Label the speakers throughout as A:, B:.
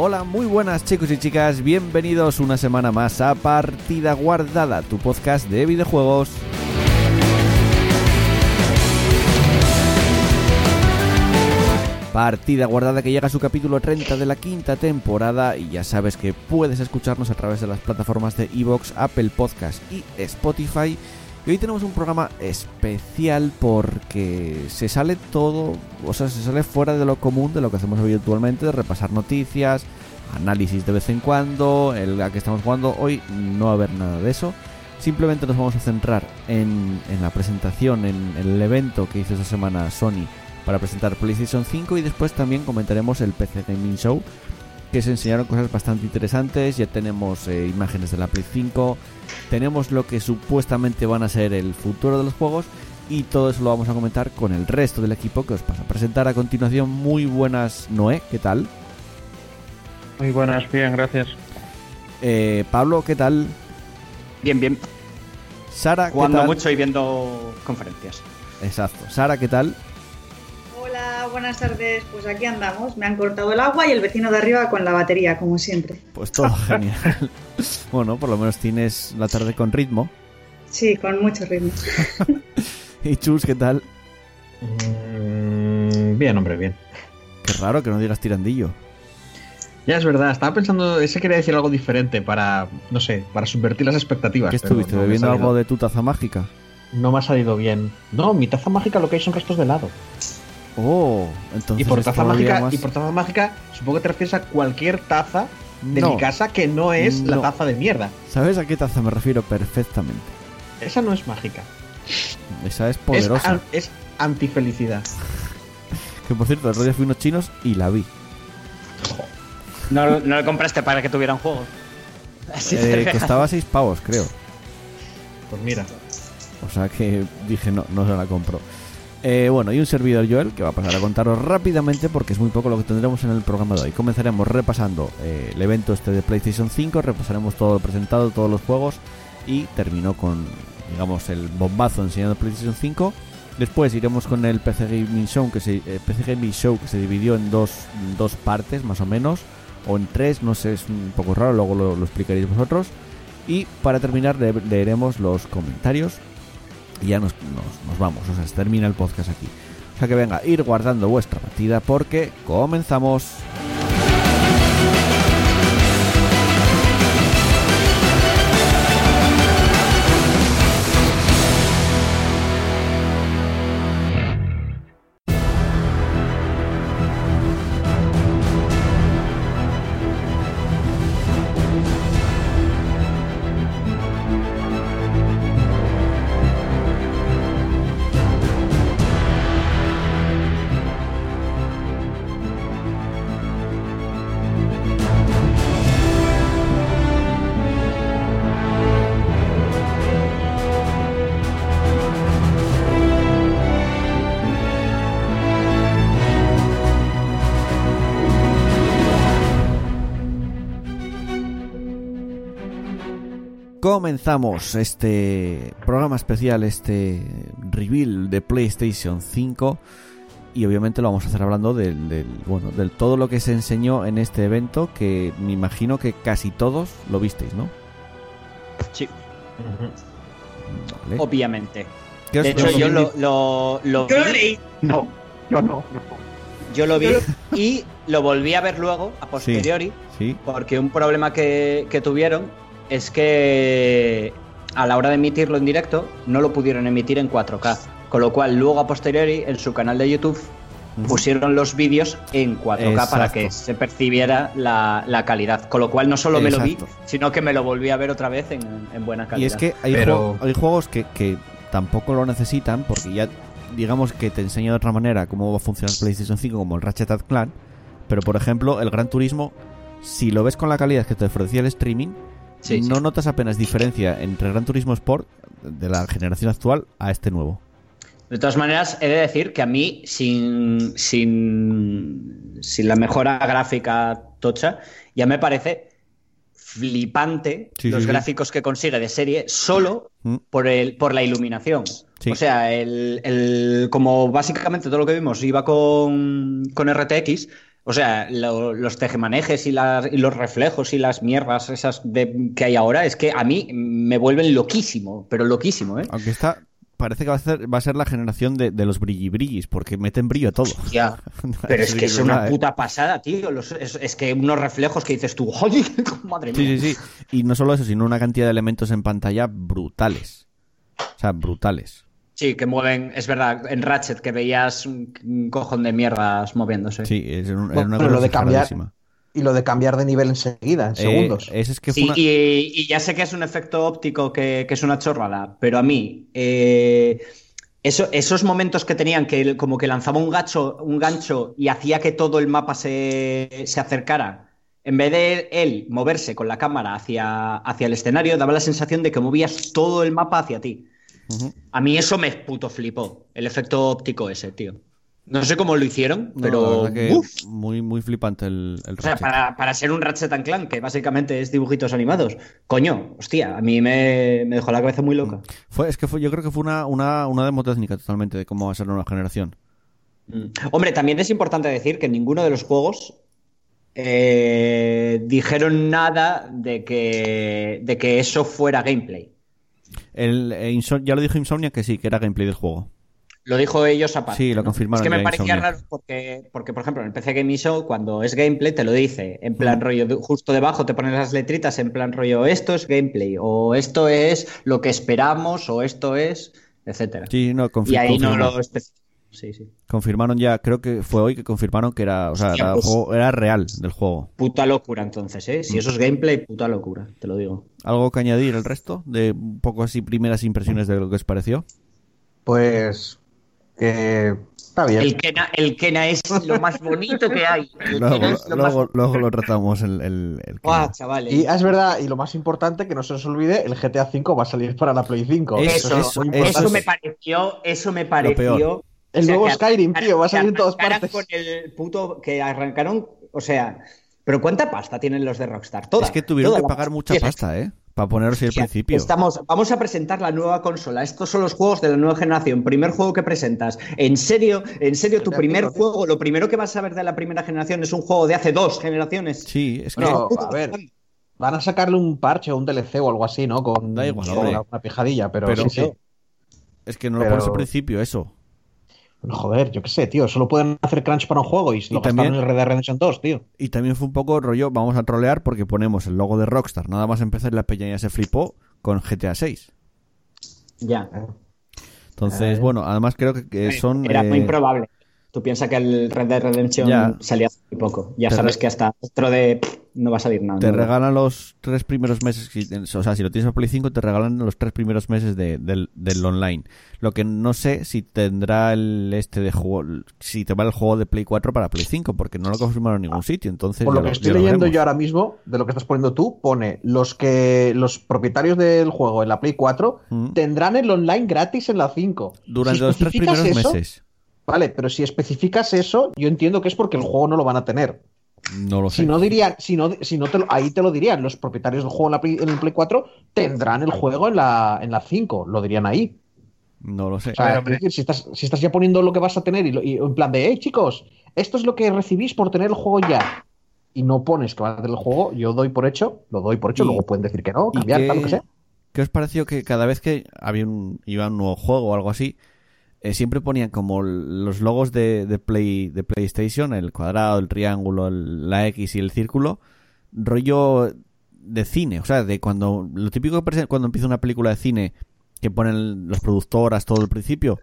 A: Hola, muy buenas chicos y chicas, bienvenidos una semana más a Partida Guardada, tu podcast de videojuegos. Partida Guardada que llega a su capítulo 30 de la quinta temporada y ya sabes que puedes escucharnos a través de las plataformas de Evox, Apple Podcast y Spotify. Y hoy tenemos un programa especial porque se sale todo, o sea, se sale fuera de lo común de lo que hacemos habitualmente, de repasar noticias, análisis de vez en cuando, el a que estamos jugando hoy no va a haber nada de eso. Simplemente nos vamos a centrar en, en la presentación, en, en el evento que hizo esta semana Sony para presentar PlayStation 5 y después también comentaremos el PC Gaming Show, que se enseñaron cosas bastante interesantes, ya tenemos eh, imágenes de la Play 5, tenemos lo que supuestamente van a ser el futuro de los juegos y todo eso lo vamos a comentar con el resto del equipo que os pasa a presentar a continuación. Muy buenas, Noé, ¿qué tal?
B: Muy buenas, bien, gracias.
A: Eh, Pablo, ¿qué tal?
C: Bien, bien.
A: Sara, ¿qué
C: Jugando
A: tal?
C: mucho y viendo conferencias.
A: Exacto. Sara, ¿qué tal?
D: Hola, buenas tardes. Pues aquí andamos. Me han cortado el agua y el vecino de arriba con la batería, como siempre.
A: Pues todo genial. bueno, por lo menos tienes la tarde con ritmo.
D: Sí, con mucho ritmo.
A: Y Chus, ¿qué tal?
B: Mm, bien, hombre, bien.
A: Qué raro que no digas tirandillo.
B: Ya es verdad, estaba pensando, ese quería decir algo diferente para, no sé, para subvertir las expectativas.
A: ¿Qué
B: pero
A: estuviste?
B: no me ha
A: ¿Bebiendo
B: salido-
A: algo de tu taza mágica?
B: No me ha salido bien. No, mi taza mágica lo que hay son restos de helado.
A: Oh, entonces.
B: Y por,
A: es
B: taza
A: todavía
B: mágica,
A: más-
B: y por taza mágica, supongo que te refieres a cualquier taza de
A: No,
B: mi casa que no es
A: No.
B: la taza de mierda.
A: ¿Sabes a qué taza me refiero perfectamente?
B: Esa no es mágica.
A: Esa es
B: Es,
A: poderosa.
B: an- es antifelicidad.
A: Que por cierto, el otro día fui a unos chinos y la vi.
C: No, no lo compraste para que tuviera un juego. Así
A: Eh,
C: te deja.
A: costaba 6 pavos, creo.
B: Pues mira,
A: O sea que dije, no, no se la compro. Eh, bueno, y un servidor Joel que va a pasar a contaros rápidamente porque es muy poco lo que tendremos en el programa de hoy. Comenzaremos repasando eh, el evento este de PlayStation 5, repasaremos todo lo presentado, todos los juegos y terminó con, digamos, el bombazo enseñando PlayStation 5. Después iremos con el PC Gaming Show que se, eh, PC Gaming Show que se dividió en dos, en dos partes más o menos, o en tres, no sé, es un poco raro, luego lo, lo explicaréis vosotros. Y para terminar le- leeremos los comentarios y ya nos, nos- nos vamos, o sea, se termina el podcast aquí. O sea que venga, ir guardando vuestra partida porque comenzamos. Comenzamos este programa especial, este reveal de PlayStation 5 y obviamente lo vamos a hacer hablando del, del- bueno, del todo lo que se enseñó en este evento que me imagino que casi todos lo visteis, ¿no?
C: Sí,
A: Vale.
C: obviamente.
A: ¿Qué os-
C: De hecho,
A: os-
C: yo lo, lo, lo
D: Yo lo
C: vi-
D: leí.
C: No, yo no. Yo lo vi
D: Yo
C: y lo volví a ver luego, a posteriori,
A: Sí,
C: porque un problema que, que tuvieron es que a la hora de emitirlo en directo no lo pudieron emitir en 4K. Con lo cual, luego a posteriori, en su canal de YouTube, pusieron los vídeos en 4K para
A: Exacto.
C: que se percibiera la, la calidad. Con lo cual no solo me lo vi,
A: Exacto.
C: sino que me lo volví a ver otra vez en, en buena calidad.
A: Y es que hay,
B: Pero-
A: jue- hay juegos que, que tampoco lo necesitan porque ya digamos que te enseña de otra manera cómo va a funcionar PlayStation 5 como el Ratchet and Clan, pero por ejemplo, el Gran Turismo, si lo ves con la calidad que te ofrecía el streaming,
C: Sí, sí.
A: no notas apenas diferencia entre el Gran Turismo Sport de la generación actual a este nuevo.
C: De todas maneras, he de decir que a mí, sin, sin, sin la mejora gráfica tocha, ya me parece flipante
A: Sí,
C: los
A: sí, sí.
C: gráficos que consigue de serie solo
A: Mm.
C: por, el, por la iluminación.
A: Sí.
C: O sea, el, el- como básicamente todo lo que vimos iba con, con RTX, o sea, lo- los tejemanejes y, las, y los reflejos y las mierdas esas de- que hay ahora, es que a mí me vuelven loquísimo, pero loquísimo, ¿eh?
A: Aunque esta parece que va a ser, va a ser la generación de, de los brillibrillis, porque meten brillo a todo.
C: Ya. Pero es
A: Sí,
C: que es una
A: verdad, ¿eh?
C: puta pasada, tío. Los- es, es que unos reflejos que dices tú, ¡ay, madre mía!
A: Sí, sí, sí. Y no solo eso, sino una cantidad de elementos en pantalla brutales. O sea, brutales.
C: Sí, que mueven, es verdad, en Ratchet que veías un, un cojón de mierdas moviéndose.
A: Sí, es un- era una
E: Bueno,
A: cosa
E: lo de cambiar
A: fijadísima.
E: y lo de cambiar de nivel enseguida, en
A: Eh,
E: segundos.
A: ese es que fue
C: Sí,
A: una-
C: y, y ya sé que es un efecto óptico que, que es una chorrada, pero a mí, eh, eso- esos momentos que tenían que el- como que lanzaba un gancho, un gancho y hacía que todo el mapa se, se acercara, en vez de él moverse con la cámara hacia, hacia el escenario, daba la sensación de que movías todo el mapa hacia ti.
A: Ujú.
C: A mí eso me puto flipó, el efecto óptico ese, tío. No sé cómo lo hicieron,
A: No, la
C: pero...
A: verdad que
C: ¡uf!
A: muy, muy flipante el, el
C: O sea,
A: Ratchet.
C: para, para ser un Ratchet and Clank, que básicamente es dibujitos animados. Coño, hostia, a mí me, me dejó la cabeza muy loca.
A: Fue, es que fue, yo creo que fue una, una, una demo técnica totalmente de cómo va a ser la nueva generación.
C: Mm. Hombre, también es importante decir que en ninguno de los juegos eh, dijeron nada de que, de que eso fuera gameplay.
A: El, eh, Insom- ya lo dijo Insomnia que sí, que era gameplay del juego.
C: Lo dijo ellos aparte.
A: Sí, lo
C: ¿no?
A: confirmaron
C: Es que me
A: ya
C: parecía
A: Insomniac.
C: raro porque, porque, por ejemplo, en el PC Gaming Show, cuando es gameplay, te lo dice. En
A: Mm.
C: plan rollo, de- justo debajo te ponen las letritas, en plan rollo, esto es gameplay, o esto es lo que esperamos, o esto es, etcétera.
A: Sí, no, confir-
C: y ahí no
A: confirmaron,
C: lo especi- Sí, sí.
A: confirmaron ya, creo que fue hoy que confirmaron que era, o sea,
C: Hostia,
A: era,
C: pues-
A: juego- era real del juego.
C: Puta locura entonces, ¿eh?
A: Mm.
C: Si eso es gameplay, puta locura, te lo digo.
A: ¿Algo que añadir el resto? De un poco así primeras impresiones de lo que os pareció.
E: Pues que está bien.
C: El Kena, el Kena es lo más bonito que hay. El
A: Luego,
C: Kena es lo más- eh.
A: luego, luego lo tratamos el, el- el
C: Guau,
A: que-
C: chavales.
E: Y ah, es verdad, y lo más importante, que no se os olvide, el GTA V va a salir para la Play 5.
A: Eso,
E: es
A: eso,
E: muy
A: eso
E: importante.
C: Eso
A: es-
C: me pareció, eso me
A: peor.
C: pareció.
E: El
C: o sea,
E: nuevo
C: que
E: Skyrim,
C: arrancaran-
E: tío, va a salir en
C: que
E: todas
C: arrancaran
E: partes.
C: Con el puto que arrancaron, o sea, pero ¿cuánta pasta tienen los de Rockstar? Toda.
A: Es que tuvieron
C: toda
A: que
C: la
A: pagar
C: pasta.
A: mucha
C: Sí,
A: pasta, ¿eh? Para poneros ahí al
C: hostia,
A: principio.
C: Estamos, vamos a presentar la nueva consola. Estos son los juegos de la nueva generación. Primer juego que presentas. En serio, en serio, tu
E: Pero,
C: primer
E: tío, tío.
C: juego, lo primero que vas a ver de la primera generación es un juego de hace dos generaciones.
A: Sí, es que
E: No, a ver, van a sacarle un parche o un DLC o algo así, ¿no? Con,
A: Da igual,
E: con
A: hombre.
E: la- una pijadilla, pero,
A: Pero-
E: sí, sí.
A: es que no lo
E: pero-
A: pones al principio, eso.
E: Joder, yo qué sé, tío. Solo pueden hacer crunch para un juego y, lo
A: también-
E: gastaron en el Red Dead Redemption 2, tío.
A: Y también fue un poco rollo, vamos a trolear porque ponemos el logo de Rockstar. Nada más empezar la peña ya se flipó con GTA 6.
C: Ya.
A: Entonces, bueno, además creo que, que son...
C: Era muy
A: eh,
C: improbable. Tú piensas que el Red Dead Redemption
A: Ya.
C: salía hace muy poco. Ya
A: Te
C: sabes
A: re-
C: que hasta dentro de pff, no va a salir nada.
A: Te
C: nuevo.
A: regalan los tres primeros meses, si- o sea, si lo tienes en Play 5 te regalan los tres primeros meses de- del, del online. Lo que no sé si tendrá el este de juego, si te va el juego de Play 4 para Play 5, porque no lo confirmaron en ningún sitio, entonces...
E: Por
A: ya
E: lo que
A: ya
E: estoy leyendo
A: veremos.
E: yo ahora mismo, de lo que estás poniendo tú, pone los que los propietarios del juego en la Play 4
A: Mm.
E: tendrán el online gratis en la 5.
A: Durante
E: Si
A: los tres
E: especificas
A: primeros
E: eso-
A: meses.
E: Vale, pero si especificas eso, yo entiendo que es porque el juego no lo van a tener.
A: No lo sé.
E: Si no dirían, si no, si no te lo- ahí te lo dirían, los propietarios del juego en, la Play, en el Play 4 tendrán el juego en la, en la 5, lo dirían ahí.
A: No lo sé.
E: O sea,
B: Claro,
E: quiero decir, si, estás, si estás ya poniendo lo que vas a tener y, lo- y en plan de, hey chicos, esto es lo que recibís por tener el juego ya. Y no pones que van a tener el juego, yo doy por hecho, lo doy por hecho,
A: Y-
E: luego pueden decir que no,
A: ¿Y
E: cambiar,
A: qué-
E: tal, lo que sea.
A: ¿Qué os pareció que cada vez que había un, iba un nuevo juego o algo así, eh, siempre ponían como l- los logos de, de Play, de PlayStation, el cuadrado, el triángulo, el- la X y el círculo, rollo de cine, o sea, de cuando lo típico que parece cuando empieza una película de cine que ponen los productoras todo al principio,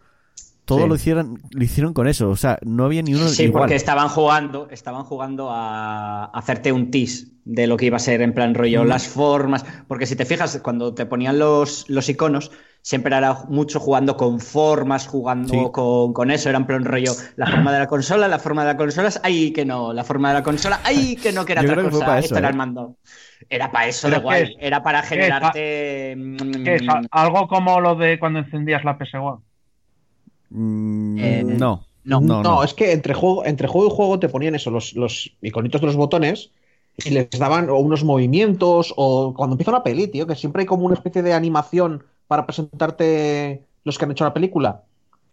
A: todo
E: Sí.
A: lo hicieron lo hicieron con eso. O sea, no había ni uno
C: Sí,
A: igual.
C: porque estaban jugando, estaban jugando a hacerte un tease de lo que iba a ser en plan rollo,
A: Mm.
C: las formas. Porque si te fijas, cuando te ponían los, los iconos, siempre era mucho jugando con formas, jugando
A: Sí.
C: con, con eso. Era en plan rollo, la forma de la consola, la forma de la consola, ay que no, la forma de la consola, ay que no, que era
A: Yo
C: otra
A: creo que fue
C: cosa.
A: para eso,
C: Esto era
A: ¿eh?
C: el mando. Era para eso
F: Pero
C: de guay.
F: es que es-
C: era para
F: es pa-
C: generarte. mm,
F: ¿Qué es? A- Algo como lo de cuando encendías la PS1.
A: Mm,
C: Eh,
A: no.
C: no.
A: no, no.
E: es que entre juego, entre juego y juego te ponían eso, los, los iconitos de los botones y les daban o unos movimientos o cuando empieza una peli, tío, que siempre hay como una especie de animación para presentarte los que han hecho la película.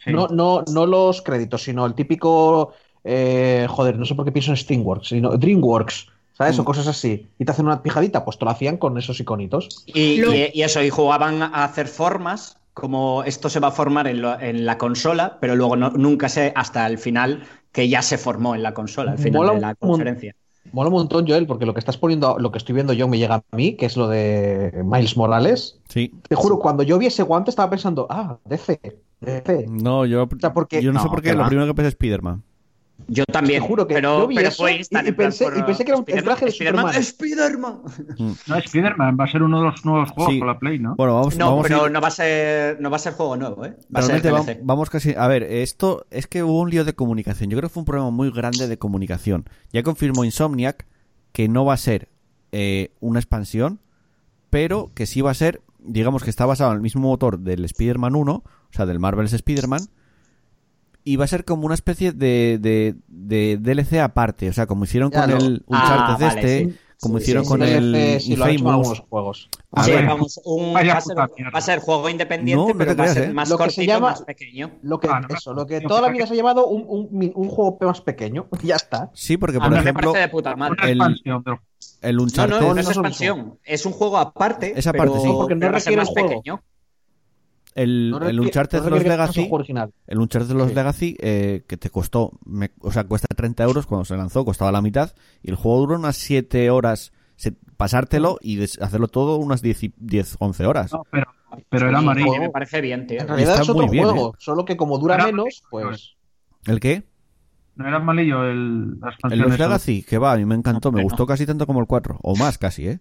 F: Sí.
E: No, no, no los créditos, sino el típico, eh, joder, no sé por qué pienso en Steamworks, sino DreamWorks, ¿sabes?
A: Mm.
E: O cosas así. Y te hacen una pijadita, pues te lo hacían con esos iconitos.
C: Y, e,
D: Lo-
C: y- y eso, y jugaban a hacer formas, como esto se va a formar en, lo- en la consola, pero luego no- nunca sé hasta el final que ya se formó en la consola, al final
E: Mola
C: de la
E: un mon-
C: conferencia.
E: Mola un montón, Joel, porque lo que estás poniendo, lo que estoy viendo yo me llega a mí, que es lo de Miles Morales.
A: Sí.
E: Te juro, cuando yo vi ese guante estaba pensando, ah, DC, DC.
A: No, yo,
E: sea, porque-
A: yo no, sé
C: no,
A: por qué
C: que
A: lo
C: va.
A: primero que pensé es Spider-Man.
C: Yo también,
E: Te juro que
C: pero,
E: yo vi
C: pero
E: eso
C: fue
E: y-
C: instant,
E: y
C: en plan,
E: pensé-
C: por,
E: y pensé que era un- el
C: "Spiderman,
E: traje de Superman".
C: Spiderman.
F: No, Spider-Man va a ser uno de los nuevos juegos
A: Sí.
F: con la Play, ¿no?
A: Bueno, vamos,
C: No,
A: vamos a
C: pero
A: ir-
C: no va a ser no va a ser juego nuevo, ¿eh? Va a ser
A: Realmente va-
C: DLC.
A: vamos casi. A ver, esto es que hubo un lío de comunicación. Yo creo que fue un problema muy grande de comunicación. Ya confirmó Insomniac que no va a ser eh, una expansión, pero que sí va a ser, digamos que está basado en el mismo motor del Spider-Man 1, o sea, del Marvel's Spider-Man, y va a ser como una especie de, de, de DLC aparte. O sea, como hicieron
E: Ya
A: con
E: no.
A: el
C: Ah,
A: Uncharted
C: vale,
A: este,
C: sí.
A: como
C: Sí,
A: hicieron
C: sí,
A: con
C: sí.
A: el
E: sí, lo han hecho con
A: Infamous.
E: algunos juegos.
A: A
C: Sí,
A: ver,
C: vamos, un-
F: Vaya
C: va, a ser,
F: puta mierda.
C: va a ser juego independiente,
A: No, no te
C: pero va a
A: creas,
C: ser
A: ¿eh?
C: más
E: Lo que se
C: cortito,
E: llama-
C: más pequeño.
E: Lo que,
F: Ah, no,
E: eso,
F: no,
E: lo que
F: tío,
E: toda la
F: que-
E: vida se ha llevado un, un, min- un juego más pequeño. Ya está.
A: Sí, porque
C: A
A: por
C: mí
A: ejemplo,
C: me parece de puta madre.
F: Una
A: el-
F: expansión del
A: el
C: No,
A: Uncharted.
C: no, no es
E: no son
C: expansión, es un juego aparte,
A: Es aparte,
C: pero,
A: sí.
E: Porque no
C: pero va a ser
E: requiere
C: más
E: juego.
C: pequeño.
A: El,
E: No
A: el
E: requiere-
A: Uncharted
E: no
A: de los
E: requiere que tengas un
A: Legacy,
E: juego original.
A: el Uncharted de los
E: Sí.
A: Legacy eh, que te costó, me- o sea, cuesta 30 euros cuando se lanzó, costaba la mitad y el juego duró unas 7 horas se- pasártelo y des- hacerlo todo unas 10, y- 10 11 horas.
F: No, pero, pero era
C: Sí,
F: amarillo.
C: Me parece bien, tío.
E: En realidad
A: está
E: es otro
A: muy bien, ¿eh?
E: juego, solo que como dura
F: Era-
E: menos, pues.
A: ¿El qué?
F: No era amarillo el, la
A: El
F: expansión.
A: Los
F: esa.
A: Legacy, que va, a mí me encantó, me
C: Hombre, no.
A: gustó casi tanto como el 4 o más casi, ¿eh?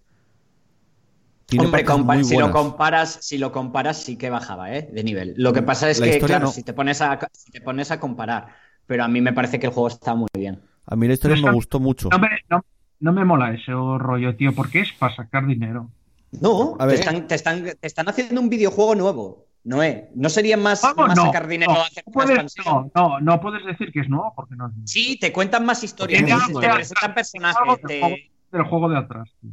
A: Tiene
C: Hombre,
A: partes
C: compa-
A: muy
C: si, lo
A: buenas.
C: comparas, si lo comparas, sí que bajaba, ¿eh? De nivel. Lo que pasa es
A: La
C: que,
A: historia
C: claro,
A: no.
C: si, te pones a, si te pones a comparar, pero a mí me parece que el juego está muy bien.
A: A mí la historia me gustó mucho.
F: No me, no, no me mola ese rollo, tío, porque es para sacar dinero.
C: No,
A: A ver.
C: Te, están, te, están, te están haciendo un videojuego nuevo, Noé. ¿No sería más,
F: Vamos,
C: más
F: no,
C: sacar dinero
F: no,
C: a hacer
F: no
C: una
F: puedes,
C: expansión?
F: no, no, no puedes decir que es nuevo porque no es nuevo.
C: Sí, te cuentan más historias,
F: Porque
C: te,
F: ya
C: dicen,
F: se
C: te
F: ha-
C: presentan
F: algo del
C: personajes, te-
F: juego- del juego de atrás. tío.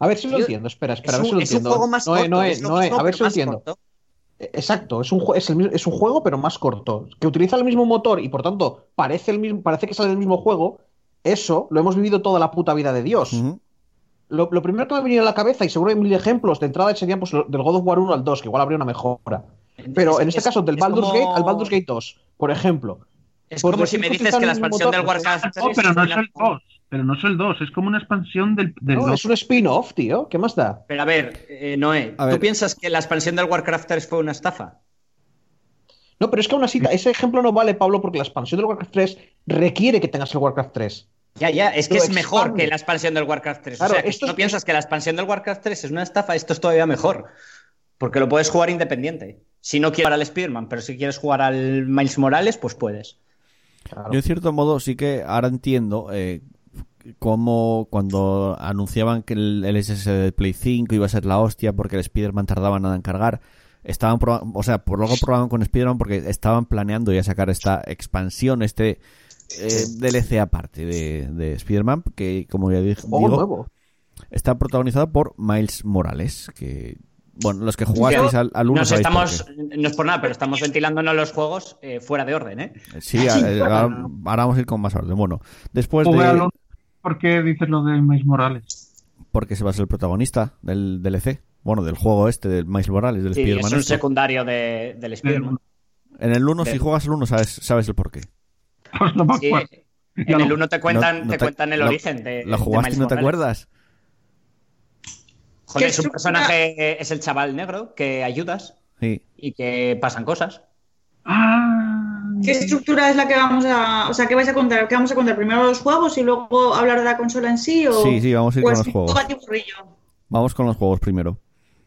E: A ver si lo
C: Yo-
E: entiendo, espera, espera, a
C: es,
E: ver si
C: un,
E: lo
C: es un
E: entiendo.
C: juego más
E: no, eh,
C: corto.
E: no, eh,
C: es lo
E: no, eh,
C: mismo,
E: a ver
C: pero
E: si lo
C: más
E: entiendo. E,
C: corto.
E: Exacto, es un, jue- es, el mi- es un juego, pero más corto, que utiliza el mismo motor y por tanto parece, el mismo, parece que sale del mismo juego. Eso lo hemos vivido toda la puta vida de Dios.
A: Ujú.
E: Lo, lo primero que me ha venido a la cabeza, y seguro hay mil ejemplos de entrada, serían pues, lo- del God of War 1 al 2, que igual habría una mejora. Pero
C: Es-
E: en este
C: es-
E: caso, del
C: es
E: Baldur's
C: como-
E: Gate al Baldur's Gate 2, por ejemplo.
C: Es
E: Por
C: como si
E: decir
C: me
E: que
C: dices
E: utilizan
C: que la
E: el mismo
C: expansión del
E: motor, pues,
C: Warcraft
F: No,
C: 3
F: Oh, pero no es
C: la-
F: el 2. Pero no es el 2, es como una expansión del,
A: Mm,
F: del
E: No,
F: 2.
E: es un spin-off, tío. ¿Qué más da?
C: Pero a ver, eh, Noé,
A: A
C: ¿tú
A: ver.
C: piensas que la expansión del Warcraft 3 fue una estafa?
E: No, pero es que aún
A: Mm.
E: así, ese ejemplo no vale, Pablo, porque la expansión del Warcraft 3 requiere que tengas el Warcraft 3.
C: Ya, ya, es que
E: Lo
C: es mejor
E: expande.
C: que la expansión del Warcraft 3.
E: Claro,
C: o sea, que
E: esto
C: si no
E: es-
C: piensas que la expansión del Warcraft 3 es una estafa, esto es todavía mejor. Porque lo puedes jugar independiente. Si no quieres jugar al Spearman, pero si quieres jugar al Miles Morales, pues puedes.
E: Claro.
A: Yo en cierto modo sí que ahora entiendo eh, cómo cuando anunciaban que el, el SSD de Play 5 iba a ser la hostia porque el Spider-Man tardaba nada en cargar, estaban proba- o sea, por luego probaban con Spider-Man porque estaban planeando ya sacar esta expansión, este eh, DLC aparte de, de Spider-Man, que como ya dije,
E: Juego
A: digo,
E: nuevo.
A: está protagonizado por Miles Morales, que bueno, los que jugasteis
C: Yo-
A: al, al uno
C: Nos
A: sabéis por
C: estamos, no es por nada, pero estamos ventilándonos los juegos eh, fuera de orden, ¿eh?
A: qué. Sí, a- eh, ahora, ahora vamos a ir con más orden. Bueno, después
F: Jugué al
A: de...
F: uno, ¿Por qué dices lo de Miles Morales?
A: Porque se va a ser el protagonista del DLC. Bueno, del juego este, del Miles Morales, del
C: Sí, es
A: Spider-Man.
C: un
A: este.
C: secundario de- del Spearman.
A: En el 1, si
C: Del-
A: juegas el 1, sabes, sabes el porqué.
F: Pues no me
C: Sí,
F: acuerdo. Ya
C: en
F: lo-
C: el 1 te cuentan,
A: No- no
C: te cuentan el
A: no-
C: origen Eh, de.
A: ¿Lo
C: de
A: jugaste
C: Miles
A: y no te
C: Morales.
A: acuerdas?
C: Joder,
D: Que
C: su
D: es una-
C: personaje eh, es el chaval negro que ayudas
A: Sí.
C: y que pasan cosas.
F: Ah,
D: ¿Qué estructura es la que vamos a, o sea, qué vais a contar? ¿Qué vamos a contar? Primero los juegos y luego hablar de la consola en sí o
A: Sí, sí, vamos a ir
D: o
A: con
D: es
A: los
D: un
A: juegos.
D: batiburrillo?
A: Vamos con los juegos primero.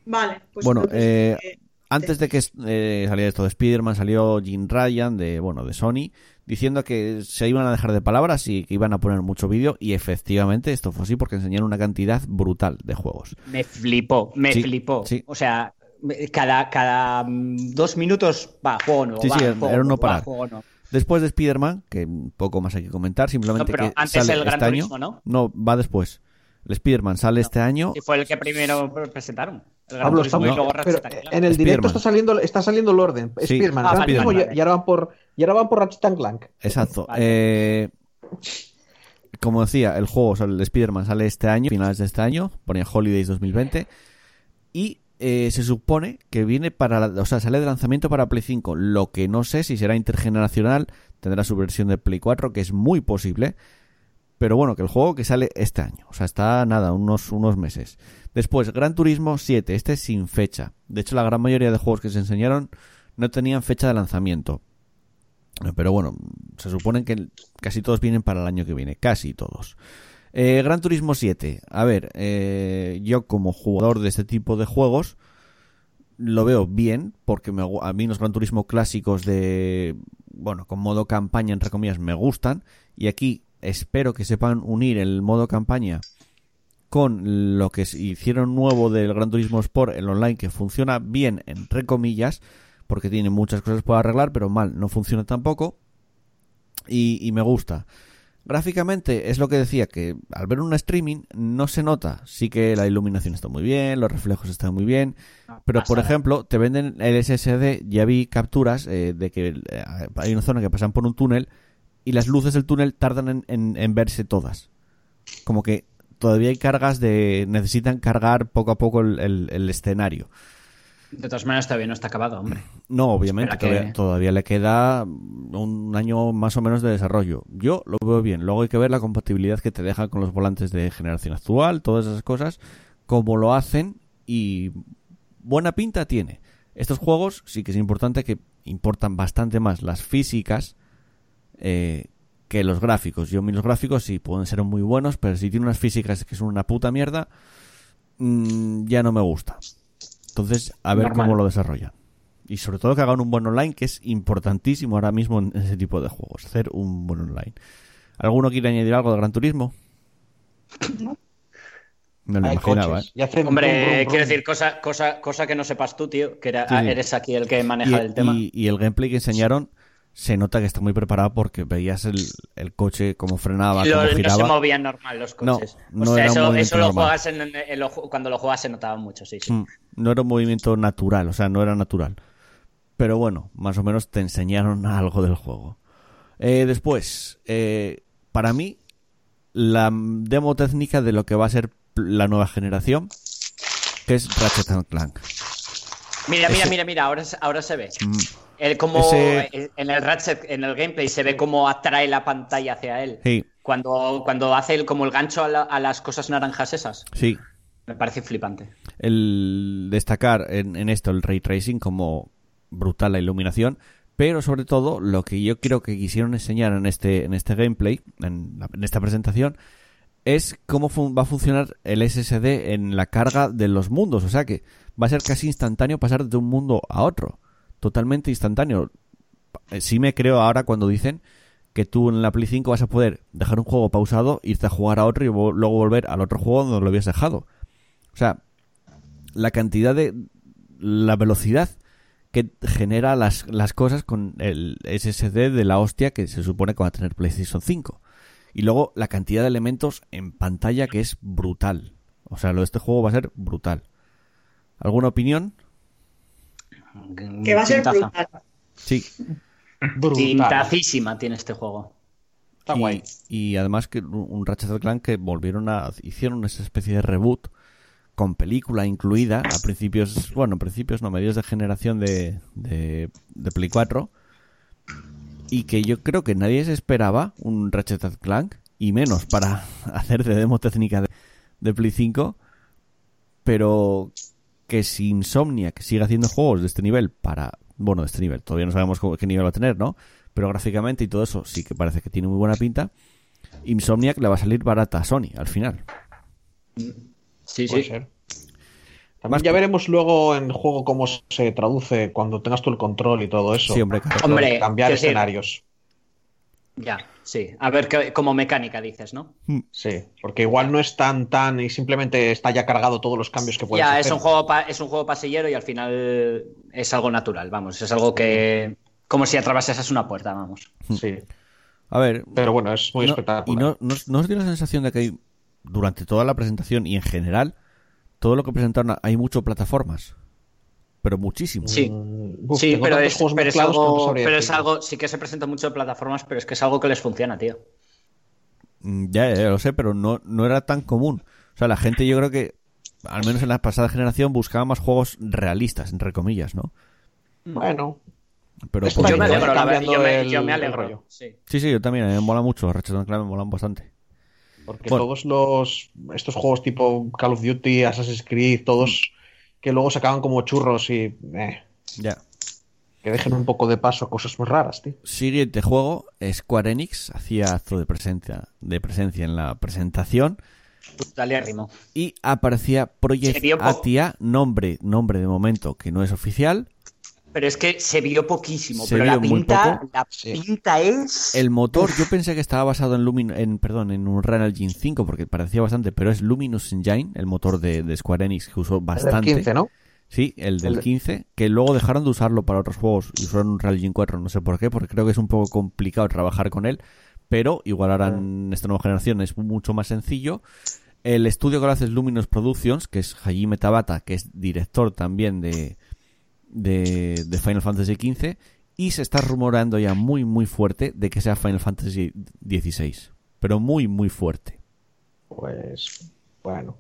D: Vale, pues
A: Bueno,
D: creo que-
A: eh, Antes de que eh, saliera esto de Spider-Man, salió Jim Ryan de, bueno, de Sony, diciendo que se iban a dejar de palabras y que iban a poner mucho vídeo, y efectivamente esto fue así porque enseñaron una cantidad brutal de juegos.
C: Me flipó, me
A: Sí,
C: flipó.
A: sí.
C: O sea, me- cada, cada mm, dos minutos va, juego nuevo.
A: Sí,
C: va,
A: sí,
C: juego
A: era un no
C: nuevo, va,
A: parar.
C: juego nuevo.
A: Después de Spider-Man, que poco más hay que comentar,
C: No,
A: simplemente
C: pero
A: que
C: antes
A: sale
C: el Gran
A: este año.
C: Turismo, ¿no?
A: No, va después. El Spider-Man sale este año.
C: Sí, fue el que primero presentaron. El Gran
E: Pablo,
C: Turismo
E: estamos-
C: y luego Ratchet
E: pero
C: and Clank.
E: en el
A: Spiderman.
E: directo está saliendo, está saliendo el orden.
A: Sí.
E: Spiderman,
C: Ah,
E: Gran
C: vale,
E: Turismo,
C: vale,
E: y-
C: vale.
E: y ahora van por, y ahora van por Ratchet and Clank.
A: Exacto.
C: Vale.
A: Eh, como decía, el juego, o sea, el Spider-Man sale este año, finales de este año, ponía Holidays 2020. Y eh, se supone que viene para, la- o sea, sale de lanzamiento para Play 5. Lo que no sé si será intergeneracional, tendrá su versión de Play 4, que es muy posible. Pero bueno, que el juego que sale este año, o sea, está nada, unos, unos meses. Después, Gran Turismo 7, este es sin fecha. De hecho, la gran mayoría de juegos que se enseñaron no tenían fecha de lanzamiento. Pero bueno, se supone que el- casi todos vienen para el año que viene, casi todos. Eh, Gran Turismo 7. A ver, eh, yo como jugador de este tipo de juegos lo veo bien, porque me gu- a mí los Gran Turismo clásicos de, bueno, con modo campaña, entre comillas, me gustan. Y aquí espero que sepan unir el modo campaña con lo que se hicieron nuevo del Gran Turismo Sport, el online, que funciona bien, entre comillas, porque tiene muchas cosas por arreglar, pero mal, no funciona tampoco. Y, y me gusta. Gráficamente es lo que decía, que al ver un streaming no se nota. Sí que la iluminación está muy bien, los reflejos están muy bien, pero por ejemplo, te venden el SSD, ya vi capturas eh, de que eh, hay una zona que pasan por un túnel y las luces del túnel tardan en, en- en verse todas. Como que todavía hay cargas de... necesitan cargar poco a poco el- el- el escenario.
C: De todas maneras, todavía no está acabado, hombre.
A: No, obviamente,
C: Pues Espera
A: todavía,
C: que-
A: todavía le queda un año más o menos de desarrollo. Yo lo veo bien. Luego hay que ver la compatibilidad que te deja con los volantes de generación actual, todas esas cosas, cómo lo hacen y buena pinta tiene. Estos juegos sí que es importante que importan bastante más las físicas eh, que los gráficos. Yo, a mí los gráficos sí pueden ser muy buenos, pero si tiene unas físicas que son una puta mierda, mm, ya no me gusta. Entonces, a ver
C: Normal.
A: cómo lo desarrollan. Y sobre todo que hagan un buen online, que es importantísimo ahora mismo en ese tipo de juegos, hacer un buen online. ¿Alguno quiere añadir algo de Gran Turismo? No. lo
E: Hay
A: imaginaba,
E: coches,
A: ¿eh?
E: y hacen brum, brum,
C: Hombre,
E: brum.
C: quiero decir, cosa, cosa, cosa que no sepas tú, tío, que era-
A: Sí, sí.
C: eres aquí el que maneja
A: y,
C: el tema.
A: y- y el gameplay que enseñaron se nota que está muy preparado porque veías el, el coche cómo frenaba,
C: Lo-
A: cómo
C: no se
A: giraba.
C: movían normal los
A: No,
C: coches.
A: no
C: o sea,
A: era un
C: eso,
A: movimiento
C: eso lo
A: normal.
C: juegas en- en- en lo ju- cuando lo jugabas se notaba mucho, sí, sí.
A: Mm, no era un movimiento natural, o sea, no era natural. Pero bueno, más o menos te enseñaron algo del juego. Eh, después, eh, para mí, la mm, demo técnica de lo que va a ser pl- la nueva generación, que es Ratchet and Clank.
C: Mira, mira,
A: Ese-
C: mira, mira, ahora, se- ahora se ve.
A: Mm,
C: El cómo
A: Ese-
C: eh, en el Ratchet, en el gameplay, se ve cómo atrae la pantalla hacia él.
A: sí,
C: Cuando, cuando hace el, como el gancho a, la- a las cosas naranjas esas.
A: sí.
C: Me parece flipante.
A: el destacar en, en esto el ray tracing como brutal la iluminación, pero sobre todo lo que yo creo que quisieron enseñar en este, en este gameplay, en, la- en esta presentación, es cómo fun- va a funcionar el SSD en la carga de los mundos. O sea que va a ser casi instantáneo pasar de un mundo a otro. Totalmente instantáneo. Eh, Sí me creo ahora cuando dicen que tú en la Play 5 vas a poder dejar un juego pausado, irte a jugar a otro y vo- luego volver al otro juego donde lo habías dejado. O sea, la cantidad de la velocidad que genera las, las cosas con el SSD de la hostia que se supone que va a tener PlayStation 5. Y luego la cantidad de elementos en pantalla que es brutal. O sea, lo de este juego va a ser brutal. ¿Alguna opinión?
D: que va a ser
C: Pintaza.
D: brutal.
A: Sí.
E: Brutal.
C: Pintacísima tiene este juego.
E: Está
A: y,
E: guay.
A: y además que un- un Ratchet Clank que volvieron a hicieron esa especie de reboot con película incluida a principios, bueno, a principios no, medios de generación de, de, de Play 4 y que yo creo que nadie se esperaba un Ratchet Clank y menos para hacer de demo técnica de, de Play 5 pero que si Insomnia que siga haciendo juegos de este nivel para bueno de este nivel todavía no sabemos cómo- qué nivel va a tener no pero gráficamente y todo eso sí que parece que tiene muy buena pinta. Insomniac le va a salir barata a Sony al final.
C: Sí,
E: Puede
C: sí.
E: ser.
A: Más-
E: También ya veremos luego en juego cómo se traduce cuando tengas tú el control y todo eso.
A: Sí, hombre, claro.
C: Hombre,
E: cambiar
C: quiero decir,
E: escenarios.
C: Ya, sí. A ver, qué- como mecánica dices, ¿no?
E: Sí, porque igual no es tan tan y simplemente está ya cargado todos los cambios que puedes
C: Ya,
E: hacer.
C: es un, juego pa- es un juego pasillero y al final es algo natural, vamos. Es algo que. Como si atravesases una puerta, vamos.
E: Sí,
A: A ver,
E: pero bueno, es muy
A: no- y
E: espectacular.
A: no, no, os- ¿no os dio la sensación de que hay, durante toda la presentación y en general, todo lo que presentaron hay mucho plataformas, pero muchísimo.
C: Sí.
E: Mm, uf,
C: sí,
E: tengo
C: pero
E: tantos
C: es,
E: juegos
C: pero es
E: mezclados que no
C: algo.
E: sabría
C: Pero es
E: decirlo.
C: algo. Sí que se presenta mucho en plataformas, pero es que es algo que les funciona, tío.
A: Mm, Ya, ya lo sé, pero no, no era tan común. O sea, la gente yo creo que, al menos en la pasada generación, buscaba más juegos realistas, entre comillas, ¿no?
E: Bueno,
A: Pero
E: Es
A: porque-
C: Yo me
E: Bueno,
C: alegro, la verdad.
E: cambiando
C: Yo me,
E: el-
C: yo me
E: el
C: alegro.
E: rollo.
C: Sí.
A: Sí, sí, yo también, a mí me mola mucho, Ratchet and Clank me molan bastante.
E: porque
A: Bueno.
E: todos los estos juegos tipo Call of Duty, Assassin's Creed, todos que luego se acaban como churros y eh,
A: Ya.
E: que dejen un poco de paso cosas muy raras, tío.
A: Siguiente juego, Square Enix hacía acto de presencia, de presencia en la presentación
C: Brutalérrimo.
A: y aparecía Project
C: Se vio po-
A: Atia, nombre, nombre de momento que no es oficial.
C: Pero es que se vio poquísimo.
A: Se
C: pero la
A: vio muy
C: pinta,
A: poco.
C: la
E: Sí.
C: pinta es.
A: El motor, yo pensé que estaba basado en Lumin, en perdón, en Unreal Engine 5 porque parecía bastante, pero es Luminous Engine, el motor de, de Square Enix que usó
E: Es del
A: bastante.
E: 15, ¿no?
A: Sí, el del
E: El-
A: 15, que luego dejaron de usarlo para otros juegos y usaron Unreal Engine 4, no sé por qué, porque creo que es un poco complicado trabajar con él, pero igual ahora en esta nueva generación es mucho más sencillo. El estudio que lo hace es Luminous Productions, que es Hajime Tabata, que es director también de, de, de Final Fantasy XV, y se está rumorando ya muy, muy fuerte de que sea Final Fantasy XVI, pero muy, muy fuerte.
E: Pues bueno,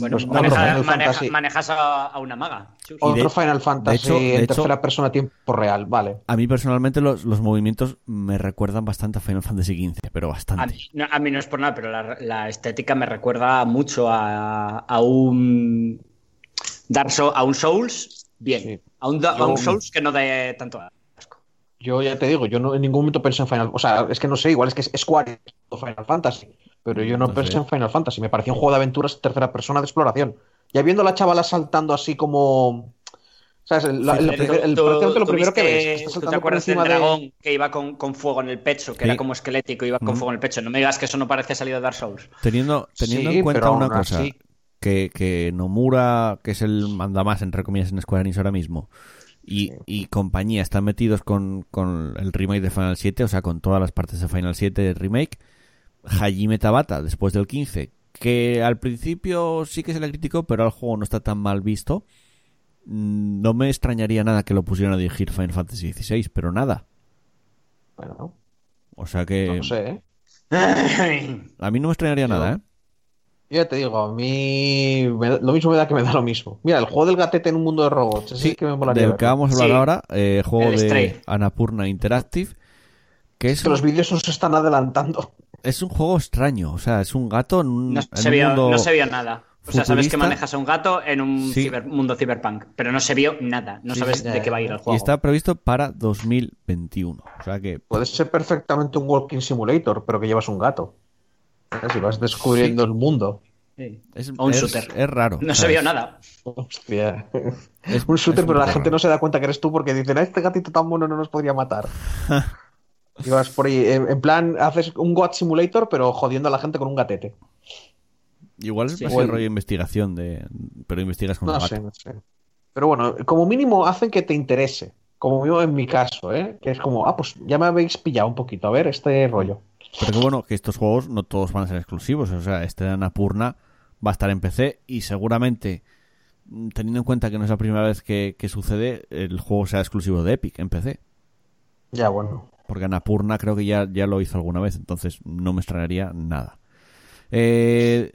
C: Bueno,
E: Pues
C: maneja-
E: otro Final
C: maneja-
E: Fantasy.
C: manejas a, a una maga. Chus.
A: Y de-
E: otro Final Fantasy
A: hecho- de
E: en
A: hecho-
E: tercera persona a tiempo real, vale.
A: A mí personalmente los, los movimientos me recuerdan bastante a Final Fantasy XV, pero
C: A
A: bastante.
C: mí, no, a mí no es por nada, pero la, la estética me recuerda mucho a, a un Dark Sou- a un Souls, bien,
E: Sí.
C: a, un, da- a
E: Yo-
C: un Souls que no dé tanto asco.
E: Yo ya te digo, yo no, en ningún momento pensé en Final O sea, es que no sé, igual es que es Square o Final Fantasy. Pero yo no
A: No
E: pensé
A: sé.
E: en Final Fantasy. Me parecía un juego de aventuras en tercera persona de exploración. Ya viendo a la chavala saltando así como. ¿Sabes? El- la- el-
C: Tú-
E: el-
C: tú-
E: prácticamente lo
C: tú
E: primero que
C: viste-
E: ves. que está
C: ¿Tú te
E: saltando por
C: acuerdas del
E: encima de-
C: dragón que iba con, con fuego en el pecho, que
A: Sí.
C: era como esquelético, iba con
A: Ujú.
C: fuego en el pecho? No me digas que eso no parece salido de Dark Souls.
A: Teniendo, teniendo
E: Sí,
A: en cuenta
E: pero
A: una
E: aún
A: cosa,
E: así-
A: que, que Nomura, que es el mandamás, entre comillas, en Square Enix ahora mismo, y, y compañía están metidos con, con el remake de Final 7, o sea, con todas las partes de Final 7 del remake. Hajime Tabata, después del 15, que al principio sí que se le criticó, pero al juego no está tan mal visto. Mm, No me extrañaría nada que lo pusieran a dirigir Final Fantasy XVI, pero nada.
E: Bueno,
A: O sea que
E: no sé, ¿eh? Mm,
A: a mí no me extrañaría nada, ¿eh?
E: Yo ya te digo, a mí me da- lo mismo me da que me da lo mismo. Mira, el juego del gatete en un mundo de robots. ese Sí, que me molaría.
A: del
E: verlo.
A: que vamos a hablar
C: Sí.
A: ahora, eh, juego
C: El
A: de
C: Stray.
A: Anapurna Interactive, que
E: Es
A: es
E: que los
A: un,
E: vídeos nos están adelantando.
A: es un juego extraño, o sea, es un gato en un,
C: No
A: en
C: se,
A: un
C: vio,
A: mundo...
C: no se vio nada. O sea, sabes
A: futurista.
C: que manejas a un gato en un
A: Sí.
C: ciber- mundo cyberpunk, pero no se vio nada. No
E: Sí,
C: sabes
E: sí, ya,
C: de qué
E: ya,
C: va a ir
E: ya.
C: el
E: Y
C: juego.
A: Y está previsto para 2021, o sea que...
C: Pues,
E: Puede ser perfectamente un walking simulator, pero que llevas un gato. Si vas descubriendo el mundo.
C: Sí.
A: Es,
C: O un
A: es-
C: shooter.
A: es raro.
C: No se
A: ¿sabes?
C: vio nada.
E: Hostia.
A: Es
E: Un shooter,
A: es
E: pero la
A: poco
E: gente
A: raro.
E: no se da cuenta que eres tú porque dicen, a este gatito tan mono no nos podría matar. y vas por ahí, en en plan, haces un God Simulator, pero jodiendo a la gente con un gatete.
A: Igual es
C: Sí.
A: más
E: O
A: el
E: el-
A: rollo de investigación, de... pero investigas con
E: No
A: un
E: sé,
A: gato.
E: no sé. Pero bueno, como mínimo hacen que te interese. Como mínimo en mi caso, ¿eh? Que es como, ah, pues ya me habéis pillado un poquito, a ver, este rollo.
A: Pero que bueno, que estos juegos no todos van a ser exclusivos. O sea, este de Anapurna va a estar en PC y seguramente, mm, teniendo en cuenta que no es la primera vez que, que sucede, el juego sea exclusivo de Epic en PC.
E: Ya, bueno.
A: Porque Anapurna creo que ya, ya lo hizo alguna vez, entonces no me extrañaría nada. Eh,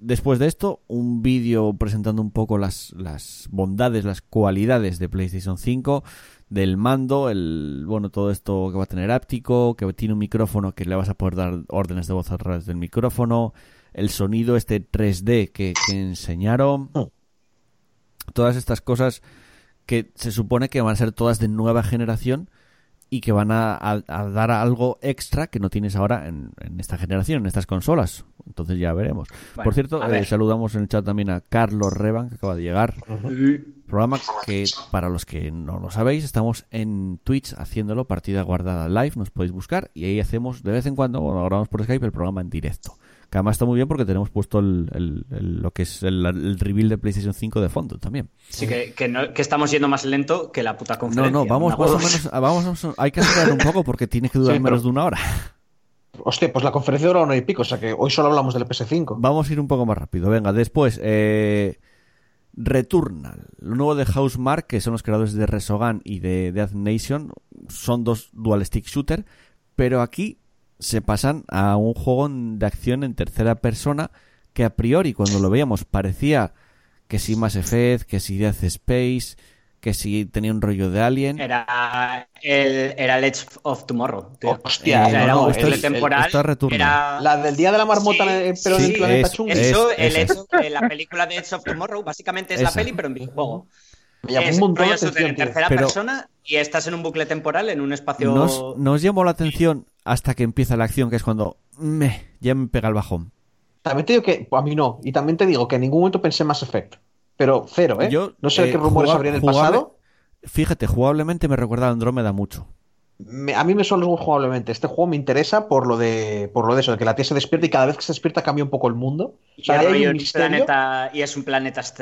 A: después de esto, un vídeo presentando un poco las, las bondades, las cualidades de PlayStation 5, del mando, el bueno, todo esto que va a tener áptico, que tiene un micrófono que le vas a poder dar órdenes de voz a través del micrófono, el sonido este 3D que, que enseñaron.
C: Oh.
A: Todas estas cosas que se supone que van a ser todas de nueva generación y que van a, a- a dar algo extra que no tienes ahora en, en esta generación, en estas consolas. Entonces ya veremos.
C: Bueno,
A: Por cierto,
C: a
A: eh,
C: ver.
A: saludamos en el chat también a Carlos Reban, que acaba de llegar. Programa que, para los que no lo sabéis, estamos en Twitch haciéndolo, partida guardada live, nos podéis buscar y ahí hacemos de vez en cuando, cuando grabamos por Skype, el programa en directo. Que además está muy bien porque tenemos puesto el, el- el- lo que es el, el reveal de PlayStation 5 de fondo también.
C: Sí, que, que no- que estamos yendo más lento que la puta
A: No,
C: conferencia.
A: no, vamos
C: Una
A: más o
C: huevos.
A: menos, ah, vamos, vamos- hay que acelerar un poco porque tiene que durar
E: Sí, pero-
A: menos de una hora.
E: Hostia, pues la conferencia dura una y pico, o sea que hoy solo hablamos del PS5.
A: Vamos a ir un poco más rápido. Venga, después, eh, Returnal, lo nuevo de Housemark, que son los creadores de Resogan y de Death Nation, son dos dual stick shooter, pero aquí se pasan a un juego en- de acción en tercera persona que a priori cuando lo veíamos parecía que si Mass Effect, que si Death Space, que si tenía un rollo de Alien.
C: Era el, era el Edge of Tomorrow. tío.
E: Hostia,
C: O sea,
E: no,
C: era
E: no,
C: un
E: esto
C: bucle
E: es-
C: temporal.
A: Eh, esto es Returnal.
C: era-
E: La del día de la marmota,
C: Sí,
E: eh, pero
A: sí,
E: en el planeta
A: es-
E: chungo.
C: Eso,
A: Es-
C: el
A: es-
C: Edge- eh, la película de Edge of Tomorrow, básicamente es la
A: Esa.
C: peli, pero en videojuego.
E: Me llamó
C: Es
E: un montón la
C: rollo shooter
E: atención,
C: en
E: tío.
C: tercera
A: Pero-
C: persona y estás en un bucle temporal en un espacio.
A: nos, nos llamó la atención hasta que empieza la acción, que es cuando meh, ya me pega el bajón.
E: También te digo que a mí no, y también te digo que en ningún momento pensé Mass Effect. Pero cero, ¿eh?
A: Yo,
E: no sé
A: eh,
E: qué rumores
A: jugab-
E: habría en el
A: jugable-
E: pasado.
A: Fíjate, jugablemente me recuerda a Andrómeda mucho.
E: Me- a mí me suena jugablemente. Este juego me interesa por lo de por lo de eso, de que la tía se despierta y cada vez que se despierta cambia un poco el mundo. O
C: Y,
E: sea,
C: el
E: ahí hay
C: rollo
E: un
C: es
E: misterio.
C: planeta- y es un planeta est-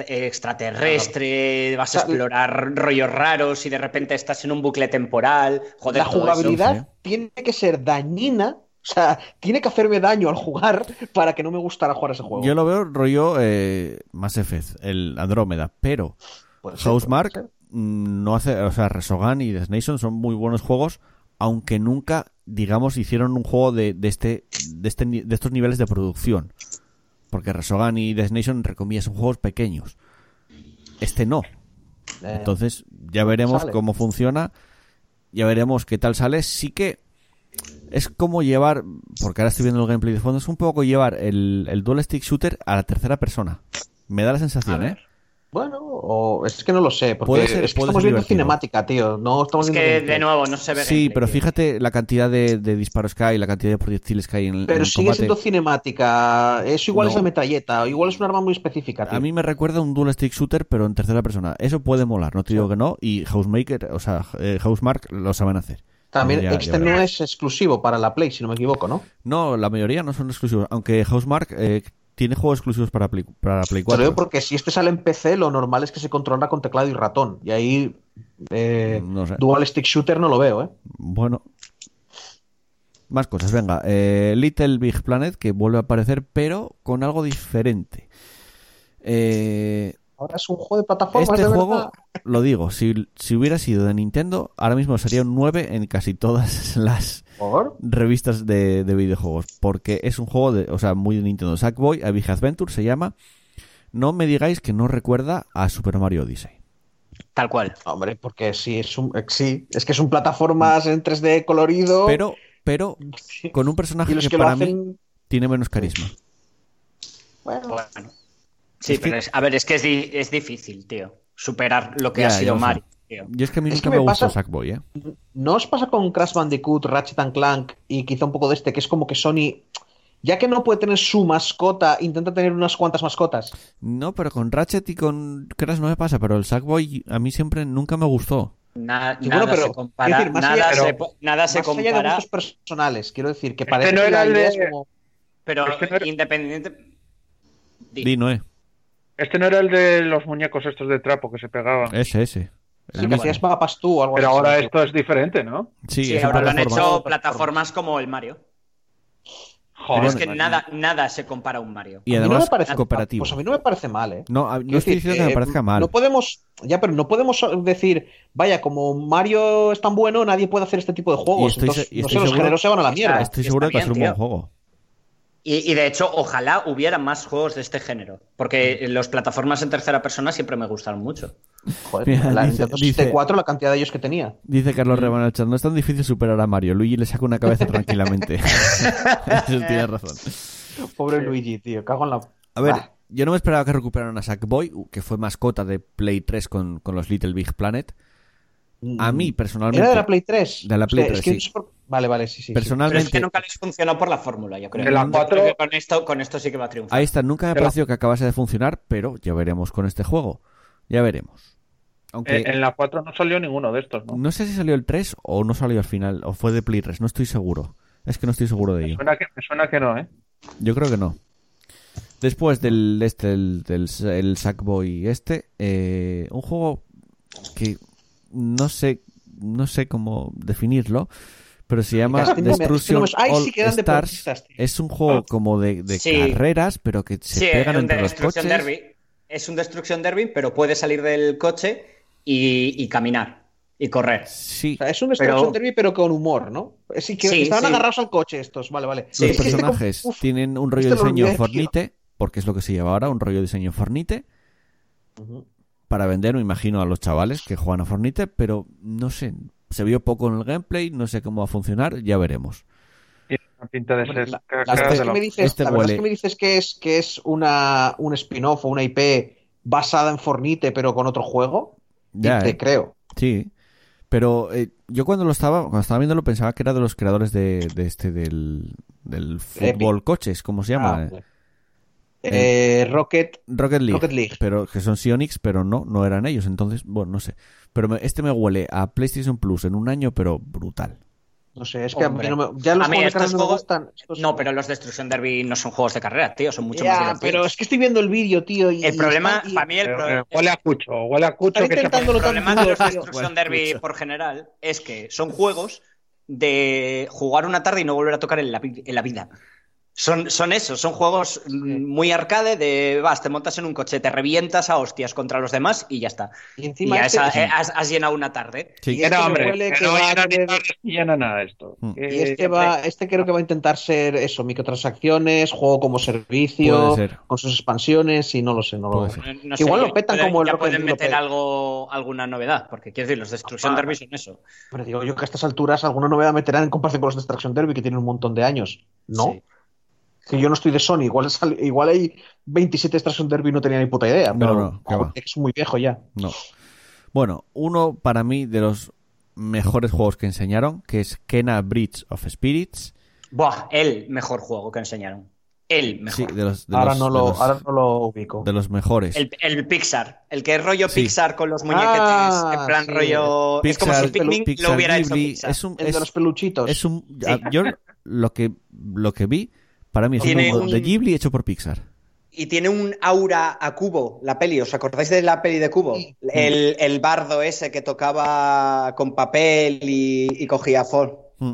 C: extraterrestre, vas a
E: O sea,
C: explorar rollos raros y de repente estás en un bucle temporal. Joder,
E: la
C: todo eso.
E: jugabilidad
A: sí.
E: tiene que ser dañina. O sea, tiene que hacerme daño al jugar para que no me gustara jugar a ese juego.
A: Yo lo veo rollo eh, Mass Effect, el Andrómeda, pero
E: Puede ser,
A: Housemark
E: puede ser.
A: mm, no hace, o sea, Resogan y Death Nation son muy buenos juegos, aunque nunca, digamos, hicieron un juego de, de este, de este ni- de estos niveles de producción. Porque Resogan y Death Nation, entre comillas, son juegos pequeños. Este no.
E: Eh,
A: Entonces, ya veremos
E: sale.
A: cómo funciona. Ya veremos qué tal sale. Sí que es como llevar, porque ahora estoy viendo el gameplay de fondo, es un poco llevar el, el dual stick shooter a la tercera persona. Me da la sensación, ¿eh?
E: Bueno, o es que no lo sé, porque
A: Puede ser-
E: es que
A: puede
E: estamos
A: ser
E: viendo
A: divertido.
E: cinemática, tío. No estamos viendo
C: Es Pues que
E: gameplay.
C: de nuevo no se ve.
A: Sí,
C: gameplay,
A: pero
C: tío.
A: fíjate la cantidad de, de disparos que hay, la cantidad de proyectiles que hay en, el- en
E: Pero
A: el
E: sigue
A: combate.
E: siendo cinemática. Eso igual
A: No.
E: es la metralleta, o igual es un arma muy específica, tío.
A: A mí me recuerda a un dual stick shooter, pero en tercera persona. Eso puede molar, no te digo que no. Y Housemaker, o sea, eh, Housemark lo saben hacer.
E: También
A: Ya- ya
E: este no
A: veremos.
E: es exclusivo para la Play, si no me equivoco, ¿no?
A: No, la mayoría no son exclusivos. Aunque Housemark eh, tiene juegos exclusivos para Play, para Play
E: Te lo
A: 4.
E: digo porque si este sale en PC, lo normal es que se controla con teclado y ratón. Y ahí eh,
A: No sé.
E: Dual Stick Shooter no lo veo, ¿eh?
A: Bueno. Más cosas, venga. eh, Little Big Planet, que vuelve a aparecer, pero con algo diferente. Eh,
E: Ahora es un juego de plataformas,
A: este
E: de verdad.
A: juego, lo digo, si, si hubiera sido de Nintendo, ahora mismo sería un 9 en casi todas las
E: Por-
A: revistas de, de videojuegos. Porque es un juego, de, o sea, muy de Nintendo. Sackboy, A Big Adventure se llama. No me digáis que no recuerda a Super Mario Odyssey.
C: Tal cual.
E: Hombre, porque sí, es un, eh, sí, es que es un plataformas en 3D colorido.
A: Pero, pero con un
E: y
A: personaje
E: los
A: que,
E: que lo
A: para mí
E: hacen.
A: tiene menos carisma.
E: Bueno,
C: Bueno. Sí,
A: Es que-
C: pero es- a ver, es que es, di- es difícil, tío, superar lo que
A: Ya,
C: ha
A: ya
C: sido
A: lo sé.
C: Mario. tío.
A: Yo es que a mí
E: Es
A: nunca
E: que
A: me,
E: me
A: gustó
E: pasa-
A: Sackboy, ¿eh?
E: ¿No os pasa con Crash Bandicoot, Ratchet and Clank y quizá un poco de este, que es como que Sony, ya que no puede tener su mascota, intenta tener unas cuantas mascotas?
A: No, pero con Ratchet y con Crash no me pasa, pero el Sackboy a mí siempre nunca me gustó.
C: Na-
E: Sí,
C: nada
E: bueno, pero,
C: se compara.
E: quiero decir, más
C: nada
E: allá-
C: se,
E: pero-
C: po- nada se
E: Más allá de
C: compara.
E: gustos personales, quiero decir, que
G: Este
E: parece
G: no
E: que
G: era
E: la
G: el
E: idea
G: de-
E: es como...
C: Pero
G: Es que no era-
C: independiente. Di.
A: Dino, ¿eh?
G: Este no era el de los muñecos estos de trapo que se pegaban.
A: Ese, ese.
E: sí,
A: El
E: que
A: mismo.
E: hacías papas tú o algo
G: Pero
E: así.
G: ahora esto es diferente, ¿no?
A: Sí,
C: Sí,
A: es
C: ahora lo han
A: plataforma.
C: hecho plataformas como el Mario.
G: Joder,
C: es que
G: macho.
C: nada, nada se compara a un Mario.
A: Y
E: A mí no
A: además
E: me parece-
A: cooperativo.
E: Pues a mí no me parece mal, ¿eh?
A: No, a- no
E: Quiero
A: estoy
E: decir,
A: diciendo que me
E: eh,
A: parezca mal.
E: No podemos, ya, pero no podemos decir, vaya, como Mario es tan bueno, nadie puede hacer este tipo de juegos.
A: Y estoy se-
E: Entonces,
A: y
E: no
A: estoy
E: sé, los
A: seguro-
E: géneros se van a la mierda.
A: Estoy
C: Está
A: seguro de que va a
C: bien,
A: ser un buen
C: tío.
A: juego.
C: Y, y de hecho, ojalá hubiera más juegos de este género. Porque
A: Mm.
C: las plataformas en tercera persona siempre me gustaron mucho.
E: Joder,
A: Mira,
E: la
A: dice-
E: Nintendo
A: dice-
E: 64, la cantidad de ellos que tenía.
A: Dice Carlos
E: Mm.
A: Reban en el chat, no es tan difícil superar a Mario. Luigi le saca una cabeza tranquilamente. Eso tiene razón.
E: Pobre Luigi, tío, cago en la.
A: A ver,
E: Bah.
A: yo no me esperaba que recuperaran a Sackboy, que fue mascota de Play 3 con, con los Little Big Planet. A mí, personalmente.
E: Mm. Era de la Play 3.
A: De la Play
E: Es que-
A: 3,
E: es que
A: sí.
E: no sé por- Vale, vale, sí, sí. sí.
C: Pero es
A: personalmente.
C: que nunca les funcionó por la fórmula, yo creo.
G: De la
C: Yo
G: cuatro-
C: creo que con, esto, con esto sí que va a triunfar.
A: Ahí está, nunca me ha
G: Pero-
A: parecido que acabase de funcionar, pero ya veremos con este juego. Ya veremos. Aunque.
G: Eh, En la 4 no salió ninguno de estos, ¿no?
A: No sé si salió el 3 o no salió al final, o fue de Play 3, no estoy seguro. Es que no estoy seguro de
G: Me
A: ello.
G: suena que, me suena que no, ¿eh?
A: Yo creo que no. Después del este, el, del el Sackboy este, eh, un juego que no sé, no sé cómo definirlo, pero se llama
E: Casting de-
A: Destruction
E: es que no me- ay,
A: All
E: sí que eran
A: Stars.
E: deportistas, tío.
A: Es un juego como de, de
C: Sí.
A: carreras, pero que se
C: sí,
A: pegan
C: es un
A: entre los
C: destruction
A: coches.
C: derby. Es un destruction derby, pero puede salir del coche y, y caminar y correr.
A: Sí,
E: O sea, es un Destruction
C: Pero-
E: Derby, pero con humor, ¿no? Sí, que
C: Sí,
E: estaban
C: sí.
E: agarrados al coche estos. Vale, vale.
C: Sí,
A: los
E: Es que este
A: personajes
E: como- uf,
A: tienen un rollo
E: este lo
A: diseño
E: olvidé, tío.
A: fornite, porque es lo que se lleva ahora, un rollo diseño fornite. Para vender, me imagino, a los chavales que juegan a Fornite, pero no sé, se vio poco en el gameplay, no sé cómo va a funcionar, ya veremos.
G: La pinta de
E: Hombre,
G: ser
E: la-
G: caras
E: la verdad
G: de
E: es que
G: la-
E: me dices-
A: Este
E: la verdad es
A: huele.
E: que me dices que es, que es una, un spin-off o una IP basada en Fornite, pero con otro juego.
A: Ya,
E: y te
A: eh,
E: creo.
A: sí. Pero eh, yo cuando lo estaba, cuando estaba viéndolo pensaba que era de los creadores de, de este del, del fútbol coches, ¿cómo se llama? Eh,
E: Ah, vale. Eh, Rocket.
A: Rocket League.
E: Rocket League.
A: Pero que son Sionix, pero no, no eran ellos. Entonces, bueno, no sé. Pero me- este me huele a PlayStation Plus en un año, pero brutal.
E: No sé, es que
C: Hombre.
E: a mí no me, ya los
C: A mí
E: juegos de carreras
C: estos
E: no me
C: juegos-
E: gustan. Estos-
C: No, pero los destruction derby no son juegos de carrera, tío, son mucho
E: Ya,
C: más divertidos.
E: pero es que estoy viendo el vídeo, tío. y-
C: El
E: y
C: problema,
E: están- y-
C: para mí, el,
G: Pero,
C: pro-
G: eh, Huele a cucho, huele a cucho
E: Están
G: que se ha
E: intentándolo
C: el
E: tan
C: problema de
E: duro,
C: los
E: tío.
C: Destruction Derby por general es que son juegos de jugar una tarde y no volver a tocar en la, vi- en la vida. Son, son esos, son juegos mm, muy arcade de vas, te montas en un coche, te revientas a hostias contra los demás y ya está.
E: Y
C: Y
E: encima
C: ya
E: este-
C: esa- eh, has, has llenado una tarde.
A: Sí.
E: Y es que
G: Era
E: me
G: hombre,
E: huele
G: que
E: que
G: no
E: va a
G: llena ni
E: tener-
G: tardes ni llena nada esto.
A: Mm.
G: Que-
E: Y este va, este creo que va a intentar ser eso, microtransacciones, juego como servicio,
A: Puede ser.
E: con sus expansiones y no lo sé, no lo
A: Puede
E: sé.
A: ser.
C: No- no
E: Igual lo petan
C: pueden-
E: como el
C: ya
E: Rocket
C: pueden
E: League lo
C: meter
E: peta.
C: algo, alguna novedad, porque quiero decir, los Destruction Derby son eso.
E: Pero digo yo que a estas alturas alguna novedad meterán en comparación con los Destruction Derby que tienen un montón de años, ¿no?
C: Sí.
E: Que yo no estoy de Sony, igual, sal- igual hay 27 Destruction Derby y no tenía ni puta idea,
A: No,
E: pero
A: no, qué va.
E: joder, es muy viejo ya.
A: No. Bueno, uno para mí de los mejores juegos que enseñaron, que es Kena Bridge of Spirits.
C: Buah, el mejor juego que enseñaron. El
A: Sí,
C: mejor.
A: de los, de
E: Ahora
A: los-
E: no
A: de
E: lo,
A: los-
E: ahora no lo ubico.
A: de los mejores.
C: El, el Pixar, el que es rollo
A: Sí.
C: Pixar con los muñequetes,
E: Ah,
C: en plan
E: sí.
C: rollo. es como si
A: Pixar-
C: Pikmin
A: Pixar
C: lo hubiera
A: Ghibli,
C: hecho Pixar.
A: es un,
E: El
A: es-
E: de los peluchitos.
A: es un- yo lo que lo que vi para mí es un
C: Tiene
A: juego
C: un-
A: de Ghibli hecho por Pixar.
C: Y tiene un aura a Cubo, la peli. ¿Os acordáis de la peli de Cubo?
E: Sí.
A: Mm.
C: El, el bardo ese que tocaba con papel y, y cogía fol.
A: Mm.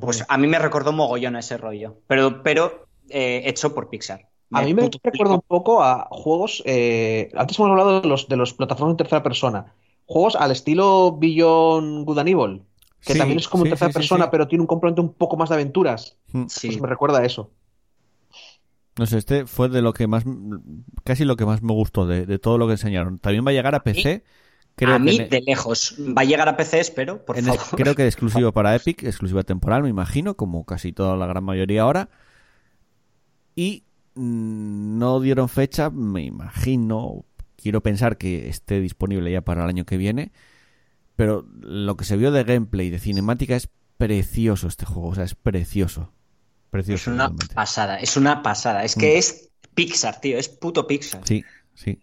C: Pues a mí me recordó mogollón a ese rollo. Pero, pero eh, hecho por Pixar.
E: A mí me
C: puto-
E: recuerda un poco a juegos. eh, antes hemos hablado de los de los plataformas en tercera persona. Juegos al estilo Beyond Good and Evil, que
A: Sí,
E: también es como en
A: sí,
E: tercera
A: sí, sí,
E: persona,
A: sí.
E: pero tiene un componente un poco más de aventuras.
A: Mm.
C: Sí.
E: Pues me recuerda a eso.
A: No sé, este fue de lo que más casi lo que más me gustó de, de todo lo que enseñaron. También va a llegar a PC, creo
C: a
A: que
C: mí,
A: en- e-
C: de lejos. Va a llegar a PC, espero, por
A: en- e-
C: favor.
A: creo que exclusivo para Epic, exclusiva temporal, me imagino, como casi toda la gran mayoría ahora. Y mm, no dieron fecha, me imagino, quiero pensar que esté disponible ya para el año que viene, pero lo que se vio de gameplay, de cinemática, es precioso este juego, o sea, es precioso. Precioso.
C: Es una
A: realmente.
C: pasada, es una pasada. Es que es Pixar, tío, es puto Pixar.
A: Mm. Sí, sí.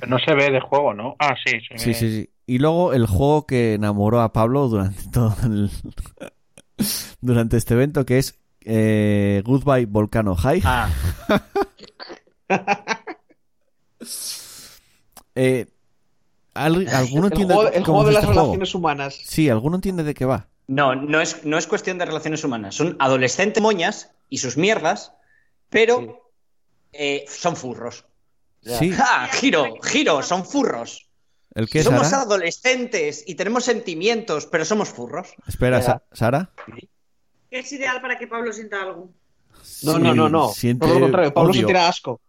G: Pero No se ve de juego, ¿no? Ah, sí, se
A: Sí,
G: ve.
E: Eh,
A: sí, sí. Y luego el juego que enamoró a Pablo durante todo el... durante este evento, que es eh, Goodbye Volcano High.
C: Ah,
A: Eh, ¿al- ¿Alguno
E: El
A: entiende
E: juego, el
A: cómo
E: juego de
A: es
E: las
A: este juego?
E: relaciones humanas.
A: Sí, ¿alguno entiende de qué va?
C: no, no es, no es cuestión de relaciones humanas. Son adolescentes moñas y sus mierdas, pero eh, son furros.
A: Sí,
C: ¡Ja! ¡Giro! ¡Giro! Son furros.
A: ¿el qué, Sara?
C: somos adolescentes y tenemos sentimientos, pero somos furros.
A: Espera,
E: Espera.
A: Sa- ¿Sara?
D: Que es ideal para que Pablo sienta algo.
E: No,
A: Sí,
E: no, no, no.
A: siente
E: Todo lo contrario, Pablo se
A: odio.
E: tira asco.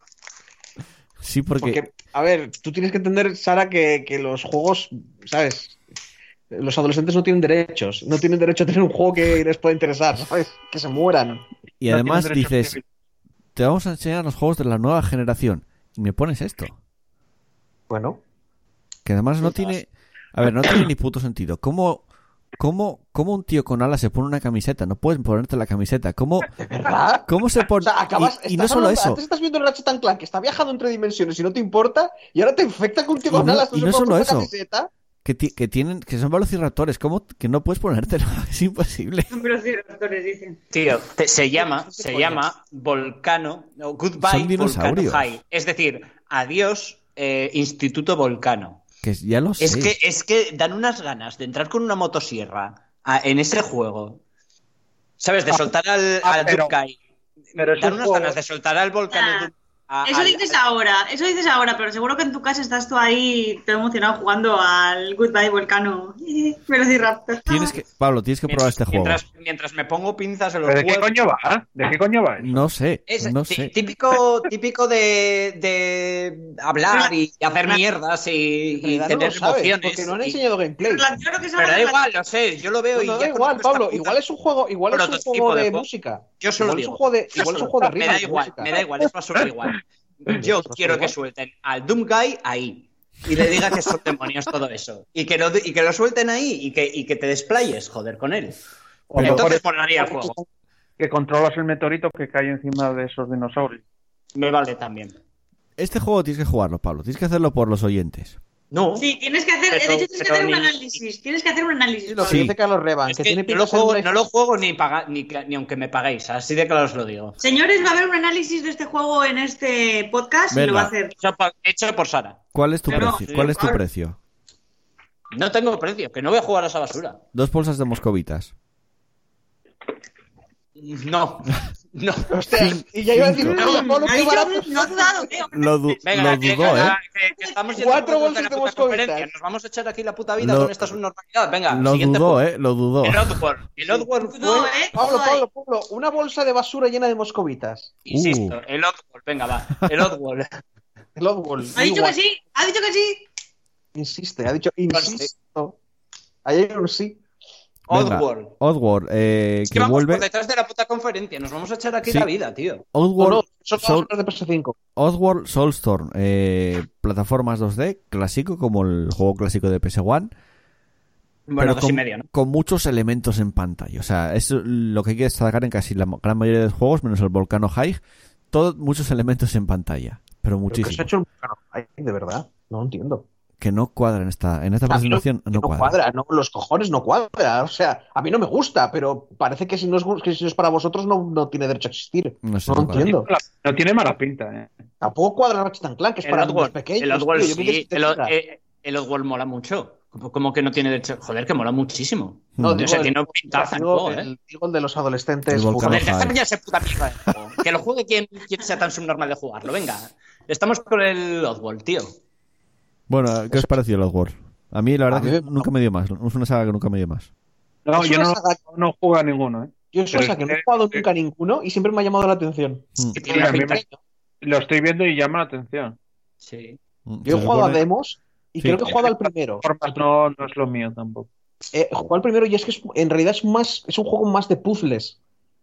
A: Sí, porque...
E: Porque, a ver, tú tienes que entender, Sara, que, que los juegos, ¿sabes? Los adolescentes no tienen derechos. No tienen derecho a tener un juego que les pueda interesar, ¿sabes? Que se mueran.
A: Y
G: No
A: además
G: tienen derecho a
A: dices, te vamos a enseñar los juegos de la nueva generación. Y me pones esto.
E: Bueno.
A: Que además no tiene... A ver, no tiene ni puto sentido. ¿Cómo, cómo, cómo un tío con alas se pone una camiseta? No puedes ponerte la camiseta. ¿Cómo,
E: ¿Verdad?
A: cómo se
E: O
A: pone?
E: sea, acabas.
A: y, y no
E: estás
A: solo
E: hablando-
A: eso.
E: Antes estás viendo el Ratchet and Clank que está viajando entre dimensiones y no te importa, y ahora te infecta con un tío
A: Y
E: con
A: no-
E: alas.
A: y
E: se
A: no
E: puede
A: solo
E: poner
A: eso.
E: camiseta.
A: Que, ti- que tienen, que son velociraptores. ¿Cómo que no puedes ponértelo? Es imposible.
D: Son velociraptores, dicen.
C: Tío, te- se llama,
E: ¿Qué
C: se
E: coño?
C: llama Volcano, no,
A: Son
C: Goodbye Volcano
A: dinosaurios.
C: High. Es decir, adiós eh, Instituto Volcano.
A: Que ya lo sé.
C: Es que es que dan unas ganas de entrar con una motosierra a- en ese juego. ¿Sabes? De soltar al,
G: ah,
C: al
G: pero-
C: Dunkai.
G: pero es
C: dan
G: un
C: unas
G: juego-
C: ganas de soltar al volcán.
D: Ah, Eso dices ahora, eso dices ahora, pero seguro que en tu casa estás tú ahí todo emocionado jugando al Goodbye Volcano. Eh, Velociraptor.
A: Tienes que, Pablo, tienes que probar este juego.
C: mientras, Mientras me pongo pinzas en los
G: ¿Pero de qué
C: huevos.
G: coño va? Ah, ¿De qué coño va? eso?
A: No sé,
C: Es
A: no
C: tí-
A: sé.
C: típico, típico de, de hablar y hacer mierdas y, y
E: En realidad no
C: tener
E: lo sabes,
C: emociones.
E: Porque no han
C: y-
E: enseñado gameplay.
D: Ah, claro que es
C: Pero
D: ahora
C: da
D: la-
C: igual, lo sé, yo lo veo y
E: Bueno,
C: ya
E: da igual,
C: conozco esta
E: Pablo.
C: puta-
E: Igual es un juego, igual es un
C: prototipo
E: juego
C: de
E: de,
C: juego.
E: música.
C: Yo solo
E: igual es
C: digo.
E: un juego de,
C: Yo
E: igual es un
C: solo-
E: juego de
C: me
E: ritmo.
C: da
E: de
C: igual,
E: música.
C: me da igual, es basura igual. Yo
E: basura
C: quiero que
E: igual.
C: suelten al Doom Guy ahí y le diga que son demonios todo eso. Y que, no, y que lo suelten ahí y que, y que te desplayes, joder, con él.
G: O a lo mejor
C: Entonces
G: es
C: molaría el juego.
G: que controlas el meteorito que cae encima de esos dinosaurios.
C: Me vale también.
A: Este juego tienes que jugarlo, Pablo. Tienes que hacerlo por los oyentes.
C: No.
D: Sí, tienes que hacer,
C: Pero-
D: de hecho, tienes que
C: pero
D: hacer un
C: ni-
D: análisis. Tienes que hacer un análisis.
E: Sí, lo que
A: Sí.
E: dice Carlos Revan,
C: es
E: que,
C: que
E: tiene
C: no, lo
E: pinta de
C: juego,
E: ser
C: no
E: un
C: lo juego ni, paga- ni, que- ni aunque me pagáis, así de claro os lo digo.
D: Señores, va a haber un análisis de este juego en este podcast y
A: Venga.
D: lo va a hacer.
C: Hecho por, hecho por Sara.
A: ¿Cuál es tu
C: Pero,
A: precio?
C: sí,
A: ¿Cuál es tu
C: claro.
A: precio?
C: No tengo precio, que no voy a jugar a esa basura.
A: Dos bolsas de moscovitas.
C: No, no.
E: Hostia, y ya iba a decir,
A: Cinco.
E: "Mira, Pablo,
D: Mm, Ha
E: qué
D: dicho,
E: barato".
D: no te ha dado, tío.
A: Lo, du-
C: Venga,
A: lo
C: que-
A: dudó, ¿eh?
C: que- que estamos yendo
E: Cuatro
C: por
E: bolsas
C: otra
E: de
C: puta
E: moscovitas.
C: conferencia. Nos vamos a echar aquí la puta vida
A: Lo-
C: con esta subnormalidad. Venga,
A: Lo
C: siguiente
A: dudó,
C: juego.
A: ¿eh? Lo dudó.
C: El Oddworld. El Oddworld fue-
D: No, eh.
E: Pablo,
D: Joder.
E: Pablo, Pablo, una bolsa de basura llena de moscovitas.
A: Uh.
C: Insisto, el Oddworld. Venga, va. El Oddworld.
E: El Oddworld,
D: Ha dicho
E: igual.
D: que sí, ha dicho que sí.
E: Insiste, ha dicho,
C: Conste.
E: insisto. Ahí hay un sí.
A: Venga,
C: Oddworld.
A: Oddworld, eh,
C: Es que
A: que
C: vamos
A: vuelve.
C: por detrás de la puta conferencia. Nos vamos a echar aquí
A: Sí.
C: la vida, tío.
E: No, no,
A: Oddworld,
E: son todas
A: Soul-
E: las de PS5.
A: Oddworld Soulstorm, eh, plataformas 2D, clásico como el juego clásico de PS1,
C: Bueno,
A: pero
C: dos
A: con,
C: y medio, ¿no?
A: con muchos elementos en pantalla. O sea, es lo que hay que destacar en casi la gran mayoría de los juegos, menos el Volcano High, todos muchos elementos en pantalla, pero
E: Pero que se ha
A: muchísimos.
E: hecho un- bueno, ay, de verdad, no lo entiendo.
A: Que no cuadra en esta, en esta
E: A mí lo-
A: presentación,
E: Ah, que
A: no cuadra.
E: no, los cojones no cuadra. O sea, a mí no me gusta, pero parece que si no es, gu- que si no es para vosotros no, no tiene derecho a existir.
A: No sé,
E: No
A: no
E: lo
A: cuadra.
E: entiendo.
G: No tiene mala pinta, ¿eh?
E: Tampoco cuadra Ratchet and Clank, que es
C: El
E: para niños
C: Oddworld.
E: pequeños.
C: El Oddworld
E: tío, yo creo que
C: sí.
E: es de
C: El, Odd-
E: tira.
C: eh, el Oddworld mola mucho. Como- Como que no tiene derecho. Joder, que mola muchísimo.
E: No,
A: Mm.
E: digo,
C: O sea,
E: el-
C: tiene un pintaza el
E: digo,
C: juego, ¿eh?
E: el- digo el de los adolescentes.
A: El volcán.
E: jugando.
C: Joder,
A: Ojalá.
C: dejadme ya ese puta mierda de juego. Que lo juegue quien, quien sea tan subnormal de jugarlo. Venga, estamos con el Oddworld, tío.
A: Bueno, ¿qué os pareció el Oddworld? A mí la verdad
E: A
A: que
E: mí me-
A: nunca me dio más, es una saga que nunca me dio más.
G: No,
E: Es
G: yo
E: una
G: no,
E: saga-
G: no juego a ninguno, ¿eh?
E: Yo es
G: Pero
E: cosa
G: es
E: que no
G: que-
E: he jugado nunca ninguno y siempre me ha llamado la atención.
A: Mm,
C: Que
G: Sí,
C: tiene
G: a mí
C: pinta-
G: me- Lo estoy viendo y llama la atención.
C: Sí.
A: mm.
E: Yo he
A: Se
E: jugado
A: supone-
E: a demos y
A: Sí.
E: creo que he jugado al primero.
G: Formas no, no es lo mío tampoco.
E: Eh, jugué al primero y es que es- en realidad es más es un juego más de puzzles.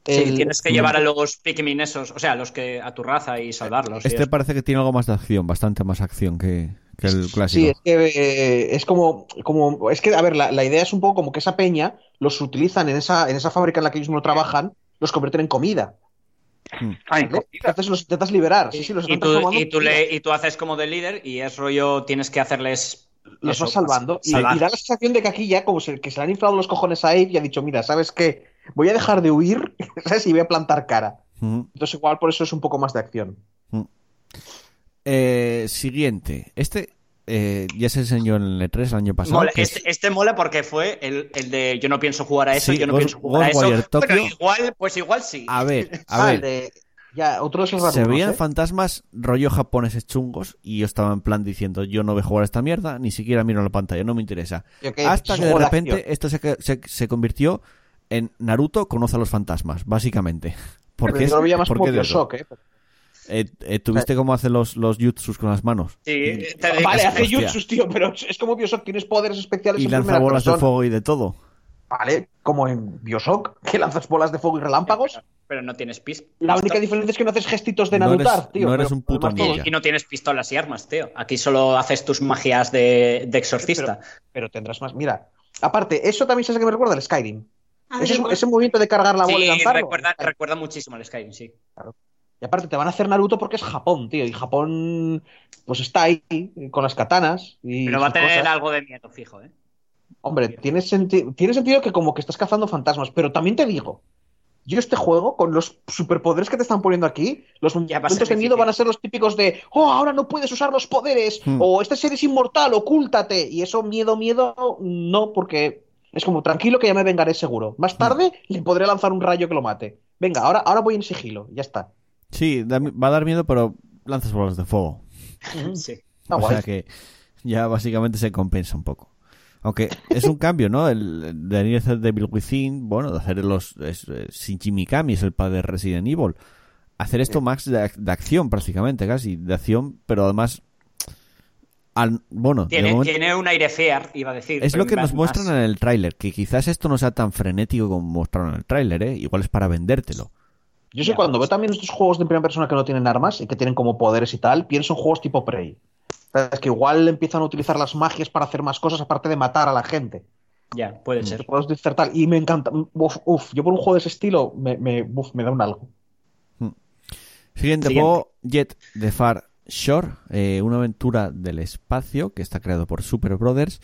C: Sí,
E: El- Mm.
C: tienes que llevar a los Pikmin esos, o sea, a los que a tu raza
E: Eh,
C: y salvarlos.
A: Este
C: tío.
A: parece que tiene algo más de acción, bastante más acción que, que el
E: Sí,
A: clásico.
E: es que eh, es como, como. Es que, a ver, la, la idea es un poco como que esa peña los utilizan en esa, en esa fábrica en la que ellos no trabajan, los convierten en comida.
A: Hmm.
G: Ay,
E: ¿vale? Entonces los intentas liberar. Sí, sí, los
C: Ah, y,
E: intentas
C: tú,
E: tomando-
C: y tú le- y tú haces como de líder y es rollo, tienes que hacerles...
E: los
C: eso,
E: vas salvando. Y,
C: salvar.
E: y da la sensación de que aquí ya, como se, que se le han inflado los cojones a Abe y ha dicho, mira, ¿sabes qué? Voy a dejar de huir, ¿sabes? Y voy a plantar cara.
A: Ujú.
E: Entonces, igual por eso es un poco más de acción.
A: Eh, siguiente. Este eh, ya se enseñó en el E3 el año pasado.
C: Mola,
A: que es-
C: este, este mola porque fue el, el de yo no pienso jugar a eso,
A: Sí,
C: yo no
A: Ghost-
C: pienso jugar a eso.
A: Ghostwire
C: Bueno,
A: Tokyo.
C: igual, pues igual sí.
A: A ver, a
E: Ah,
A: ver.
E: el de- ya, otro de esos
A: Se
E: raros,
A: veían
E: ¿eh?
A: fantasmas rollo japoneses chungos y yo estaba en plan diciendo yo no voy a jugar a esta mierda, ni siquiera miro la pantalla, no me interesa.
E: Yo que-
A: Hasta
E: es
A: que
E: un
A: de
E: juego
A: repente
E: acción.
A: esto se, se- se convirtió en Naruto conoce a los fantasmas, básicamente. Porque,
E: Pero
A: es-
E: yo lo veía más
A: porque
E: como
A: de eso.
E: Bioshock, ¿eh?
A: Eh, eh, ¿Tuviste cómo hacen los, los jutsus con las manos?
C: Sí,
A: Y-
C: te digo-
E: Vale,
A: es-
E: hace
A: hostia.
E: jutsus, tío, pero es como Bioshock, tienes poderes especiales
A: y
E: en
A: lanza
E: primera
A: bolas de
E: persona.
A: fuego y de todo.
E: ¿vale? Como en Bioshock, que lanzas bolas de fuego y relámpagos.
C: Pero no tienes pis.
E: La única diferencia es que no haces gestitos de
A: No eres-
E: Narutar, tío.
A: no eres
E: pero
A: un puto
E: además todo-
A: ninja.
C: Y, y no tienes pistolas y armas, tío. Aquí solo haces tus magias de, de exorcista.
E: Pero tendrás más. Mira, aparte, eso también sabes que me recuerda al Skyrim.
D: Hace
E: Ese,
D: tiempo-
E: ese movimiento de cargar la bola y
C: sí,
E: lanzarlo.
C: recuerda, recuerda muchísimo al Skyrim, sí.
E: Y aparte te van a hacer Naruto porque es Japón, tío. Y Japón, pues está ahí con las katanas. Y
C: Pero va a
E: sus
C: tener
E: cosas.
C: algo de miedo, fijo, ¿eh?
E: Hombre, tiene, senti- tiene sentido que como que estás cazando fantasmas. Pero también te digo, yo este juego, con los superpoderes que te están poniendo aquí, los
C: a ser
E: momentos de
C: difícil.
E: miedo van a ser los típicos de, oh, ahora no puedes usar los poderes.
A: Hmm.
E: O este ser es inmortal, ocúltate. Y eso, miedo, miedo, no, porque es como, tranquilo que ya me vengaré seguro.
A: Hmm.
E: Más tarde le podré lanzar un rayo que lo mate. Venga, ahora, ahora voy en sigilo. Ya está.
A: Sí, da- va a dar miedo, pero lanzas bolas de fuego.
C: Sí.
E: Está
A: o
E: guay.
A: sea que ya básicamente se compensa un poco. Aunque es un cambio, ¿no? El, el de venir a hacer Devil Within, bueno, de hacer los es, eh, Shinji Mikami, es el padre de Resident Evil. Hacer esto más de, ac- de acción prácticamente, casi, de acción, pero además... al- bueno, de
C: Tiene,
A: momento-
C: tiene un aire fear, iba a decir.
A: Es
C: pero
A: lo que
C: más-
A: nos muestran
C: más-
A: en el tráiler, que quizás esto no sea tan frenético como mostraron en el tráiler, ¿eh? Igual es para vendértelo.
E: Yo sé, cuando veo también estos juegos de primera persona que no tienen armas y que tienen como poderes y tal, pienso en juegos tipo Prey. Es que igual empiezan a utilizar las magias para hacer más cosas aparte de matar a la gente.
C: Ya,
A: Mm.
C: puede ser.
E: Puedes utilizar tal. Y me encanta. Uf, uf, yo por un juego de ese estilo me, me, uf, me da un algo.
A: Siguiente,
C: Siguiente.
A: juego, Jet de Far Shore, eh, una aventura del espacio que está creado por Super Brothers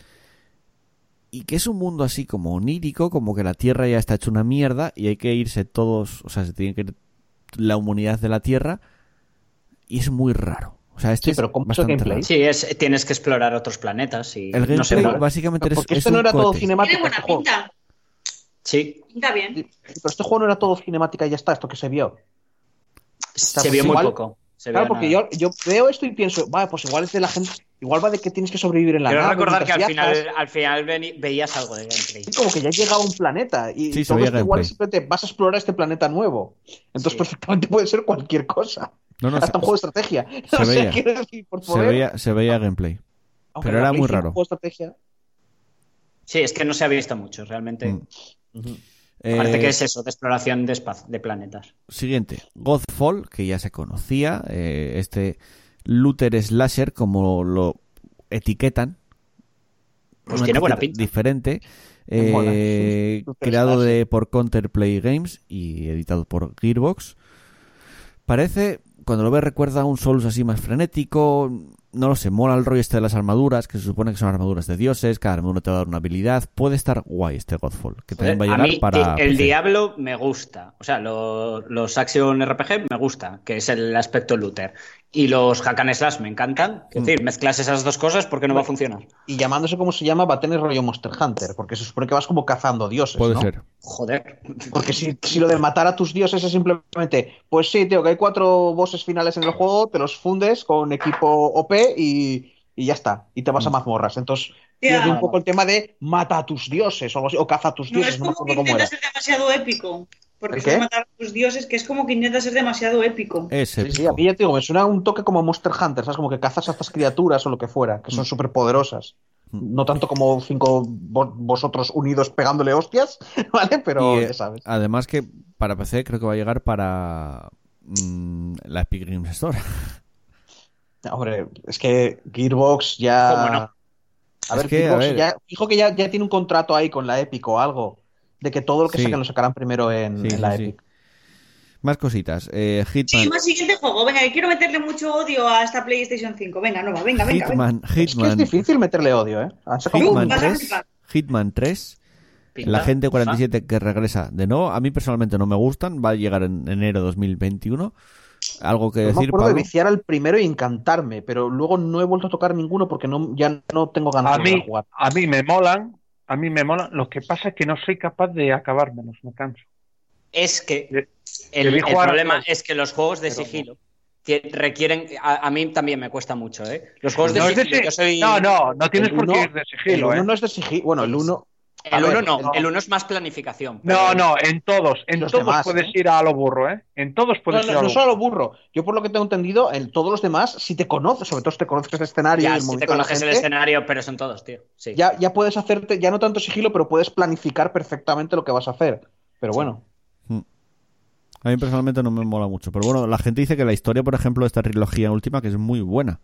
A: y que es un mundo así como onírico, como que la Tierra ya está hecha una mierda y hay que irse todos, o sea, se tiene que ir la humanidad de la Tierra y es muy raro. O sea, este
E: Sí,
A: es
E: pero ¿cómo es el
A: bastante
E: gameplay?
A: raro.
C: Sí, es, tienes que explorar otros planetas y
A: El
C: no sé.
A: gameplay
C: ¿no?
A: básicamente es,
E: Porque
A: es
E: esto no
A: un
E: era todo
A: cohete.
E: cinemática.
D: Tiene
E: este
D: buena
E: juego.
D: pinta.
C: Sí,
D: Pinta bien.
E: Pero este juego no era todo cinemática y ya está, esto que se vio. sea,
C: se
E: pues
C: vio muy
E: igual-
C: poco. se
E: Claro,
C: vio
E: porque
C: nada.
E: yo, yo veo esto y pienso, vale, pues igual es de la gente. Igual va de que tienes que sobrevivir en la
C: Quiero
E: nave
C: recordar que
E: mientras
C: al
E: viajas.
C: final, al final veni- veías algo de gameplay.
E: Sí, como que ya llega a un planeta y
A: Sí, se
E: todo
A: veía
E: esto igual
A: gameplay.
E: simplemente vas a explorar este planeta nuevo. Entonces
C: Sí.
E: perfectamente puede ser cualquier cosa.
A: No, no,
E: Hasta
A: se-
E: un juego de estrategia.
A: se
E: O sea,
A: veía.
E: quiero decir, por
A: se
E: poder,
A: veía, se veía gameplay.
E: aunque
A: pero era
E: la Play
A: muy
E: sea un
A: raro.
E: juego de estrategia,
C: Sí, es que no se ha visto mucho, realmente.
A: Mm.
C: Parece
A: Eh,
C: que es eso, de exploración de espacio, de planetas.
A: Siguiente, Godfall, que ya se conocía, eh, este Luther Slasher, como lo etiquetan.
C: Pues
A: Una
C: tiene buena
A: etiqueta
C: pinta.
A: Diferente.
E: Mola.
A: eh,
E: Luther
A: creado
E: Slasher.
A: de, por Counterplay Games y editado por Gearbox. Parece, cuando lo ves, recuerda a un Souls así más frenético. No lo sé, mola el rollo este de las armaduras, que se supone que son armaduras de dioses, cada armadura te va a dar una habilidad. Puede estar guay este Godfall, que también va a llegar
C: Joder, Eh, mí,
A: para.
C: El
A: PC.
C: Diablo me gusta. O sea, lo- los Action RPG me gusta, que es el aspecto looter. Y los Hack and Slash me encantan. Es
A: Mm.
C: decir, mezclas esas dos cosas porque
G: Pues,
C: no va a funcionar.
E: y llamándose como se llama, va a tener rollo Monster Hunter, porque se supone que vas como cazando dioses.
A: Puede
E: ¿no?
A: ser.
C: Joder.
E: Porque si, si lo de matar a tus dioses es simplemente, pues sí, tío, que hay cuatro bosses finales en el juego, te los fundes con equipo OP y, y ya está. Y te vas
A: Mm.
E: a mazmorras. Entonces,
D: Ya.
E: pierde un poco el tema de mata a tus dioses o algo así, o caza a tus
D: No
E: dioses,
D: es
E: no me
D: como que
E: acuerdo cómo
D: intenta
E: era.
D: ser demasiado épico. Porque
E: ¿El
D: eso de
E: qué?
D: matar a tus dioses, que es como que intenta ser demasiado épico.
A: Es
E: Sí, sí,
A: épico.
E: a mí ya te digo, me suena un toque como Monster Hunter, ¿sabes? Como que cazas a estas criaturas o lo que fuera, que son súper poderosas.
A: Mm.
E: No tanto como cinco vo- vosotros unidos pegándole hostias, ¿vale? Pero
A: Y, eh,
E: ya sabes.
A: Además que para PC creo que va a llegar para mm, la Epic Games Store.
E: Hombre, es que Gearbox ya.
C: ¿Cómo no?
A: Es
E: A ver,
A: que, a
E: Gearbox
A: ver.
E: ya. Fijo que ya, ya tiene un contrato ahí con la Epic o algo. De que todo lo que
A: Sí.
E: saquen lo sacarán primero en,
A: Sí,
E: en la
A: sí, sí.
E: Epic.
A: Más cositas. Eh, Hitman,
D: Sí, más siguiente juego. Venga, que quiero meterle mucho odio a esta PlayStation 5. Venga, no va, venga, venga. venga.
A: Hitman,
E: Es que es
A: Hitman,
E: difícil meterle odio, ¿eh? Han sacado
D: Hitman.
E: un-
D: vas a
A: 3,
D: flipar.
A: Hitman 3,
C: Pinta.
A: la gente 47 que regresa de nuevo. A mí personalmente no me gustan, va a llegar en enero 2021. Algo que
E: Yo me
A: decir,
E: acuerdo de
A: Pablo.
E: viciar al primero y encantarme, pero luego no he vuelto a tocar ninguno porque no, ya no tengo ganas
G: A
E: de volver
G: mí,
E: a jugar.
G: a mí me molan, a mí me molan. Lo que pasa es que no soy capaz de acabármelos, me canso.
C: Es que el,
G: Debí
C: el
G: jugar a
C: problema
G: todos.
C: es que los juegos de
G: Pero no.
C: sigilo tie- requieren. A, a mí también me cuesta mucho, ¿eh? Los juegos de
G: No, es
C: sigilo.
G: decir-
C: yo soy.
G: no, no, no tienes
E: el
G: por qué
E: uno-
G: ir de
E: El
G: sigilo,
E: uno
G: ¿eh?
E: no es de sigilo. Bueno, el uno
C: El
E: A ver,
C: 1 no,
E: el-
C: el 1 es más planificación.
G: No,
C: pero-
G: no, en todos, en
E: Los
G: todos
E: demás,
G: puedes
E: ¿eh?
G: ir a lo burro, ¿eh? En todos
E: No,
C: Pues
G: puedes ir
E: no,
G: a lo
E: no
G: burro.
E: solo burro. Yo por lo que tengo entendido, en todos los demás, si te conoces, sobre todo si te conoces el escenario, y el
C: Ya, si te
E: movimiento de la
C: conoces el
E: gente,
C: escenario, pero son todos, tío. Sí.
E: ya, ya puedes hacerte, ya no tanto sigilo, pero puedes planificar perfectamente lo que vas a hacer. Pero bueno,
A: A mí personalmente no me mola mucho. Pero bueno, la gente dice que la historia, por ejemplo, de esta trilogía última, que es muy buena.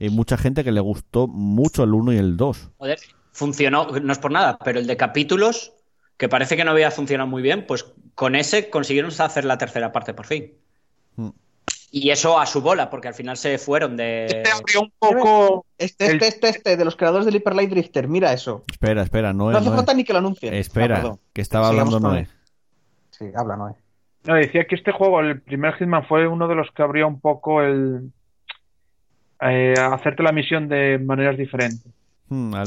A: Hay mucha gente que le gustó mucho el 1 y el 2.
C: Joder, funcionó, no es por nada, pero el de capítulos, que parece que no había funcionado muy bien, pues con ese consiguieron hacer la tercera parte por fin.
E: Hmm.
A: Mm.
C: Y eso a su bola, porque al final se fueron de.
G: Te abrió Este un poco.
E: este,
G: El-
E: este, este, este, de los creadores del Hyper Light Drifter, mira eso.
A: Espera, espera, no
E: No,
A: es.
E: hace falta ni que lo anuncien. Ah,
A: Espera,
E: perdón.
A: que estaba
E: Sigamos
A: hablando
E: con-
A: Noé.
E: Sí, habla, Noé.
G: No, decía que este juego, el primer Hitman, fue uno de los que abrió un poco el. eh, hacerte la misión de maneras diferentes.
A: Hmm, al-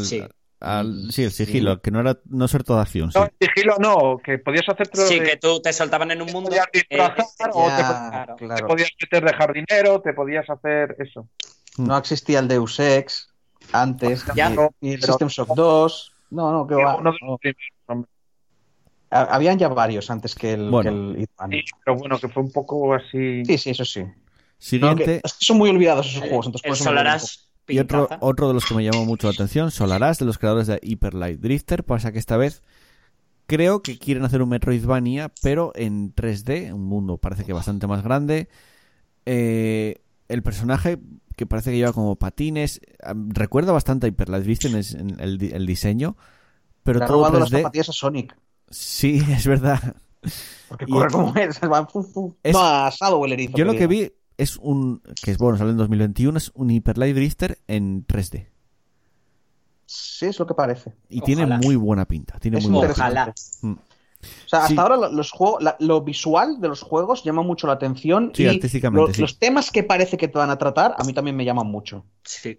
A: al-
C: Sí.
A: sí.
E: Mm,
A: el sigilo, que no era no ser toda acción. sí.
G: No, el sigilo no, que podías hacértelo
C: Sí,
G: de-
C: que tú te soltaban en un
G: te
C: mundo.
G: podías
C: eh,
G: disfrazar o te podías-
E: Ya,
C: claro.
G: te
E: claro.
G: podías meter de jardinero, te podías hacer eso.
E: No existía el Deus Ex antes,
C: Ya,
E: ni-
G: no,
E: ni el
G: pero-
E: System Shock 2. No, no, que va.
G: Uno de los
E: no.
G: primeros, hombre.
E: Ha- Habían ya varios antes que el,
A: Bueno.
E: que el Hitman.
G: Sí, pero bueno, que fue un poco así.
E: Sí, sí, eso sí. No, que-
A: Siguiente,
E: es que son muy olvidados
G: Eh,
E: esos juegos. Entonces por
C: El
E: eso me lo digo.
C: Solaras.
A: y otro,
C: pintaza.
A: otro de los que me llamó mucho la atención, Solaras, de los creadores de Hyper Light Drifter. Pasa que esta vez creo que quieren hacer un Metroidvania, pero en 3D, un mundo parece que bastante más grande. Eh, el personaje que parece que lleva como patines, ah, recuerda bastante a Hyper Light Drifter en es- en el, di- el diseño, pero
E: Le ha
A: todo
E: robado las
A: 3D.
E: zapatillas a Sonic.
A: Sí, es verdad.
E: Porque
A: Y-
E: corre como es. va fu, fu.
A: Es-
E: No, a Shadow el erizo,
A: Yo lo que
E: digo.
A: vi es un. que es bueno, sale en 2021, es un Hyper Light Drifter en 3D.
E: Sí, es lo que parece.
A: Y
C: Ojalá.
A: tiene muy buena pinta. Tiene
E: Es
A: muy buena
E: interesante.
C: Ojalá.
E: O sea, hasta
A: Sí.
E: ahora lo- los juegos, la- lo visual de los juegos llama mucho la atención.
A: Sí,
E: y
A: artísticamente,
E: lo-
A: sí.
E: Los temas que parece que te van a tratar, a mí también me llaman mucho.
C: Sí.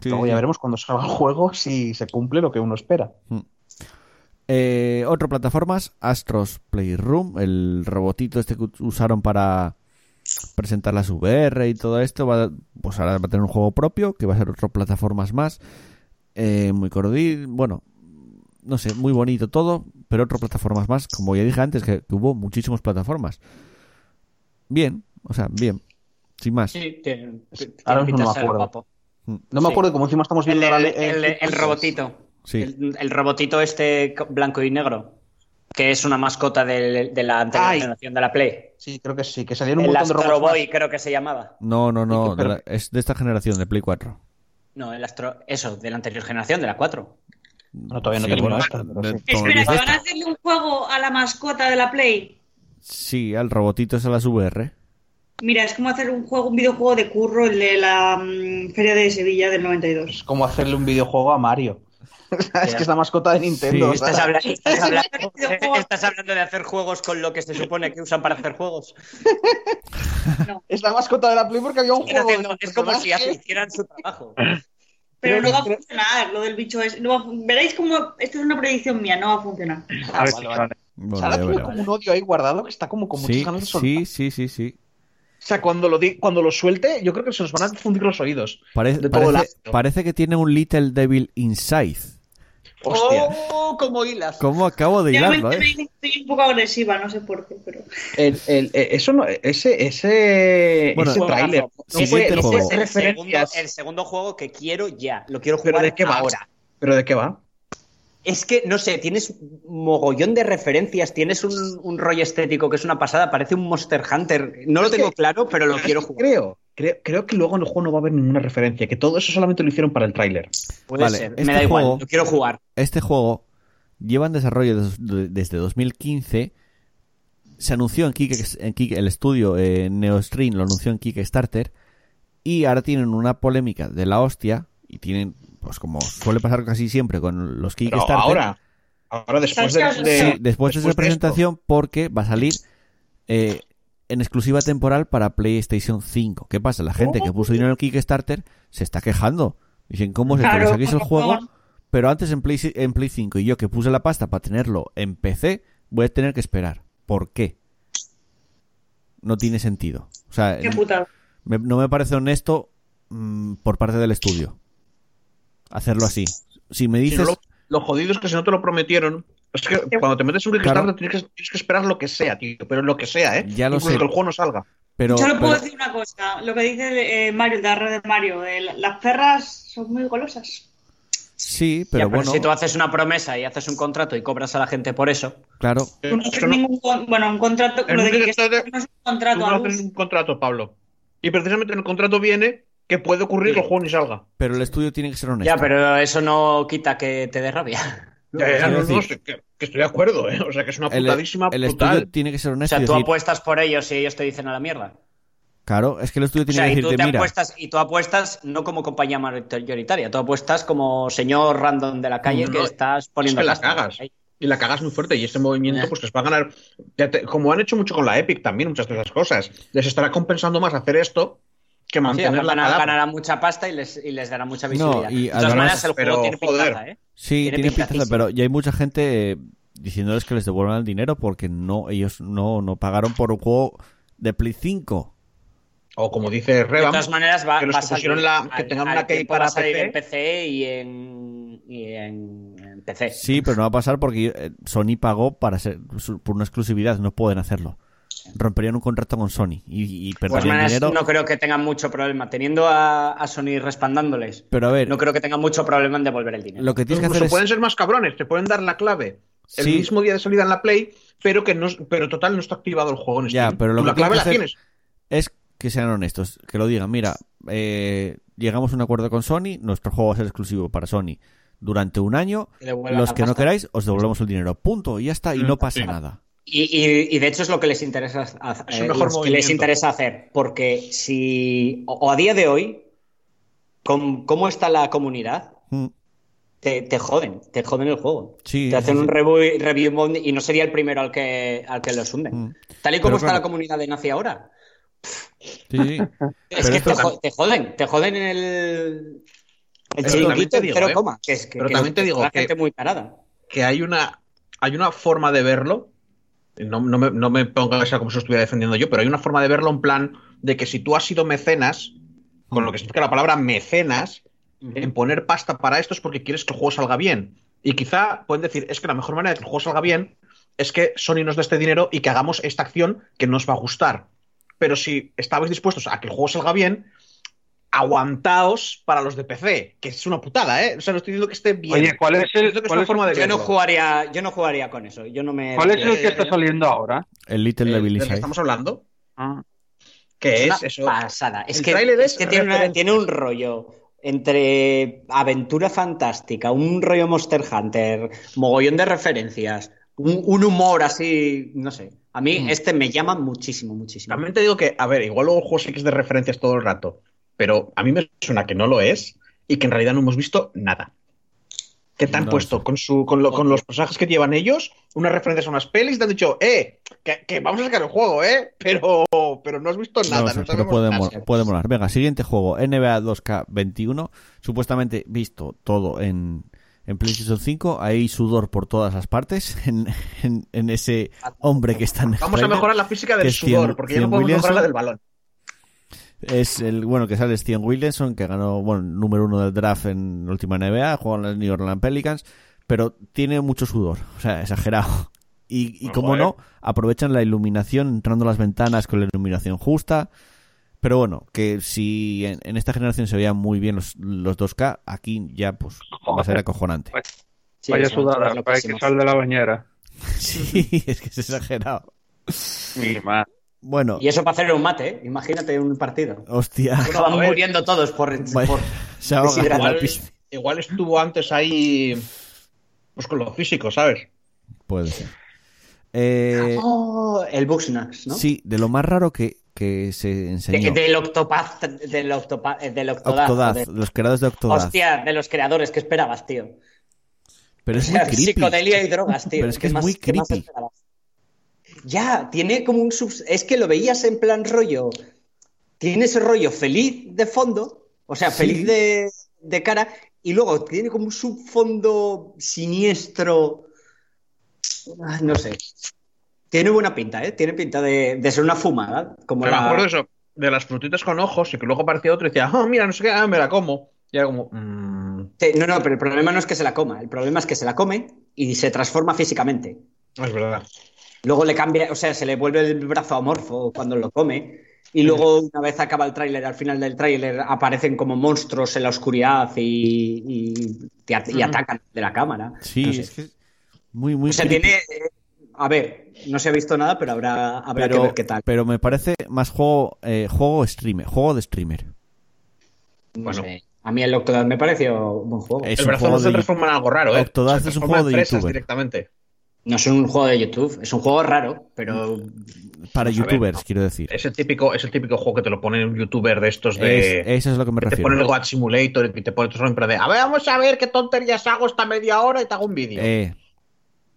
A: Sí,
E: Luego
A: sí.
E: ya veremos cuando salga el juego si se cumple lo que uno espera.
A: Eh, otro plataformas, Astros Playroom, el robotito este que usaron para presentar las VR y todo esto, va, pues ahora va a tener un juego propio, que va a ser otro plataformas más, eh, muy cordial, bueno, no sé, muy bonito todo, pero otro plataformas más, como ya dije antes, que, que hubo muchísimas plataformas. Bien, o sea, bien, sin más.
C: Sí, tiene- tiene
E: Ahora mismo no me
C: pinta de ser
E: acuerdo.
C: guapo.
E: No me
C: Sí.
E: acuerdo, como encima estamos
C: El,
E: viendo
C: el,
E: ahora, eh,
C: el- el
E: cosas.
C: robotito.
A: Sí.
C: El, el robotito este co- blanco y negro, que es una mascota del- de, la anterior
E: Ay.
C: generación de la Play.
E: Sí, creo que sí, que salieron un
C: El
E: montón de
C: Astro
E: robots. más.
C: Boy, creo que se llamaba.
A: No, no, no, de
E: Pero-
A: la- es de esta generación, de Play 4.
C: No, el Astro. Eso, de la anterior generación, de la 4.
E: Bueno, todavía no
A: Sí,
E: tenemos
A: bueno,
E: esta, pero
A: de-
E: sí.
A: como
D: Espera,
A: dice
D: que van a
A: esta.
D: hacerle un juego a la mascota de la Play.
A: Sí, al robotito es a las VR.
D: Mira, es como hacer un juego, un videojuego de curro, el de la mm, Feria de Sevilla del 92.
E: Es como hacerle un videojuego a Mario. es que es la mascota de Nintendo.
A: Sí.
E: o sea,
C: Estás, habla- estás
E: Eh,
C: hablando,
D: videojuego-
C: estás hablando de hacer juegos con lo que se supone que usan para hacer juegos.
E: Es la mascota de la Play porque había un
C: Están
E: juego.
C: haciendo-
E: de
C: es como si
E: personajes.
C: hicieran su trabajo.
D: Pero no
E: Creo
D: va a
E: que-
D: funcionar lo del bicho es. no va a fun- Veréis como. Esto es una predicción mía, no va a funcionar.
G: A ver
E: Ah, vale,
G: si
E: vale.
G: sale.
A: Bueno,
E: Sara
A: ya
E: tiene
A: verás.
E: como un odio ahí guardado que está como con muchas
A: Sí,
E: ganas de soltar.
A: sí, sí, sí, sí.
E: O sea, cuando lo, di- cuando lo suelte, yo creo que se nos van a fundir los oídos.
A: Pare-
E: De
A: parece,
E: todo lado.
A: parece que tiene un Little Devil Inside.
E: Hostia.
C: ¡Oh, como hilas!
A: ¿Cómo acabo de hilarlo,
D: Realmente me
A: eh?
D: dicen que estoy un poco agresiva, no sé por qué, pero.
E: El- el- eh, eso no, ese ese,
A: Bueno,
E: ese
C: Juegazo.
E: tráiler. este
C: Ese-
A: Siguiente
C: ese
A: juego.
C: es el segundo,
E: Referencias.
C: el segundo juego que quiero ya. Lo quiero
E: ¿Pero
C: jugar
E: de qué va?
C: ahora.
E: ¿Pero de qué va?
C: Es que, no sé, tienes mogollón de referencias, tienes un, un rollo estético que es una pasada, parece un Monster Hunter. No lo
E: Es que-
C: tengo claro, pero lo
E: Es
C: quiero
E: que
C: jugar.
E: Ah, Creo, creo, creo que luego en el juego no va a haber ninguna referencia, que todo eso solamente lo hicieron para el tráiler.
C: Puede
A: Vale,
C: ser,
A: este
C: me da
A: juego-
C: igual, lo quiero jugar.
A: Este juego lleva en desarrollo des- de- desde 2015. Se anunció en, Kick, en Kick- el estudio eh, Neostream, lo anunció en Kickstarter. Y ahora tienen una polémica de la hostia. Y tienen, pues como suele pasar casi siempre con los
E: Pero
A: Kickstarter.
E: ahora, ahora después de,
D: Estás
E: de-
A: Sí, después de esa
E: esto.
A: presentación, porque va a salir eh, en exclusiva temporal para PlayStation 5. ¿Qué pasa? La gente
D: Oh.
A: que puso dinero en el Kickstarter se está quejando. Dicen, ¿cómo es esto? Que
D: Claro,
A: saquéis el
D: por
A: juego,
D: favor.
A: pero antes en Play, en Play 5 y yo que puse la pasta para tenerlo en PC, voy a tener que esperar. ¿Por qué? No tiene sentido. O sea,
D: Qué putada.
A: me- no me parece honesto mm, por parte del estudio hacerlo así. Si me
E: Si no
A: dices,
E: lo- Lo jodido es que si no te lo prometieron, es que cuando te metes un Kickstarter
A: Claro.
E: tienes, que, tienes que esperar lo que sea, tío, pero lo que sea, ¿eh?
A: Ya lo
E: Incluso
A: sé.
E: que el juego no salga.
A: Pero,
D: Solo puedo
A: pero-
D: decir una cosa, lo que dice eh, Mario, el de la red de Mario, de la- las perras son muy golosas.
A: sí,
C: Ya,
A: pero
C: pero
A: bueno,
C: si tú haces una promesa y haces un contrato y cobras a la gente por eso,
A: claro,
D: No haces
E: Eso Eh, no-
D: ningún con- bueno, un contrato,
E: En
D: lo de
E: un
D: que-
E: directorio-
D: que no es un
E: tú
D: contrato,
E: no
D: algo.
E: haces un contrato, Pablo. Y precisamente en el contrato viene que puede ocurrir que el juego ni salga.
A: pero el estudio tiene que ser honesto.
C: ya, pero eso no quita que te dé rabia.
E: Ya, ya,
A: Quiero
E: no, no,
A: decir-
E: estoy- que, que estoy de acuerdo, ¿eh? O sea, que es una
A: el, e-
E: putadísima
A: el estudio
E: brutal.
A: tiene que ser
C: O
A: honesto.
C: sea,
A: y
C: tú
A: decir,
C: apuestas por ellos y ellos te dicen a la mierda.
A: Claro, es que el estudio
C: O
A: tiene
C: sea,
A: que
C: y tú
A: decirte,
C: te
A: mira,
C: apuestas, y tú apuestas no como compañía mayoritaria, tú apuestas como señor random de la calle
E: No,
C: que estás poniendo
E: es que la
C: pasta.
E: cagas. Y la cagas muy fuerte. Y este movimiento,
C: Eh.
E: pues les va a ganar. Ya te- como han hecho mucho con la Epic también, muchas de esas cosas. Les estará compensando más hacer esto que
C: Sí,
E: mantener
C: además
E: la
C: van a-
E: palabra.
C: ganará mucha pasta y les, y les dará mucha
A: No,
C: visibilidad.
A: y
C: de todas
A: además-
C: maneras, el
E: pero,
C: juego tiene
E: joder.
C: pintaza, ¿eh?
A: sí,
C: tiene
A: tiene, pintaza,
C: pintacísimo.
A: pero ya hay mucha gente eh, diciéndoles que les devuelvan el dinero porque no, ellos no, no pagaron por un juego de Play 5.
E: O como dice
C: De
E: Revan,
C: todas maneras, va,
E: que los
C: va a
E: que
C: salir.
E: pusieron la- que
C: al-
E: tengan
C: al
E: una key
C: tiempo
E: para
C: va a salir
E: PC.
C: en PC y en, y en, en PC.
A: Sí, pero no va a pasar porque eh, Sony pagó para ser, su- por una exclusividad, no pueden hacerlo. Romperían un contrato con Sony y, y
C: de todas
A: perderían
C: maneras,
A: dinero.
C: Pues, no creo que tengan mucho problema. Teniendo a, a Sony respaldándoles,
A: Pero a ver,
C: no creo que tengan mucho problema en devolver el dinero.
A: lo que tienes que
E: incluso
A: hacer es...
E: pueden ser más cabrones, te pueden dar la clave el
A: Sí.
E: mismo día de salida en la Play, pero que no, pero total no está activado el juego en
A: Ya,
E: Steam.
A: pero lo
E: Tú
A: que
E: la clave
A: tienes
E: la
A: que
E: tienes.
A: es que sean honestos, que lo digan, mira, eh, llegamos a un acuerdo con Sony, nuestro juego va a ser exclusivo para Sony durante un año,
C: Que devuelvan
A: los
C: la
A: que no
C: pasta.
A: queráis os devolvemos el dinero, punto, y ya está, y no
E: Mm,
A: pasa
E: sí.
A: nada.
C: Y, y- y de hecho es lo que les interesa, haz-
E: Es el
C: eh,
E: mejor
C: los que
E: movimiento.
C: les interesa hacer, porque si o, o a día de hoy, con cómo está la comunidad,
A: Mm,
C: te, te joden, te joden el juego.
A: Sí,
C: te hacen
A: sí,
C: un
A: sí.
C: review, review mod y no sería el primero al que, al que los hunden.
A: Mm.
C: Tal y como
A: Pero
C: está
A: claro.
C: la comunidad de Nazi ahora.
A: Sí, sí.
C: Es
A: Pero
C: que
A: esto
C: te, jo-
A: tam-
C: te joden, te joden el, el
E: Pero también
C: chiringuito
E: te
C: en
E: digo,
C: cero
E: ¿eh?
C: coma. Que es que,
E: Pero
C: que
E: también te
C: es
E: digo
C: la
E: que-
C: gente muy tarada.
E: Que hay una, hay una forma de verlo. No, no me, no me ponga esa como si lo estuviera defendiendo yo, pero hay una forma de verlo en plan de que si tú has sido mecenas, con
G: Mm.
E: lo que significa la palabra mecenas, en poner pasta para esto es porque quieres que el juego salga bien. Y quizá pueden decir, es que la mejor manera de que el juego salga bien es que Sony nos dé este dinero y que hagamos esta acción que nos va a gustar. Pero si estabais dispuestos a que el juego salga bien, aguantaos para los de PC, que es una putada, ¿eh? O sea, no estoy diciendo que esté bien.
G: Oye, ¿cuál es el,
E: Siento que es
G: cuál
E: una
G: es-
E: forma de
C: Yo no
E: verlo.
C: jugaría, yo no jugaría con eso. Yo no me.
G: cuál es el que
E: Eh,
G: está saliendo ahora?
A: El Little
E: Eh,
A: Devil
E: del que
A: Inside.
E: estamos hablando,
G: Ah,
E: que
C: Una
E: es eso.
C: pasada. Es
E: El
C: que,
E: tráiler
C: es
E: es
C: que tiene, una-
E: referencia.
C: tiene un rollo entre aventura fantástica, un rollo Monster Hunter, mogollón de referencias, un, un humor así, no sé. A mí
E: Mm.
C: este me llama muchísimo, muchísimo.
E: También te digo que, a ver, igual luego el juego sí que es de referencias todo el rato, pero a mí me suena que no lo es y que en realidad no hemos visto nada. ¿Qué te han
A: No
E: puesto?
A: sé.
E: Con, su, con, lo- con los personajes que llevan ellos, unas referencias a unas pelis, y te han dicho, eh, que, que vamos a sacar el juego, eh, pero, pero no has visto nada.
A: Vamos a
E: no
A: ver, pero
E: sabemos
A: puede,
E: nada.
A: mol- puede molar. Venga, siguiente juego, NBA 2K21, supuestamente visto todo en, en PlayStation 5, hay sudor por todas las partes en, en- en ese hombre que está en el
E: Vamos a
A: trailer.
E: mejorar la física
A: que
E: del
A: es cien-
E: sudor, porque ya no
A: cien
E: podemos mejorar la
A: Williamson.
E: del balón.
A: Es el bueno que sale Steven Williamson, que ganó, bueno, número uno del draft en la última NBA, juega en los New Orleans Pelicans, pero tiene mucho sudor, o sea, exagerado. Y, y
E: Bueno,
A: como
E: joder.
A: no, aprovechan la iluminación, entrando a las ventanas con la iluminación justa. Pero bueno, que si en, en esta generación se veían muy bien los, los 2K, aquí ya pues va a ser acojonante.
C: Sí,
G: vaya
C: eso es
G: sudada,
C: lo
G: parece
C: próximo.
G: que sal de la bañera.
A: Sí, es que es exagerado.
G: Mi madre.
A: Bueno,
C: Y eso para hacer un mate, ¿eh? imagínate un partido.
A: hostia,
C: Bueno, van
E: a ver.
C: muriendo todos por,
A: Vaya.
C: por-
A: se ahoga en la
E: Igual,
A: piscina.
E: igual estuvo antes ahí, pues con lo físico, ¿sabes?
A: Puede ser. Eh,
C: Oh, el Bugsnax, ¿no?
A: Sí, de lo más raro que, que se
C: De-
A: enseñó.
C: del Octopath, del Octopath, eh, del Octodad.
A: Octodad,
C: joder.
A: los creadores de Octodad.
C: Hostia, de los creadores, ¿qué esperabas, tío?
A: pero es
C: O
A: muy
C: sea,
A: creepy.
C: Psicodelia y drogas, tío.
A: Pero es que
C: ¿Qué
A: es
C: más-
A: muy
C: qué más
A: creepy.
C: esperabas? Ya, tiene como un subs... Es que lo veías en plan rollo. Tiene ese rollo feliz de fondo, o sea,
A: Sí.
C: feliz de, de cara, y luego tiene como un subfondo siniestro. Ah, No sé. Tiene buena pinta, ¿eh? Tiene pinta de, de ser una fumada. Como
E: Pero me
C: la...
E: acuerdo de eso, de las frutitas con ojos, y que luego aparecía otro y decía, ah, mira, no sé qué, ah, me la como. Y era como, "Mm,
C: Sí, No, no, pero el problema no es que se la coma, el problema es que se la come y se transforma físicamente.
E: Es verdad.
C: Luego le cambia, o sea, se le vuelve el brazo amorfo cuando lo come. Y luego, una vez acaba el tráiler, al final del tráiler aparecen como monstruos en la oscuridad y, y te at- y atacan de la cámara.
A: Sí,
C: Entonces,
A: es que es muy, muy
C: o sea,
A: creepy.
C: tiene. eh, A ver, no se ha visto nada, pero habrá, habrá
A: pero,
C: que ver qué tal.
A: pero me parece más juego, eh, juego streamer, juego de streamer.
C: No
E: bueno.
C: sé. A mí el Octodad me pareció un buen juego.
A: Es
E: el
A: un
E: brazo
A: juego
E: no se
A: de-
E: transforma en algo raro, ¿eh?
A: Octodad
E: Se
A: es un
E: transforma
A: juego de
E: en presas
A: youtuber.
E: directamente.
C: No es un juego de YouTube, es un juego raro, pero
A: para
E: Vamos a ver,
A: youtubers,
E: no.
A: quiero decir.
E: Es el típico, es el típico juego que te lo pone un youtuber de estos de.
A: Es- eso es lo que me
E: que te
A: refiero. Eh,
E: pone el God Simulator y que te pone todo en plan de. A ver, vamos a ver qué tonterías hago esta media hora y te hago un vídeo.
A: Eh,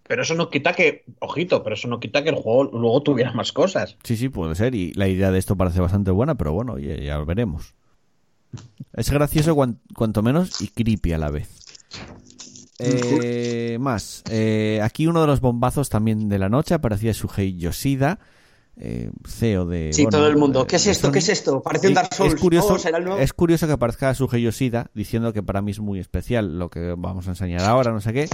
E: Pero eso no quita que. Ojito, pero eso no quita que el juego luego tuviera más cosas.
A: sí, sí, puede ser. Y la idea de esto parece bastante buena, pero bueno, ya, ya veremos. Es gracioso cuan- cuanto menos y creepy a la vez. Eh, más. eh, aquí uno de los bombazos también de la noche aparecía Sugei Yoshida, eh, CEO de.
C: sí,
A: bueno,
C: todo el mundo.
A: de-
C: ¿Qué es
A: de
C: esto? ¿Qué
A: Sony.
C: es esto? Parece un Dark Souls.
A: Es curioso,
C: Oh, será el nuevo-
A: es curioso que aparezca su Yoshida diciendo que para mí es muy especial lo que vamos a enseñar ahora, no sé qué,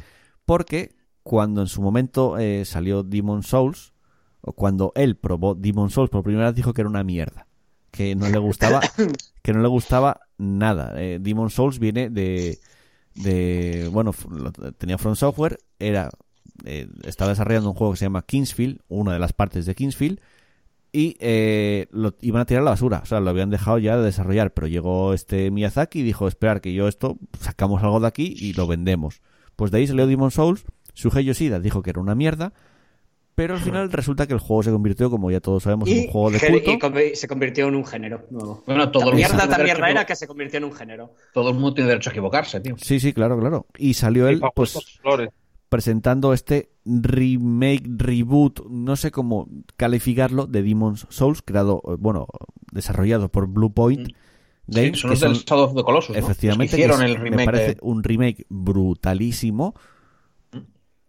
A: porque cuando en su momento eh, salió Demon Souls, o cuando él probó Demon Souls por primera vez, dijo que era una mierda, que no le gustaba, que no le gustaba nada. Eh, Demon Souls viene de, de bueno, f- lo- tenía From Software, era eh, estaba desarrollando un juego que se llama Kingsfield, una de las partes de Kingsfield, y eh, lo iban a tirar a la basura. O sea, lo habían dejado ya de desarrollar, pero llegó este Miyazaki y dijo, esperar que yo esto, sacamos algo de aquí y lo vendemos. Pues de ahí salió Demon Souls, Sugei Yoshida dijo que era una mierda, pero al final resulta que el juego se convirtió, como ya todos sabemos, en un juego de
C: gen-
A: culto.
C: y conv- se convirtió en un género nuevo.
E: Bueno, todo
C: La
E: el mundo
C: mierda
E: tiene
C: tan
E: derecho a
C: mierda era
E: equivo-
C: que se convirtió en un género.
E: Todo el mundo tiene derecho a equivocarse, tío.
A: Sí, sí, claro, claro. Y salió
G: Y
A: él,
G: pa'
A: pues,
G: gustos colores.
A: presentando este remake, reboot, no sé cómo calificarlo, de Demon's Souls, creado, eh, bueno, desarrollado por Blue Point Games,
E: Mm. Sí, son
A: que
E: los del
A: son-
E: Shadow of the Colossus. ¿no? Los que
A: Efectivamente, que
E: hicieron
A: es-
E: el remake.
A: me parece
E: de- Mm.
A: un remake brutalísimo.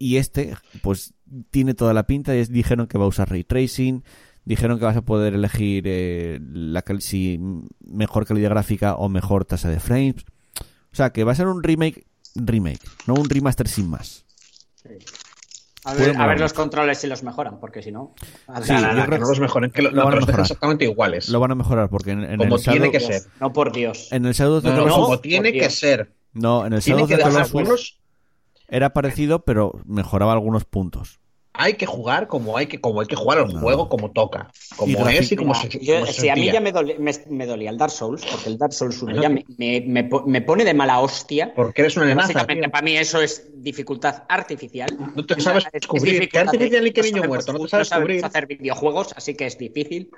A: Y este, pues, tiene toda la pinta. Es- dijeron que va a usar ray tracing. Dijeron que vas a poder elegir eh, la cal- si mejor calidad gráfica o mejor tasa de frames. O sea, que va a ser un remake, remake, no un remaster sin más.
C: A
A: Puede
C: ver, a
A: molar
C: ver los
A: mucho.
C: controles si los mejoran, porque si no. al-
A: Sí,
E: Nada,
A: yo
E: nada,
A: creo
E: que
A: que
E: no los mejoren, que lo-
A: lo
E: no,
A: van a
E: que los dejen
A: mejorar.
E: exactamente iguales.
A: Lo van a mejorar porque en, en
E: Como
A: el
E: tiene
A: Shadow-
E: que
C: Dios,
E: ser.
C: No por Dios.
A: en el Shadow of the
E: No, no,
A: Colossus-
E: como
C: por
E: tiene que
C: Dios.
E: ser.
A: no, en el
E: Tiene
A: Shadow
E: que
A: of the
E: dejar
A: Colossus
E: algunos-
A: era parecido, pero mejoraba algunos puntos.
E: Hay que jugar como hay que, como hay que jugar al
A: No.
E: juego, como toca. Como
A: Y
E: es y como
C: Mira,
E: se,
C: yo-
E: como se
C: si a mí
E: sentía.
C: ya me, doli- me- me dolía el Dark Souls, porque el Dark Souls uno ya me, me- me po- me pone de mala hostia.
E: Porque eres una
C: porque
E: amenaza.
C: Básicamente, para mí eso es dificultad artificial.
E: No te sabes
C: Es- es
E: cubrir. Qué
C: dificultad
E: artificial y qué
C: de-
E: niño
C: sabemos-
E: muerto. No te sabes cubrir.
C: hacer videojuegos, así que es difícil.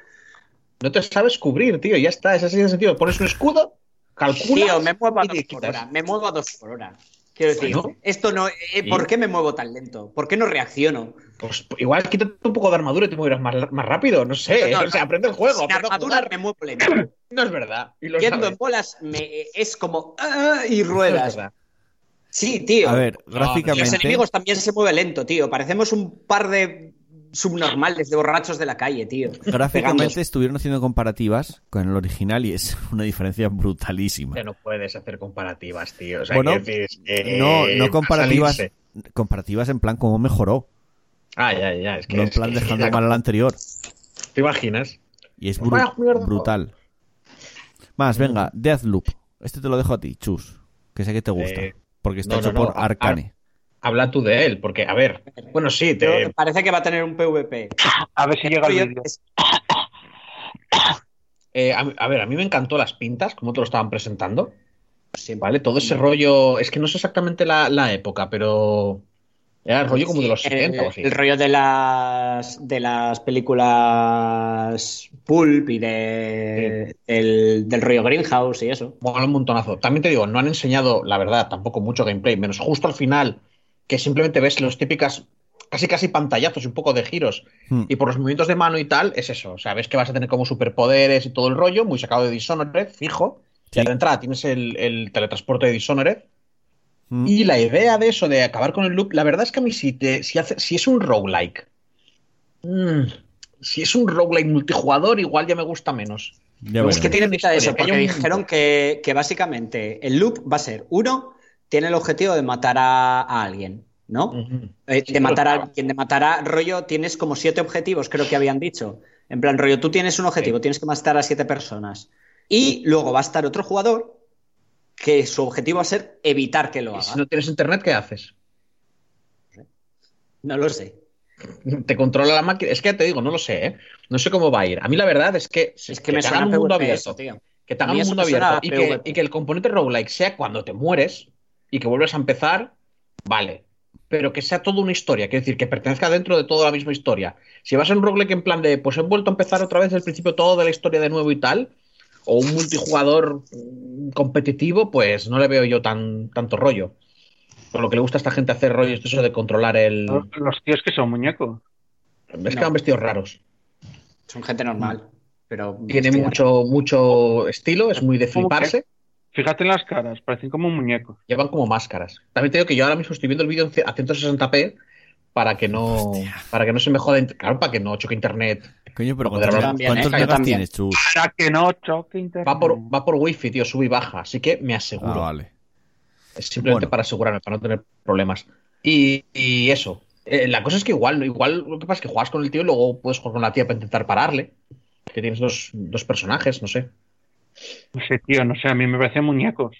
E: No te sabes cubrir, tío. Ya está. Es así de sentido. Pones un escudo, calculas.
C: Tío, me muevo a
E: y te
C: dos por
E: quitas.
C: hora. Me muevo a dos por hora. Quiero decir,
E: Bueno.
C: esto no. eh, ¿Por qué me muevo tan lento? ¿Por qué no reacciono?
E: Pues igual quítate un poco de armadura y te moverás más, más rápido. No sé.
C: No, no,
E: o sea, aprende el juego.
C: Sin
E: aprende a
C: armadura
E: jugar.
C: me muevo lento.
E: No es verdad. Y lo
C: Yendo
E: sabes.
C: en bolas me, eh, es como. "Ah", y
E: No es
C: ruedas.
E: verdad.
C: Sí, tío.
A: A ver,
E: no,
A: gráficamente.
C: Los enemigos también se mueven lento, tío. Parecemos un par de subnormales, de borrachos de la calle, tío.
A: Gráficamente
C: Pegándose.
A: estuvieron haciendo comparativas con el original y es una diferencia brutalísima.
E: Ya no puedes hacer comparativas, tío. O sea,
A: Bueno,
E: quiero decir, es que,
A: No,
E: eh,
A: no
E: va a
A: comparativas,
E: salirse.
A: comparativas en plan cómo mejoró,
E: Ah, ya, ya. Es que,
A: no en
E: es
A: plan
E: que-
A: dejando mal al anterior.
E: ¿Te imaginas?
A: Y es
E: Vaya
A: bru-
E: mierda.
A: brutal. Más, venga, Deathloop. Este te lo dejo a ti, Chus, que sé que te gusta,
E: Eh,
A: porque está
E: no,
A: hecho
E: no, no,
A: por
E: a-
A: Arcane.
E: Habla tú de él, porque, a ver. Bueno, sí, te,
C: Pero Parece que va a tener un PvP.
G: A ver si llega el vídeo.
C: Es-
E: Eh, a, a ver, a mí me encantó las pintas, como te lo estaban presentando,
C: sí,
E: ¿vale? Todo ese rollo, es que no sé exactamente la, la época, pero era el rollo como de los
C: Sí,
E: 70
C: el,
E: o así.
C: el rollo de las de las películas pulp y de el- del rollo Greenhouse y eso.
E: Mola un montonazo. También te digo, no han enseñado, la verdad, tampoco mucho gameplay, menos justo al final, que simplemente ves los típicas, casi casi pantallazos y un poco de giros.
A: Hmm.
E: Y por los movimientos de mano y tal, es eso. O sea, ves que vas a tener como superpoderes y todo el rollo, muy sacado de Dishonored, fijo.
A: Sí.
E: Y a la entrada tienes el, el teletransporte de Dishonored.
A: Mm.
E: Y la idea de eso, de acabar con el loop, la verdad es que a mí si, te, si, hace- si es un roguelike, mm, si es un roguelike multijugador, igual ya me gusta menos.
A: Ya
E: No,
A: veremos.
C: Es que tiene pinta de eso,
E: Historia, que
C: porque
E: hay un-
C: dijeron que, que básicamente el loop va a ser, uno, tiene el objetivo de matar a, a alguien, ¿no?
E: Mm.
C: Eh,
E: Sí,
C: de
E: pero
C: matar a
E: claro.
C: alguien, de matar a rollo, tienes como siete objetivos, creo que habían dicho. En plan, rollo, tú tienes un objetivo, tienes que matar a siete personas. Y luego va a estar otro jugador que su objetivo va a ser evitar que lo
E: Y
C: haga.
E: si
C: No...
E: no tienes internet, ¿qué haces?
C: lo sé.
E: Te controla la máquina. Es que ya te digo, no lo sé, ¿eh? No sé cómo va a ir. A mí la verdad es que
C: Es que me
E: te
C: suena
E: hagan un mundo
C: PvP
E: abierto.
C: eso, tío.
E: Que te
C: A
E: hagan
C: mí
E: un
C: eso
E: mundo
C: me suena
E: abierto
C: a
E: y que,
C: PvP.
E: y que el componente roguelike sea cuando te mueres y que vuelves a empezar, vale. Pero que sea toda una historia, quiero decir, que pertenezca dentro de toda la misma historia. Si vas a un roguelike en plan de, pues he vuelto a empezar otra vez desde el principio todo de la historia de nuevo y tal, o un multijugador mm, competitivo, pues no le veo yo tan tanto rollo. Por lo que le gusta a esta gente hacer rollo es eso de controlar el...
G: Los tíos que son muñecos.
E: Es que
C: No.
E: van vestidos raros.
C: Son gente normal. Pero,
E: Tiene
C: hostia,
E: mucho, mucho estilo, es muy de
G: ¿Cómo que?
E: fliparse.
G: Fíjate en las caras, parecen como muñecos.
E: Llevan como máscaras. También te digo que yo ahora mismo estoy viendo el vídeo en c- a 160p para que no para que no se me joda, int- claro, para que no choque internet.
A: Coño, pero
E: Yo también,
A: ¿cuántos,
C: ¿eh?
A: cuántos
C: Yo
A: megas
C: también.
A: tienes, tú?
G: Para que no choque internet.
E: Va por va por wifi, tío, sube y baja, así que me aseguro.
A: Ah, vale.
E: Es simplemente
A: Bueno.
E: para asegurarme, para no tener problemas. Y, y eso. Eh, la cosa es que igual, igual lo que pasa es que juegas con el tío y luego puedes jugar con la tía para intentar pararle. Que tienes dos, dos personajes, no sé.
G: No sé, tío, no sé, a mí me parecen muñecos.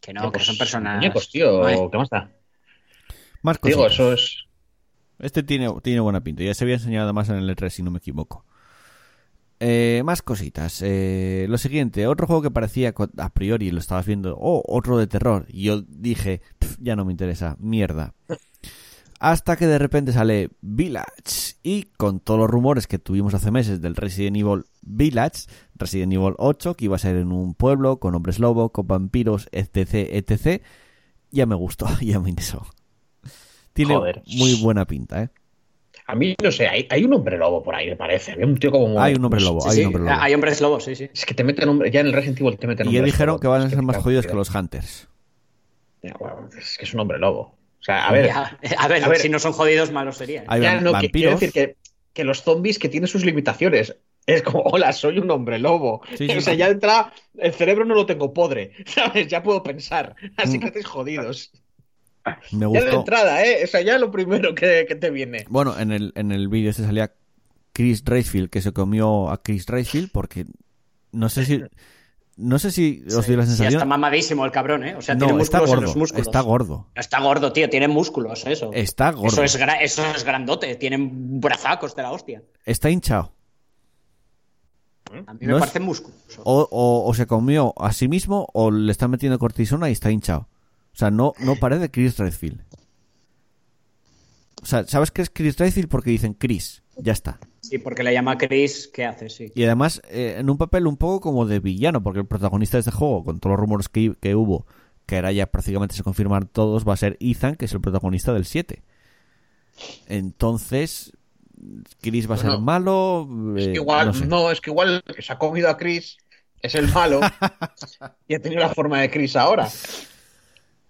C: Que no, que
E: Pues,
C: son personas.
E: Muñecos, tío,
C: Vale.
E: ¿qué más da?
A: Más
E: Te
A: cosas.
E: Digo, eso es.
A: Este tiene, tiene buena pinta. Ya se había enseñado además en el E3, si no me equivoco. Eh, más cositas. Eh, lo siguiente, otro juego que parecía co- a priori, lo estabas viendo, oh, otro de terror. Y yo dije, "Pf, ya no me interesa, mierda. Hasta que de repente sale Village. Y con todos los rumores que tuvimos hace meses del Resident Evil Village, Resident Evil 8, que iba a ser en un pueblo, con hombres lobo, con vampiros, etc, etc, ya me gustó, ya me interesó. Tiene
E: Joder.
A: muy buena pinta, ¿eh?
E: A mí, no sé, hay, hay un hombre lobo por ahí, me parece. Había un tío como.
A: Hay un hombre lobo,
C: Sí,
A: hay
C: sí,
A: un hombre lobo.
C: Hay hombres lobos, sí, sí.
E: Es que te meten hombre- ya en el Resident Evil te meten
A: Y ya
E: hombres
A: dijeron
E: lobo,
A: que van a
E: es
A: ser más
E: está
A: jodidos que
E: jodido.
A: los Hunters.
E: Ya, bueno, es que es un hombre lobo. O sea, a ver,
C: Ya, a ver,
E: A ver.
C: si no son jodidos, malos serían.
A: Hay
E: ya
A: vam-
E: no, que- quiero
A: vampiros.
E: decir que, que los zombies que tienen sus limitaciones. Es como, hola, soy un hombre lobo.
A: Sí, sí.
E: o sea, ya entra, el cerebro no lo tengo podre, ¿sabes? Ya puedo pensar. Así que estáis jodidos.
A: Mm. Me
E: Ya de
A: gustó.
E: entrada, ¿eh? O sea, ya lo primero que, que te viene.
A: Bueno, en el, en el vídeo se salía Chris Racefield, que se comió a Chris Racefield porque no sé si no sé si os dio la
C: Sí, está
A: sensación.
C: mamadísimo el cabrón, ¿eh? O sea, tiene
A: no, está
C: músculos en los
A: gordo,
C: músculos.
A: está gordo.
C: No está gordo, tío, tiene músculos, eso.
A: Está gordo.
C: Eso es, gra- eso es grandote, tienen brazacos de la hostia.
A: Está hinchado.
E: ¿Eh?
C: A mí me
A: No es- Oh.
C: parecen músculos.
A: O, o- o se comió a sí mismo o le está metiendo cortisona y está hinchado. O sea, no, no parece Chris Redfield. O sea, ¿sabes qué es Chris Redfield? Porque dicen Chris. Ya está.
C: Sí, porque le llama Chris, ¿qué hace? Sí.
A: Y además, eh, en un papel un poco como de villano, porque el protagonista de este juego, con todos los rumores que, que hubo, que ahora ya prácticamente se confirman todos, va a ser Ethan, que es el protagonista del 7. Entonces, Chris va a ser
E: Bueno,
A: malo.
E: Es
A: eh,
E: que igual,
A: no
E: no,
A: sé.
E: es que igual el que se ha comido a Chris, es el malo, y ha tenido la forma de Chris ahora.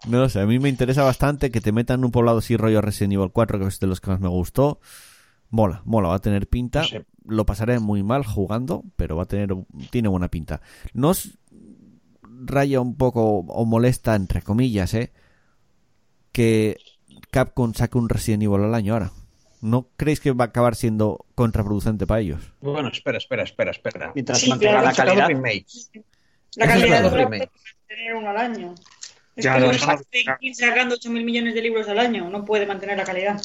A: No lo sé, a mí me interesa bastante que te metan en un poblado así rollo Resident Evil 4, que es de los que más me gustó. Mola, mola, va a tener pinta.
E: No sé.
A: Lo pasaré muy mal jugando, pero va a tener tiene buena pinta. Nos raya un poco o molesta entre comillas, ¿eh? Que Capcom saque un Resident Evil al año ahora. ¿No creéis que va a acabar siendo contraproducente para ellos?
E: Bueno, espera, espera, espera, espera.
C: Mientras
D: Sí,
C: mantenga
D: claro,
C: la calidad.
D: La
A: Eso es
D: calidad
A: verdad.
D: dura mantener uno al año. Es
G: Ya,
D: que
E: lo
D: no
E: es.
D: se puede ir sacando 8.000 millones de libros al año, no puede mantener la calidad.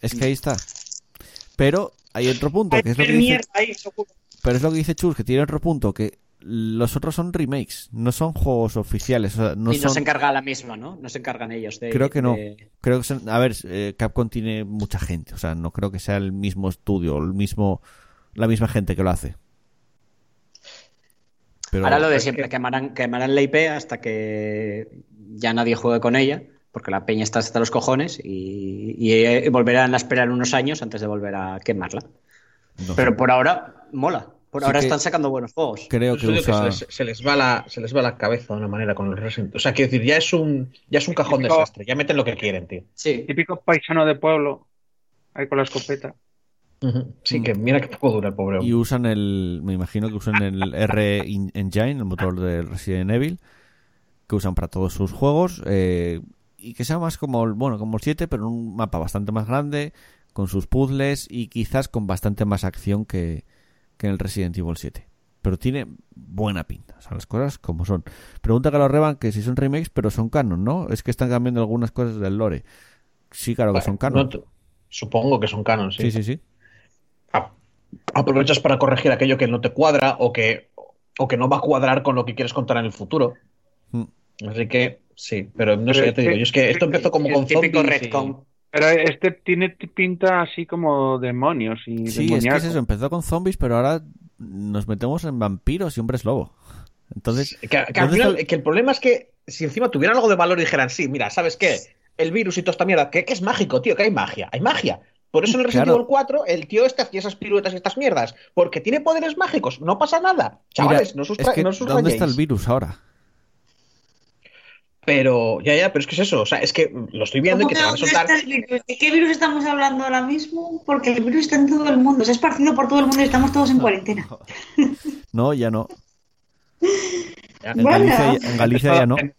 A: Es que ahí está. Pero hay otro punto,
D: Hay
A: que es lo que
D: que
A: dice
D: mierda ahí, seguro.
A: Pero es lo que dice Chus, que tiene otro punto, que los otros son remakes, no son juegos oficiales. o sea, no
C: y no
A: son-
C: se encarga la misma, ¿no? No se encargan ellos de.
A: Creo que no.
C: de-
A: Creo que son... A ver, eh, Capcom tiene mucha gente, o sea, no creo que sea el mismo estudio, el mismo... la misma gente que lo hace. Pero
C: Ahora lo de siempre, quemarán, quemarán la IP hasta que ya nadie juegue con ella, porque la peña está hasta los cojones y, y, eh, volverán a esperar unos años antes de volver a quemarla.
A: no sé.
C: Pero por ahora, mola. Por
A: Sí
C: ahora
A: que-
C: están sacando buenos juegos.
A: creo
E: Yo
A: que
E: digo que
A: usa...
E: se, les, se les va la, se les va la cabeza de una manera con los Resident O sea, quiero decir, ya es un, ya es un cajón
G: Típico-
E: desastre. Ya meten lo que quieren, tío.
C: Sí.
G: Típico paisano de pueblo, ahí con la escopeta.
E: Ujú. Sí, que mira que poco dura el
A: Y
E: pobre hombre.
A: usan el. Me imagino que usan el R in- Engine, el motor de Resident Evil, que usan para todos sus juegos. eh, y que sea más como el, bueno, como el 7, pero en un mapa bastante más grande, con sus puzzles y quizás con bastante más acción que, que en el Resident Evil 7. Pero tiene buena pinta, o sea, las cosas como son. Pregunta que lo reban que si son remakes, pero son canon, ¿no? Es que están cambiando algunas cosas del lore. Sí, claro que
E: Bueno,
A: son canon.
E: no te- supongo que son canon, sí.
A: Sí, sí, sí.
E: A- Aprovechas para corregir aquello que no te cuadra o que, o que no va a cuadrar con lo que quieres contar en el futuro.
A: Mm.
E: Así que sí, pero no
G: Pero
E: sé, ya
G: es
E: te digo,
G: que-
E: yo es que esto empezó como
C: el
E: con
C: típico
E: zombies y-
C: retcon.
G: Pero este tiene t- pinta así como demonios
A: Sí,
G: y
A: es que es
G: demoníaco.
A: eso, empezó con zombies, pero ahora nos metemos en vampiros y hombres lobo. Entonces,
E: Que, que al
A: ¿dónde
E: final-
A: está el-
E: que el problema es que si encima tuvieran algo de valor y dijeran, sí, mira, ¿sabes qué? El virus y toda esta mierda, que, que es mágico, tío, que hay magia, hay magia. Por eso en el Resident
A: Claro.
E: Evil 4 el tío este hacía esas piruetas y estas mierdas, porque tiene poderes mágicos, no pasa nada. Chavales,
A: mira,
E: no os
A: es
E: sustra-
A: que,
E: no os
A: ¿dónde está el
E: rayéis.
A: virus ahora?
E: Pero, ya, ya, pero es que es eso, o sea, es que lo estoy viendo y
D: ¿Cómo
E: que
D: que
E: te van a
D: dónde
E: soltar.
D: está el virus? ¿De qué virus estamos hablando ahora mismo? Porque el virus está en todo el mundo, se ha esparcido por todo el mundo y estamos todos
A: Ah.
D: en cuarentena.
A: No, ya no.
E: Ya.
A: En
D: Bueno.
A: Galicia, ya- en Galicia ya no.
G: En,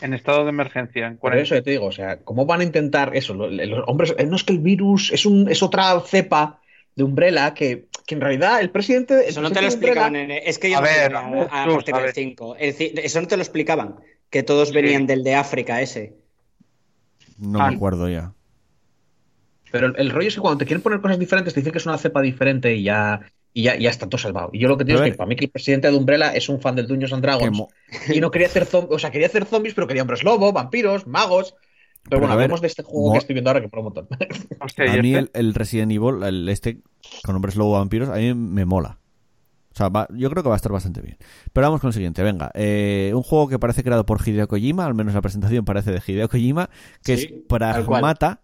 G: en estado de emergencia. En
E: Por eso ya te digo, o sea, ¿cómo van a intentar eso? Lo- Los, hombres, eh, no es que el virus es, un, es otra cepa de Umbrella que, que en realidad el presidente. el
C: Eso no te lo
E: presidente de Umbrella-
C: explicaban. en- eh, Es que yo
G: A
C: no
G: ver,
C: llegué
G: a ver,
C: a, a
G: tú,
C: partir
G: a
C: del
G: ver.
C: 5. El ci- Eso no te lo explicaban. Que todos venían del de África ese.
A: No
G: Ah.
A: me acuerdo ya.
E: Pero el, el rollo es que cuando te quieren poner cosas diferentes, te dicen que es una cepa diferente y ya, y ya, ya está todo salvado. Y yo lo que te digo
A: A
E: es
A: ver.
E: que para mí que el presidente de Umbrella es un fan del Dungeons and
C: Ah,
A: Que
E: Dragons.
A: mo-
E: Y no quería hacer zombies, o sea, quería hacer zombies, pero quería hombres lobo, vampiros, magos. Pero,
A: Pero
E: bueno,
A: a ver,
E: hablemos de este juego
A: mo-
E: que estoy viendo ahora que por un montón.
G: Hostia,
A: a
G: y
A: mí
G: este-
A: el, el Resident Evil, el este con hombres lobo vampiros, a mí me mola. O sea, va- yo creo que va a estar bastante bien. Pero vamos con el siguiente, venga. Eh, un juego que parece creado por Hideo Kojima, al menos la presentación parece de Hideo Kojima, que
C: Sí,
A: es
C: tal cual.
A: Pragmata.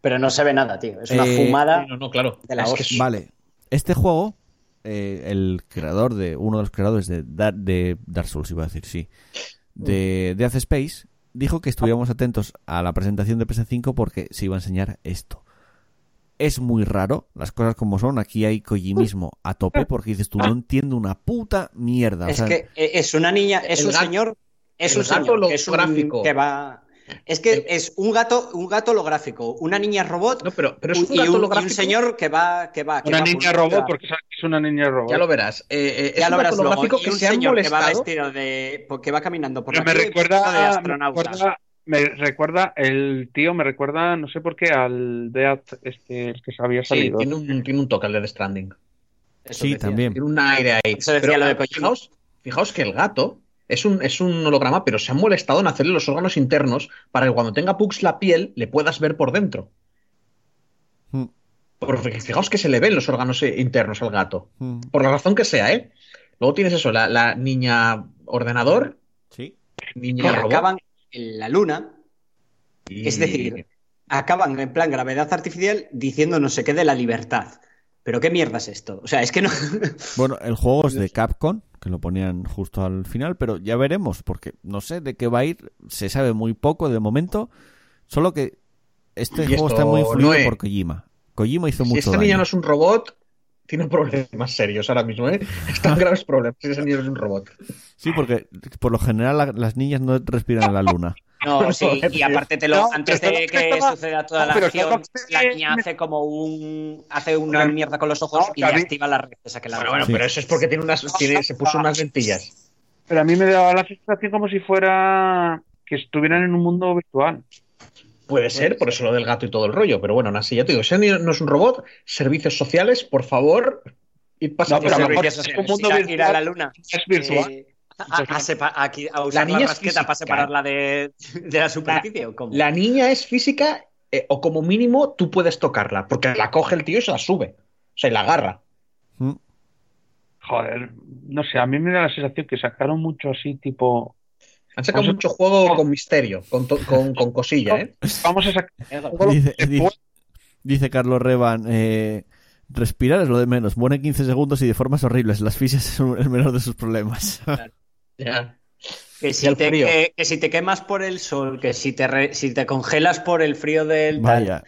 C: Pero no se ve nada, tío. Es una
A: Eh,
C: fumada.
E: no, no, claro.
C: De la
E: Es que
C: hostia.
E: es-
A: Vale. Este juego, eh, el creador de. Uno de los creadores de, Dar- de Dark Souls, iba a decir, sí.
C: Mm.
A: De Death Space, dijo que estuviéramos atentos a la presentación de PS5 porque se iba a enseñar esto. Es muy raro, las cosas como son. Aquí hay Kojimismo a tope porque dices tú no entiendo una puta mierda. O
C: Ah. Es
A: sea,
C: que eh, es una niña, es
E: El
C: un
E: gato-
C: señor, es
E: el
C: un
E: gato
C: señor que es un
E: holográfico. Eh,
C: que va. Es que es un gato, un gato holográfico, una niña robot
E: No, pero, pero es
C: y
E: un
C: un-
E: gato
C: y un,
E: holográfico.
C: señor que va, que va. que
G: Una
C: va
G: niña
C: por una-
G: robot, porque sabes que es una niña robot.
E: Ya lo verás. Eh, eh, es
C: Ya
E: un
C: lo verás
E: gato
C: luego.
E: holográfico
C: Y
E: que
C: un
E: se han
C: señor que va
E: molestado.
C: vestido de, porque va caminando por
G: Pero
C: la
G: me
C: calle
G: recuerda,
C: vestido de
G: me
C: astronauta.
G: recuerda, me recuerda el tío, me recuerda, no sé por qué, al Death, este, el que se había
E: Sí,
G: salido.
E: tiene un, tiene un toque al de Stranding.
C: Eso
A: sí,
C: decía.
A: también.
E: Tiene un aire ahí.
C: Eso decía
E: Pero,
C: lo de
E: ah,
C: Kojima.
E: fijaos, fijaos que el gato es un, es un holograma, pero se han molestado en hacerle los órganos internos para que cuando tenga Pux la piel le puedas ver por dentro.
A: Mm,
E: Porque fijaos que se le ven los órganos eh, internos al gato.
A: mm,
E: Por la razón que sea, ¿eh? Luego tienes eso, la, la niña ordenador,
A: sí.
E: niña
C: Que
E: robot.
C: acaban en la luna,
E: y-
C: es decir, acaban en plan gravedad artificial diciendo no sé qué de la libertad. Pero qué mierda es esto. O sea, es que no.
A: Bueno, el juego es de Capcom, que lo ponían justo al final, pero ya veremos, porque no sé de qué va a ir, se sabe muy poco de momento, solo que este
E: Y
A: juego
E: esto
A: está muy influido
E: no es-
A: por Kojima. Kojima hizo
E: si
A: mucho
E: esta niña
A: daño.
E: no es un robot, tiene problemas serios ahora mismo, ¿eh? Están graves problemas si esa niña no es un robot.
A: Sí, porque por lo general la- las niñas no respiran en la luna.
C: No, sí, y aparte te lo,
G: No,
C: antes
G: pero
C: de
G: estaba-
C: que
G: estaba-
C: suceda toda
G: no,
C: la
G: pero
C: acción,
G: estaba-
C: la niña hace como un hace una
G: Claro.
C: mierda con los ojos
G: No,
C: y
G: que a
C: le
G: mí-
C: activa la red esa que la
E: Bueno, bueno,
A: Sí.
E: pero eso es porque tiene unas, tiene- se puso unas lentillas.
G: Pero a mí me daba la sensación como si fuera que estuvieran en un mundo virtual.
E: Puede ser, por eso lo del gato y todo el rollo, pero bueno, aún así ya te digo, si no es un robot, servicios sociales, por favor, ir pasando.
G: pero a lo mejor
C: Servicios
G: es un
C: sociales,
G: mundo
C: ir a-
G: virtual.
C: ir a la luna.
G: Es virtual.
C: eh, a, a- a sepa- a qui- a usar la,
E: niña es
C: rasqueta
E: física.
C: para separarla de, de la superficie. ¿o cómo?
E: La niña es física, eh, o como mínimo tú puedes tocarla, porque la coge el tío y se la sube, o sea, y la agarra.
A: Mm.
G: Joder, no sé, a mí me da la sensación que sacaron mucho así, tipo,
E: Han sacado
G: Pues-
E: mucho juego con misterio, con, to- con, con cosilla, ¿eh?
G: vamos a sacar todo lo que
A: Dice,
G: se
A: dice-
G: pueda.
A: dice Carlos Revan, eh, respirar es lo de menos, mueren 15 segundos y de formas horribles, las fisias es un- el menor de sus problemas.
C: que,
E: y
C: si
E: el
C: te,
E: frío.
C: que- que si te quemas por el sol, que si te, re- si te congelas por el frío del... tal.
A: Vaya,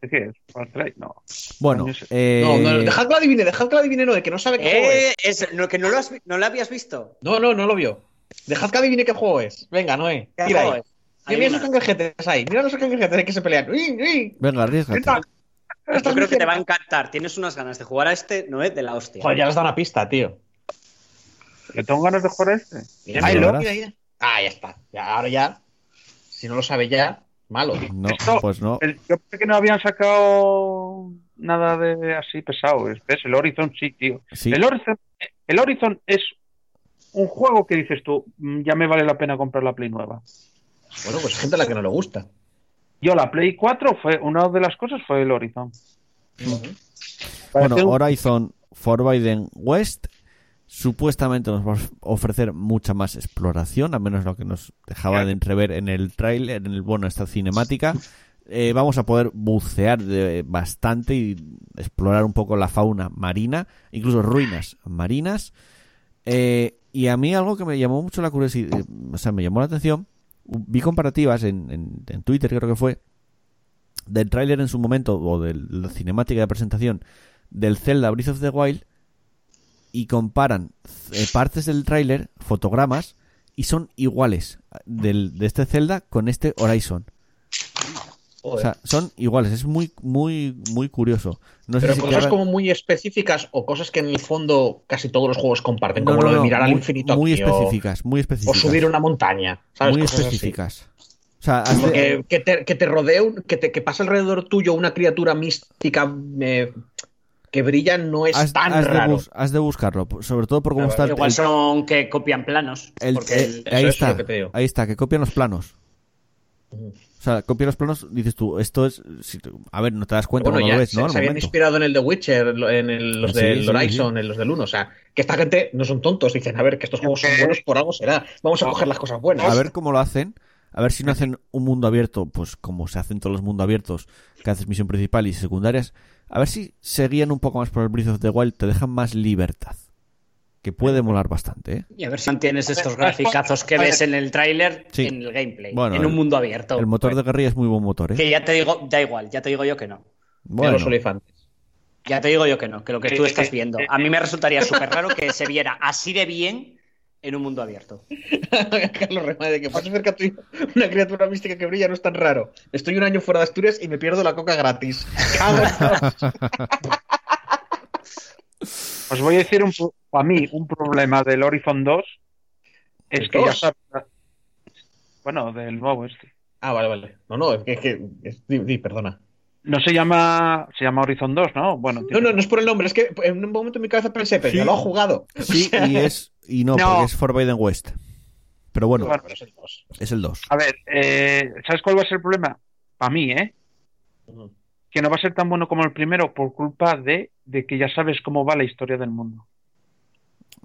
G: ¿Qué es? ¿Far Cry? No.
A: Bueno,
G: Coño, ese-
A: eh,
E: No, no, dejad que lo adivine, dejad que lo adivine, no, de que no sabe qué juego es.
C: Eh, es, no, que no lo, has vi- no lo habías visto.
E: No, no, no lo vio. Dejad que adivine qué juego es. Venga, Noé.
C: ¿Qué
E: Tira
C: juego
E: ahí.
C: es?
E: Mira, mira
C: Adivina.
E: esos cangrejetes ahí. Mira los cangrejetes ahí que se pelean. ¡Uy, uy!
A: venga, arriesgate.
E: Estás
C: Yo creo que te
E: diciendo-
C: va a encantar. Tienes unas ganas de jugar a este, no es de la hostia.
E: Joder, ya les da una pista, tío.
G: Yo tengo ganas de jugar a este.
E: Mira,
A: Ahí
E: mira,
A: lo
E: mira, mira. Ah, ya está. Ya, ahora ya. Si no lo sabe ya, malo.
A: No,
G: Esto-
A: pues no.
G: El- yo pensé que no habían sacado nada de así pesado. Este es el Horizon, sí, tío.
A: Sí,
G: El, Horizon, el Horizon es un juego que dices tú, "Mm, ya me vale la pena comprar la Play nueva.
E: Bueno, pues hay gente a la que no le gusta.
G: Yo la Play 4 fue una de las cosas fue el Horizon.
A: bueno,
G: Parece un-
A: Horizon Forbidden West supuestamente nos va a ofrecer mucha más exploración, a menos lo que nos dejaba de entrever en el trailer, en el bueno, esta cinemática. Eh, vamos a poder bucear de- bastante y explorar un poco la fauna marina, incluso ruinas marinas. Eh, y a mí algo que me llamó mucho la curiosidad, eh, o sea, me llamó la atención, vi comparativas en, en- en Twitter, creo que fue, del tráiler en su momento, o de la cinemática de presentación, del Zelda Breath of the Wild, y comparan eh, partes del tráiler, fotogramas, y son iguales ah, del, de este Zelda con este Horizon. O sea, son iguales, es muy, muy, muy curioso. No sé
E: Pero
A: si
E: cosas
A: querrán-
E: como muy específicas o cosas que en el fondo casi todos los juegos comparten,
A: No,
E: como
A: no,
E: lo de
A: no,
E: mirar al
A: muy-
E: infinito
A: Muy
E: aquí, o-
A: específicas, muy
E: o,
A: específicas.
E: subir una montaña. ¿sabes?
A: muy
E: Cosas así.
A: específicas. O sea, has de-
E: Porque que te, que te rodee, un- que, te, que pase alrededor tuyo una criatura mística eh, que brilla no es
A: has,
E: tan
A: has de
E: raro.
A: bus- has de buscarlo, por- sobre todo por cómo está el-
C: Igual
A: el-
C: son que copian planos.
A: el-
C: porque
A: eh,
C: el-
E: eso
A: ahí
E: es
A: está,
E: lo que te digo.
A: ahí está, que copian los planos.
E: Ujú.
A: O sea, copian los planos, dices tú, esto es, si tú- a ver, no te das cuenta
E: Bueno,
A: cuando
E: ya
A: lo ves,
E: se,
A: ¿no? Al
E: se habían
A: momento.
E: inspirado en el de Witcher, lo- en el- los
A: Sí,
E: del
A: sí,
E: Horizon, en los del 1. O sea, que esta gente no son tontos. Dicen, a ver, que estos juegos son buenos por algo será. Vamos
C: Oh.
E: a coger las cosas buenas.
A: A ver cómo lo hacen. A ver si no hacen un mundo abierto, pues como se hacen todos los mundos abiertos, que haces misión principal y secundarias. A ver si se guían un poco más por el Breath of the Wild, te dejan más libertad. Que puede molar bastante, ¿eh?
C: Y a ver si mantienes estos graficazos que ves en el tráiler
A: Sí.
C: en el gameplay,
A: Bueno,
C: en un
A: el-
C: mundo abierto.
A: El motor de guerrilla es muy buen motor, ¿eh?
C: Que ya te digo, da igual, ya te digo yo que no.
E: Mira
A: Bueno,
E: los olifantes.
C: Ya te digo yo que no, que lo que tú
G: Eh,
C: estás
G: eh,
C: viendo.
G: eh,
C: A mí me resultaría súper raro que se viera así de bien en un mundo abierto.
E: Carlos Remade, que pase cerca tuyo una criatura mística que brilla no es tan raro. Estoy un año fuera de Asturias y me pierdo la coca gratis. Cago en todo.
G: Os voy a decir un, pro- a mí un problema del Horizon 2 es
E: ¿El
G: que ya
E: 2?
G: sabes. Bueno, del nuevo este.
E: ah, vale, vale. No, no, es que... es que es- di- di, perdona.
G: No se llama se llama Horizon 2, ¿no? Bueno,
E: No,
G: tiene-
E: no, no es por el nombre. Es que en un momento en mi cabeza pensé, pero
A: Sí.
E: ya lo ha jugado.
A: sí, y es. Y no,
G: No.
A: porque es Forbidden West. Pero bueno,
G: Bueno.
E: pero es el dos.
A: es el 2.
G: A ver, eh, ¿sabes cuál va a ser el problema? Para mí, ¿eh?
E: Ujú.
G: Que no va a ser tan bueno como el primero por culpa de, de que ya sabes cómo va la historia del mundo.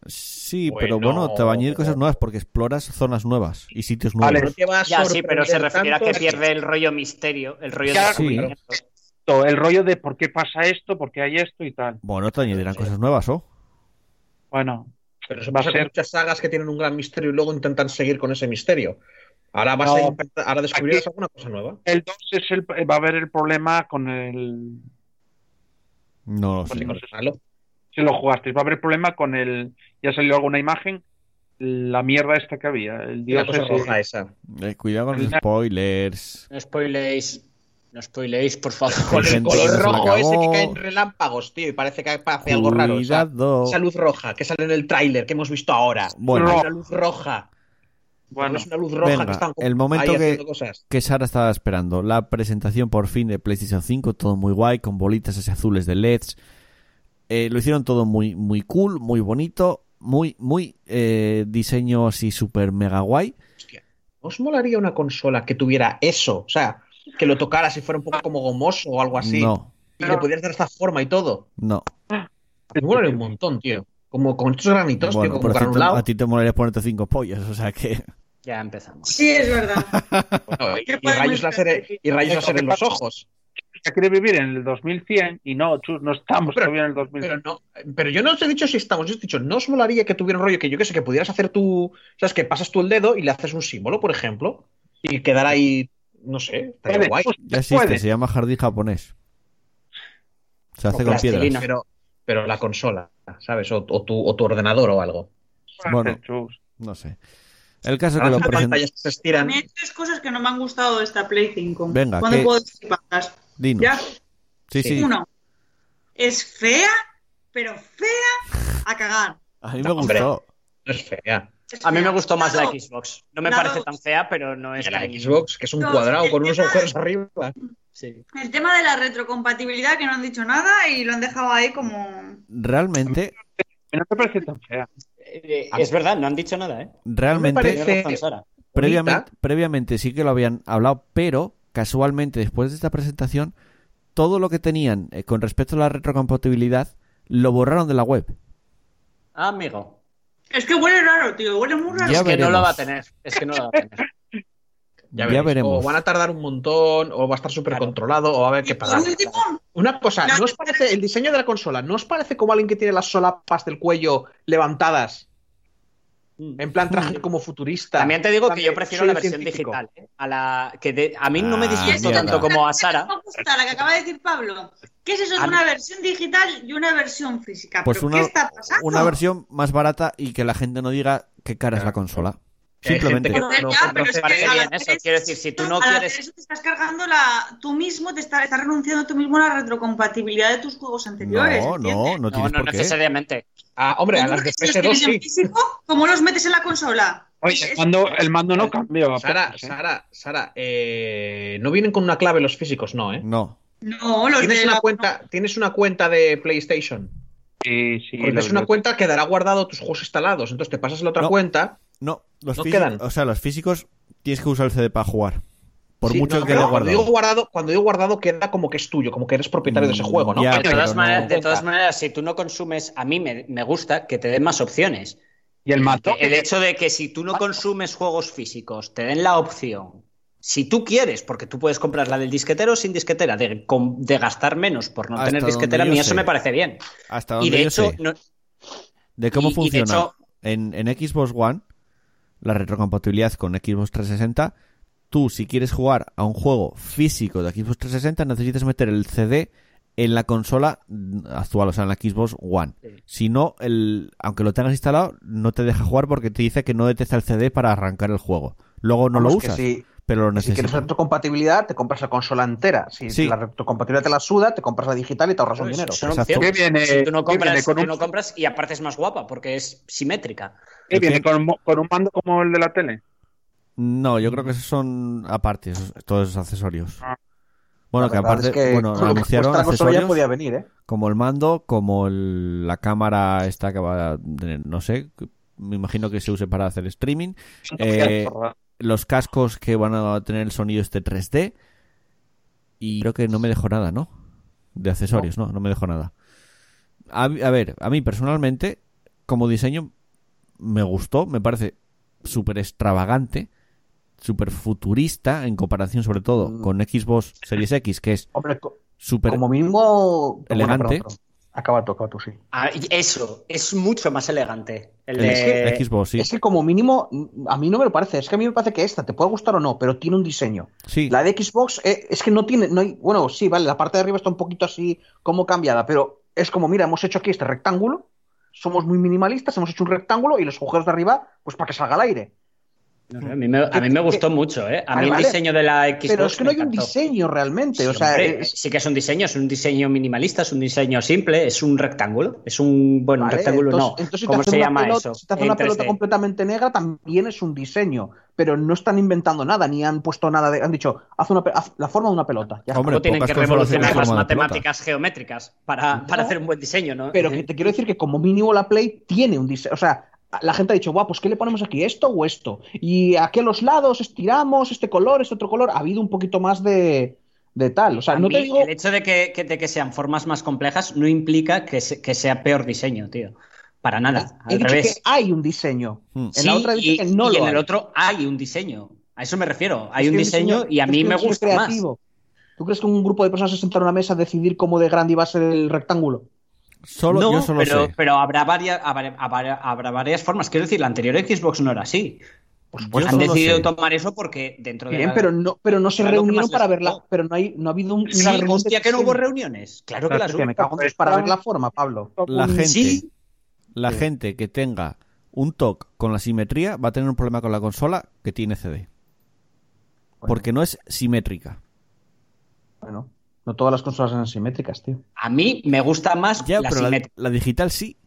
A: Sí,
E: Bueno,
A: pero bueno, te va a añadir
E: pero-
A: cosas nuevas porque exploras zonas nuevas y sitios nuevos.
G: Vale.
E: No te va a
C: Ya sí, pero se
E: sorprender
C: referirá a
E: tanto
C: que pierde el rollo misterio, el rollo
G: Ya,
C: de
A: sí.
G: To- El rollo de por qué pasa esto, por qué hay esto y tal.
A: Bueno, te añadirán cosas nuevas, oh. ¿o?
G: Bueno,
E: Pero eso
G: va a
E: pasa con
G: ser.
E: muchas sagas que tienen un gran misterio y luego intentan seguir con ese misterio. Ahora vas
G: No,
E: a intentar- ahora descubrirás
G: aquí-
E: alguna cosa nueva.
G: El 2 es el, va a haber el problema con el.
A: No lo sé.
G: Sí.
E: No es malo.
G: Si lo jugasteis, va a haber problema con el. Ya salió alguna imagen. La mierda esta que había. El
E: La
G: dios
E: cosa
G: ese.
E: roja esa.
A: Eh, cuidado con los spoilers.
C: No spoiléis, no spoiléis, por favor.
E: Con el
A: gente
E: color
A: que se la
E: rojo ese que
A: acabó.
E: caen relámpagos, tío, y parece que hace algo raro. o sea,
A: Cuidado.
E: esa luz roja que sale en el tráiler que hemos visto ahora.
A: Bueno,
E: Hay
G: No.
E: una luz roja.
G: Bueno,
E: No es una luz roja
A: venga,
E: que están
A: el momento
E: ahí
A: que-
E: haciendo cosas.
A: que Sara estaba esperando. La presentación por fin de PlayStation 5, todo muy guay, con bolitas así azules de LEDs. Eh, lo hicieron todo muy, muy cool, muy bonito, muy, muy eh, diseño así super mega guay.
E: ¿Os molaría una consola que tuviera eso? O sea, que lo tocara si fuera un poco como gomoso o algo así.
A: No,
E: Y le pudieras dar esta forma y todo.
A: no.
E: Me molaría un montón, tío. Como con estos granitos,
A: Bueno, pero
E: tío, como
A: a ti te-
E: granulado.
A: a ti te molaría ponerte cinco pollos, o sea que.
C: Ya empezamos.
D: Sí, es verdad.
E: Bueno, y,
D: ¿Qué
E: y
D: podemos
E: rayos láser,
D: hacer?
E: y rayos
G: Lo
E: láser
G: que
E: en los
G: pasa-
E: ojos.
G: ya quiere vivir en el 2100 y no, chus, no estamos
E: Pero-
G: todavía en el 2100.
E: Pero no, pero yo no os he dicho si estamos, yo os he dicho, no os molaría que tuviera un rollo que yo que sé, que pudieras hacer tú, sabes, que pasas tú el dedo y le haces un símbolo, por ejemplo, y quedar ahí, no sé, estaría
G: Puede,
E: guay.
G: chus,
A: Ya existe,
G: puede.
A: se llama jardín japonés. Se hace
C: Con
A: con
C: plastilina.
A: piedras.
C: Pero-
B: Pero, pero la consola, ¿sabes? O, o tu, o tu ordenador o algo.
A: Bueno.
G: Hacer chus.
A: No sé. El caso es que
B: Ahora
A: lo
B: las
A: presenta.
B: pantallas se
D: A
B: estiran.
D: mí hay tres cosas que no me han gustado de esta Play 5.
A: Venga,
D: ¿Cuándo
A: ¿qué?
D: puedo disiparlas?
A: Dinos.
D: Ya,
A: Sí, sí.
D: uno. Es fea, pero fea a cagar.
A: A mí me
B: No, hombre.
A: gustó.
B: No es fea.
D: Es
C: A mí me
D: fea.
C: gustó más la
D: dos.
C: Xbox. No me
D: La
C: parece
D: dos.
C: tan fea, pero no es
B: Y la
C: tan-
B: Xbox, que es un
D: No,
B: cuadrado
D: es
B: con
D: que
B: unos
D: no.
B: agujeros arriba.
C: Sí.
D: El tema de la retrocompatibilidad, que no han dicho nada y lo han dejado ahí como...
A: Realmente,
G: No me parece tan fea.
C: Eh, es verdad, no han dicho nada, ¿eh?
A: realmente.
B: parece- Sí.
C: Tienes razón, Sara.
A: Previamente, previamente sí que lo habían hablado, pero casualmente después de esta presentación, todo lo que tenían eh, con respecto a la retrocompatibilidad lo borraron de la web.
C: Ah, amigo.
D: Es que huele raro, tío, huele muy raro.
A: Ya
C: es que no la
A: veremos.
C: va a tener. Es que no la va a tener.
A: Ya,
B: veréis.
A: veremos.
E: Oh,
B: O van a tardar un montón, o va a estar súper controlado, o va a haber
D: Y
B: que
D: por
B: pagar.
D: último,
E: Una cosa,
D: No,
E: ¿no os parece el diseño de la consola? ¿No os parece como alguien que tiene las solapas del cuello levantadas?
D: Mm.
E: En plan
A: Mm.
E: traje como futurista.
C: También te digo que yo
E: También
C: prefiero
E: soy
C: la
E: un
C: versión
E: científico.
C: digital. ¿eh? A, la, que de- a mí no me
A: Ah,
C: disgusto
A: mierda.
C: tanto como a Sara.
D: me gusta la que acaba de decir Pablo. ¿Qué es eso
C: A
D: de
C: mí-
D: una versión digital y una versión física?
A: Pues
D: ¿Pero
A: una,
D: ¿Qué está pasando?
A: una versión más barata y que la gente no diga qué cara es la consola.
B: Que hay
C: Eh,
A: Simplemente.
B: gente
D: Joder,
B: no
D: ya, pero
B: compra-
D: es que
C: parece
D: a
C: bien
D: las
C: eso.
D: tres-
C: Quiero decir, si tú no
D: a las
C: quieres-
D: tres te estás cargando la... Tú mismo te estás, estás renunciando tú mismo a la retrocompatibilidad de tus juegos anteriores.
A: No, no,
D: ¿entiendes?
A: no
C: No,
A: tienes
C: no
A: por qué.
C: necesariamente.
B: Ah, hombre, a las de
D: Porque si los
B: PS2
D: tienes en
B: sí.
D: físico, ¿Cómo los metes en la consola?
G: Oye, el mando, el mando no cambió. pues,
B: Sara, Sara, Sara, eh, no vienen con una clave los físicos, no, ¿eh?
A: No.
D: No, los
B: Tienes
D: de
B: una
D: la
B: cuenta, tienes una cuenta de PlayStation.
G: Sí, sí.
B: Porque
G: lo-
B: es una
G: lo-
B: cuenta que dará guardado tus juegos instalados. Entonces te pasas la otra
A: No.
B: cuenta.
A: No, los
B: No
A: físicos,
B: quedan.
A: o sea, los físicos tienes que usar el CD para jugar. Por
B: Sí,
A: mucho
B: no,
A: que
B: no,
A: lo
B: Cuando digo
A: guardado.
B: guardado, cuando digo guardado queda como que es tuyo, como que eres propietario de ese
A: Mm,
B: juego, ¿no?
A: ya,
C: de, todas
A: pero
C: maneras,
A: no-
C: de todas maneras, si tú no consumes, a mí me, me gusta que te den más opciones.
G: Y el mando.
C: Eh, El hecho de que si tú no consumes juegos físicos, te den la opción, si tú quieres, porque tú puedes comprar la del disquetero sin disquetera, de, com- de gastar menos por no
A: Hasta
C: tener disquetera, a
A: donde
C: mí
A: yo
C: eso
A: sé.
C: me parece bien.
A: Hasta
C: Y
A: donde
C: de
A: yo
C: hecho,
A: sé.
C: no-
A: de cómo
C: y- y de
A: funciona
C: hecho-
A: en, en Xbox One la retrocompatibilidad con Xbox 360. Tú, si quieres jugar a un juego físico de Xbox 360, necesitas meter el CD en la consola mm, actual, o sea, en la Xbox One.
C: Sí.
A: Si no, el, aunque lo tengas instalado, no te deja jugar porque te dice que no detecta el CD para arrancar el juego. Luego no
E: Vamos,
A: lo
E: que
A: usas,
E: si-
A: pero lo
E: Si quieres
A: necesitas.
E: retrocompatibilidad, te compras la consola entera. Si
A: Sí.
E: la retrocompatibilidad te la suda, te compras la digital y te ahorras un dinero.
C: pues, son
A: exacto.
C: opciones.
G: ¿Qué viene-
C: si tú no
G: qué viene
C: compras,
G: con
C: tú
G: un-
C: no compras y aparte es más guapa porque es simétrica.
G: ¿Qué viene con, un mo- con un mando como el de la tele?
A: No,
E: Mm.
A: yo creo que esos son aparte, esos- todos esos accesorios.
G: Ah.
A: Bueno,
E: La
A: que
E: verdad
A: aparte,
E: es que
A: bueno,
E: con lo que
A: anunciaron
E: cuesta la consola
A: accesorios.
E: ya podía venir, ¿eh?
A: como el mando, como el- la cámara esta que va a tener, no sé, que me imagino que se use para hacer streaming, Eh, los cascos que van a tener el sonido este 3D y creo que no me dejó nada, ¿no? De accesorios, no, no, me dejó nada. A, a ver, a mí personalmente, como diseño, me gustó, me parece súper extravagante, súper futurista en comparación sobre todo
E: Mm.
A: con Xbox Series X, que es
E: Hombre, co-
A: súper...
E: como mínimo.
A: Elegante.
E: Bueno, perdón, perdón. acaba tú, acaba tú, sí.
C: Ah, y eso, es mucho más elegante. El
A: el
C: de...
A: Xbox, sí.
E: Es que como mínimo, a mí no me lo parece. Es que a mí me parece que esta te puede gustar o no, pero tiene un diseño.
A: Sí.
E: La de Xbox eh, es que no tiene, no hay, bueno, sí, vale, la parte de arriba está un poquito así como cambiada, pero es como, mira, hemos hecho aquí este rectángulo, somos muy minimalistas, hemos hecho un rectángulo y los agujeros de arriba, pues para que salga el aire.
C: No sé, a, mí me, a mí me gustó mucho, ¿eh? A mí el
E: Vale,
C: diseño de la Xbox
E: pero es que no
C: me
E: hay un
C: encantó.
E: diseño realmente, o
C: Sí,
E: sea,
C: hombre,
E: es-
C: sí que es un diseño, es un diseño minimalista, es un diseño simple, es un rectángulo, es un, bueno, un
E: vale,
C: rectángulo
E: entonces-
C: no,
E: entonces si te
C: ¿cómo
E: hace
C: se
E: una
C: llama
E: pelota-
C: eso?
E: Si te hace una
C: En 3D.
E: pelota completamente negra también es un diseño, pero no están inventando nada, ni han puesto nada de, han dicho, haz, una, pe- haz la forma de una pelota. ya está.
A: Hombre,
C: Tampoco tienen
A: pocas
C: que
A: consolas tienen
C: revolucionar las
A: forma de pelota.
C: matemáticas geométricas para, para
E: No.
C: hacer un buen diseño, ¿no? Eh,
E: Pero que te quiero decir que como mínimo la Play tiene un diseño. O sea, la gente ha dicho, guau, pues ¿qué le ponemos aquí? ¿Esto o esto? Y aquí a los lados estiramos este color, este otro color. Ha habido un poquito más de, de tal. O sea,
C: A
E: no
C: mí,
E: te digo...
C: El hecho de que, que- de que sean formas más complejas no implica que, se- que sea peor diseño, tío. Para nada.
E: He
C: Al
E: dicho que
C: revés.
E: hay un diseño.
A: Mm.
E: En la
C: Sí,
E: otra dice
C: y,
E: que no
C: y
E: lo
C: en el
E: hay.
C: otro hay un diseño. A eso me refiero. Hay
E: Es
C: un
E: que
C: diseño y a
E: es
C: mí
E: que
C: me
E: es un
C: gusta más.
E: creativo. ¿Tú crees que un grupo de personas se sentaron a una mesa a decidir cómo de grande iba a ser el rectángulo?
A: Solo,
C: no,
A: yo solo
C: pero,
A: sé.
C: pero habrá, varias, habrá, habrá- habrá varias formas. Quiero decir, la anterior Xbox no era así.
A: Yo no lo
C: Han decidido
A: sé.
C: tomar eso porque dentro de
E: Bien,
C: la-
E: pero no, pero no se
C: Era lo que
E: reunieron
C: más
E: para
C: les
E: verla.
C: gustó.
E: Pero no, hay, no ha habido un, una
C: Sí,
E: reunión
C: hostia, que no hubo
E: de-
C: reuniones. Claro que las
G: Claro que
C: hubo.
G: me
E: Cago en Dios, para ver la forma, Pablo.
A: La gente,
C: Sí.
A: la
E: Sí.
A: gente que tenga un TOC con la simetría va a tener un problema con la consola que tiene CD. Porque no es simétrica.
E: Bueno, no todas las consolas eran simétricas, tío.
C: A mí me gusta más
A: Ya,
C: la
A: pero la,
C: simétrica.
A: la digital sí.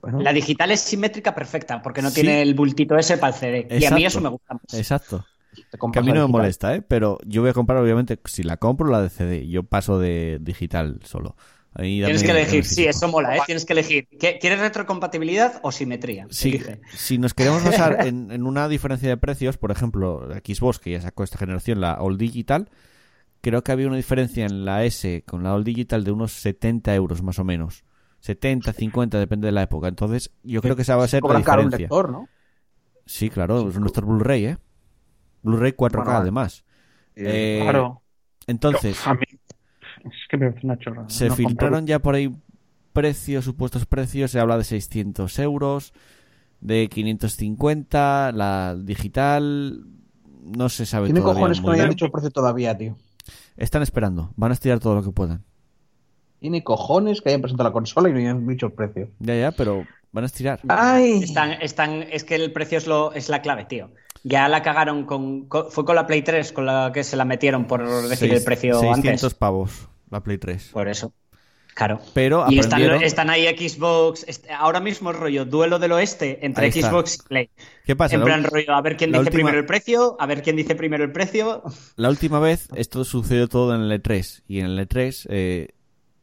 E: Bueno,
C: La, digital es simétrica perfecta porque no
A: Sí.
C: tiene el bultito ese para el CD. Y a mí
A: Exacto.
C: eso me gusta más.
A: Exacto.
E: te
A: Que a
E: compras
A: mí
E: la
A: no me
E: digital.
A: molesta, ¿eh? Pero yo voy a comprar, obviamente, si la compro, la de CD. Yo paso de digital solo. A mí
C: Tienes que
A: dame
C: elegir, sí,
A: analítico.
C: eso mola, ¿eh? Tienes que elegir. ¿Qué- ¿Quieres retrocompatibilidad o simetría?
A: Sí,
C: Elige.
A: si nos queremos basar en, en una diferencia de precios, por ejemplo, la Xbox, que ya sacó esta generación, la All Digital, creo que había una diferencia en la S con la All Digital de unos 70 euros más o menos. 70, 50, depende de la época. Entonces, yo creo que esa va a ser la
E: Cobran caro un
A: diferencia.
E: lector, ¿no?
A: Sí, claro, es nuestro Blu-ray, ¿eh? Blu-ray 4K,
E: Bueno, vale.
A: además. Eh,
G: Claro.
A: Entonces,
G: A mí- Es que me parece una chorrada.
A: se
G: No
A: filtraron ya por ahí precios, supuestos precios. Se habla de 600 euros, de 550, la digital. No se sabe
E: Tiene
A: todavía
E: cojones que
A: muy
E: no hayan
A: bien.
E: dicho el precio todavía, tío.
A: Están esperando, van a estudiar todo lo que puedan.
E: Tiene cojones que hayan presentado la consola y no hayan dicho el precio.
A: Ya, ya, pero van a estirar.
E: Ay,
C: Están, están, es que el precio es, lo, es la clave, tío. Ya la cagaron con, con- Fue con la Play 3 con la que se la metieron por decir
A: Seis-
C: el precio
A: 600
C: antes.
A: pavos la Play 3.
C: Por eso. Claro.
A: Pero
C: y están,
A: aprendieron-
C: están ahí Xbox. est- ahora mismo el rollo, duelo del oeste
A: Ahí
C: entre
A: está.
C: Xbox y Play.
A: ¿Qué pasa?
C: en
A: La
C: plan
A: ul-
C: rollo, a ver quién
A: la
C: dice
A: última-
C: primero el precio, a ver quién dice primero el precio.
A: La última vez esto sucedió todo en el E3 y en el E3 eh,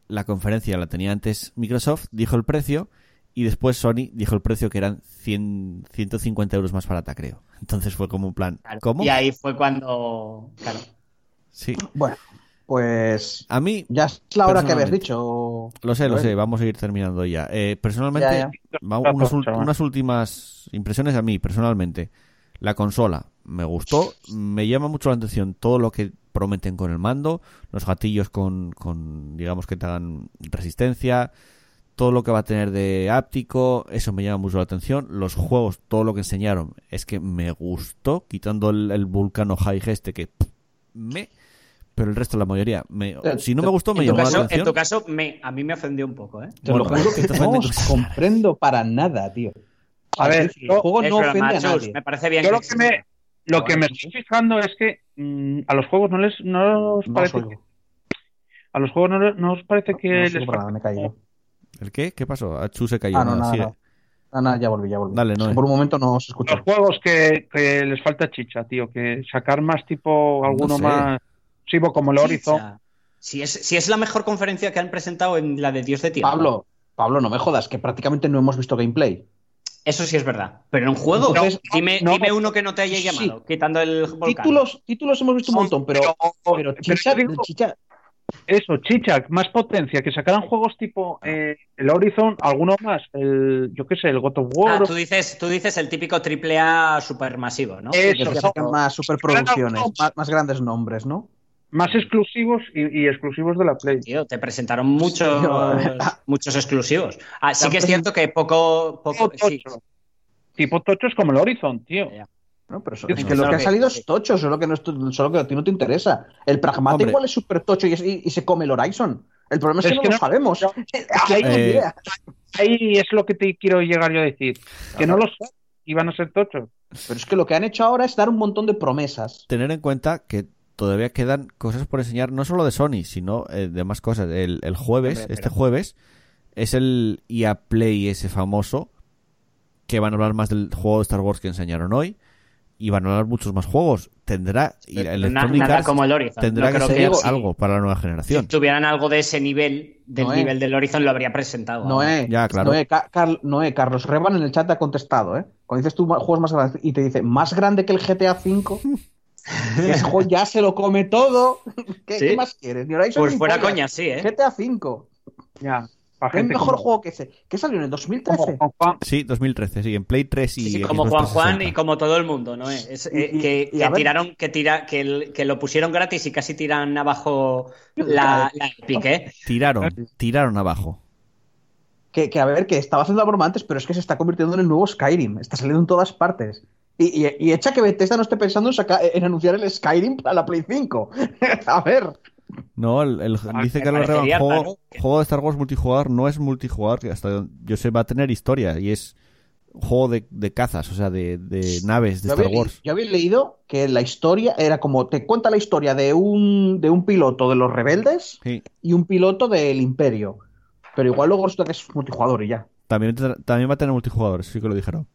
A: la conferencia la tenía antes Microsoft, dijo el precio y después Sony dijo el precio que eran 100, 150 euros más barata, creo. Entonces fue como un plan,
C: Claro.
A: ¿cómo?
C: Y ahí fue cuando. Claro.
A: Sí.
E: bueno, pues
A: A mí,
E: ya es la hora que habías
A: Personalmente.
E: dicho.
A: lo sé, lo
E: Joel.
A: sé, vamos a ir terminando ya. Eh, personalmente,
E: Ya, ya.
A: va- unas, ul- unas últimas impresiones a mí, personalmente. La consola me gustó, me llama mucho la atención todo lo que prometen con el mando, los gatillos con, con, digamos, que te hagan resistencia, todo lo que va a tener de áptico, eso me llama mucho la atención. Los juegos, todo lo que enseñaron, es que me gustó, quitando el, el Vulcano High este que pff, me... Pero el resto, la mayoría, me-
E: Te-
A: si no me
E: te-
A: gustó, me
C: Eh, en, tu
A: llamó la
C: caso, en
A: atención.
C: tu caso, me, a mí me ofendió un poco, ¿eh?
E: Te
A: Bueno,
E: lo juro
A: es
E: que
A: que te
E: no
A: ofenden
E: os
A: cosas
E: comprendo para nada, tío.
G: A ver, eh,
E: el juego
C: Es
E: no
C: broma,
E: ofende a
C: Chus,
E: nadie.
C: Me parece bien.
G: Yo lo que
C: exista.
G: me, lo que
C: Bueno,
G: me
C: sí.
G: estoy fijando es que mm, a los juegos no les no os
E: No os
G: parece
E: oigo.
G: que, a los juegos no, le- no os parece que
E: No os
G: les
E: oigo para
G: falta
E: nada, me he caído.
A: ¿El qué? ¿Qué pasó? A Chu se cayó.
E: Ah, no,
A: nada,
E: nada,
A: sigue.
E: nada. Ah, nada, ya volví, ya volví.
A: Dale, eh.
E: Es que
A: Noé.
E: por un momento no os escucho.
G: los juegos que, que les falta chicha, tío, que sacar más tipo alguno
A: sé.
G: más sí, bo- como el Horizon.
C: Chicha. Si es, si es la mejor conferencia que han presentado en la de Dios de Tierra.
E: Pablo, Pablo, no me jodas, que prácticamente no hemos visto gameplay.
C: Eso sí es verdad. Pero en juego,
E: Entonces,
C: dime,
G: no.
C: dime uno que no te haya llamado, quitando el volcán.
E: Títulos, títulos hemos visto un montón, pero, pero
G: pero
E: chicha,
G: yo digo-
E: chicha, Ah.
G: Eso, chicha, más potencia, que sacaran juegos tipo eh, el Horizon, alguno más, el yo qué sé, el God of
C: Ah,
G: War.
C: tú dices, tú dices el típico triple A supermasivo, ¿no?
G: Eso,
E: que
G: no.
E: sacan más superproducciones,
G: Claro, no.
E: más, más grandes nombres, ¿no?
G: más exclusivos y, y exclusivos de la Play.
C: Tío, te presentaron muchos,
E: Tío.
C: muchos exclusivos. Ah, sí que es cierto que poco.
G: Tipo
C: poco sí.
G: tocho. Tipo tochos como el Horizon, tío.
C: Ya.
E: No, pero eso-
G: Sí,
E: es
G: sí,
E: que lo
C: claro
E: que ha
C: que-
E: salido
C: sí.
E: es tocho, solo que, no es tu- solo que a ti no te interesa. El pragmata
A: Hombre.
E: igual es súper tocho y, es- y- y se come el Horizon. El problema es que
G: Es
E: no
G: que
E: lo
G: no-
E: sabemos.
G: no.
E: Es que hay una
A: Eh,
E: idea.
G: Ahí es lo que te quiero llegar yo a decir. Que no lo sé. Y van a ser tochos.
E: Pero es que lo que han hecho ahora es dar un montón de promesas.
A: Tener en cuenta que todavía quedan cosas por enseñar, no solo de Sony, sino eh, de más cosas. El, el jueves,
C: Hombre,
A: este
C: pero-
A: jueves, es el EA Play ese famoso, que van a hablar más del juego de Star Wars que enseñaron hoy, y van a hablar muchos más juegos. Tendrá, y
C: Na-
A: Electronic
C: nada
A: Arts
C: como el Horizon.
A: tendrá
C: No
A: que
C: creo
A: ser
C: sí.
A: algo para la nueva
C: Si
A: generación.
C: tuvieran algo de ese nivel, del
E: No, eh.
C: nivel del Horizon, lo habría presentado.
E: Noé,
A: Ya, claro.
E: Noé, Ca- Carl- Noé, Carlos Reban en el chat te ha contestado, ¿eh? Cuando dices tú ma- juegos más grandes y te dice, más grande que el GTA V, que ese juego ya se lo come todo. ¿Qué,
C: Sí.
E: qué más quieres? Ni Horizon
C: Pues
E: ni
C: fuera
E: pollas.
C: coña, sí, ¿eh?
E: GTA V,
G: Ya. Para
E: el
G: gente
E: mejor
G: como-
E: juego que ese. ¿Qué salió en el 2013?
G: como Juan Juan.
A: Sí, 2013, sí, en Play 3 y
C: Sí, sí, como
A: Xbox
C: Juan Juan
A: 360.
C: y como todo el mundo, ¿no? Eh, es, eh,
E: Y- y-
C: que
E: y
C: que
E: a ver.
C: tiraron, que tira, que, el- que lo pusieron gratis y casi tiran abajo la, la Epic, ¿eh?
A: Tiraron, tiraron abajo.
E: Que, que, a ver, que estaba haciendo la broma antes, pero es que se está convirtiendo en el nuevo Skyrim. Está saliendo en todas partes. Y, y- y echa que Bethesda no esté pensando en, saca- en anunciar el Skyrim para la Play 5. a ver.
A: No, el, el-
C: Ah,
A: dice
C: me
A: Carlos Revan,
C: parecería
A: juego,
C: raro
A: juego de Star Wars multijugador no es multijugador, que hasta donde yo sé va a tener historia y es un juego de, de cazas, o sea, de, de naves de
E: Yo
A: Star
E: había-
A: Wars.
E: Yo había leído que la historia era como te cuenta la historia de un, de un piloto de los rebeldes
A: Sí.
E: y un piloto del imperio. Pero igual luego resulta que es multijugador y ya.
A: También, tra- también va a tener multijugador, eso sí que lo dijeron.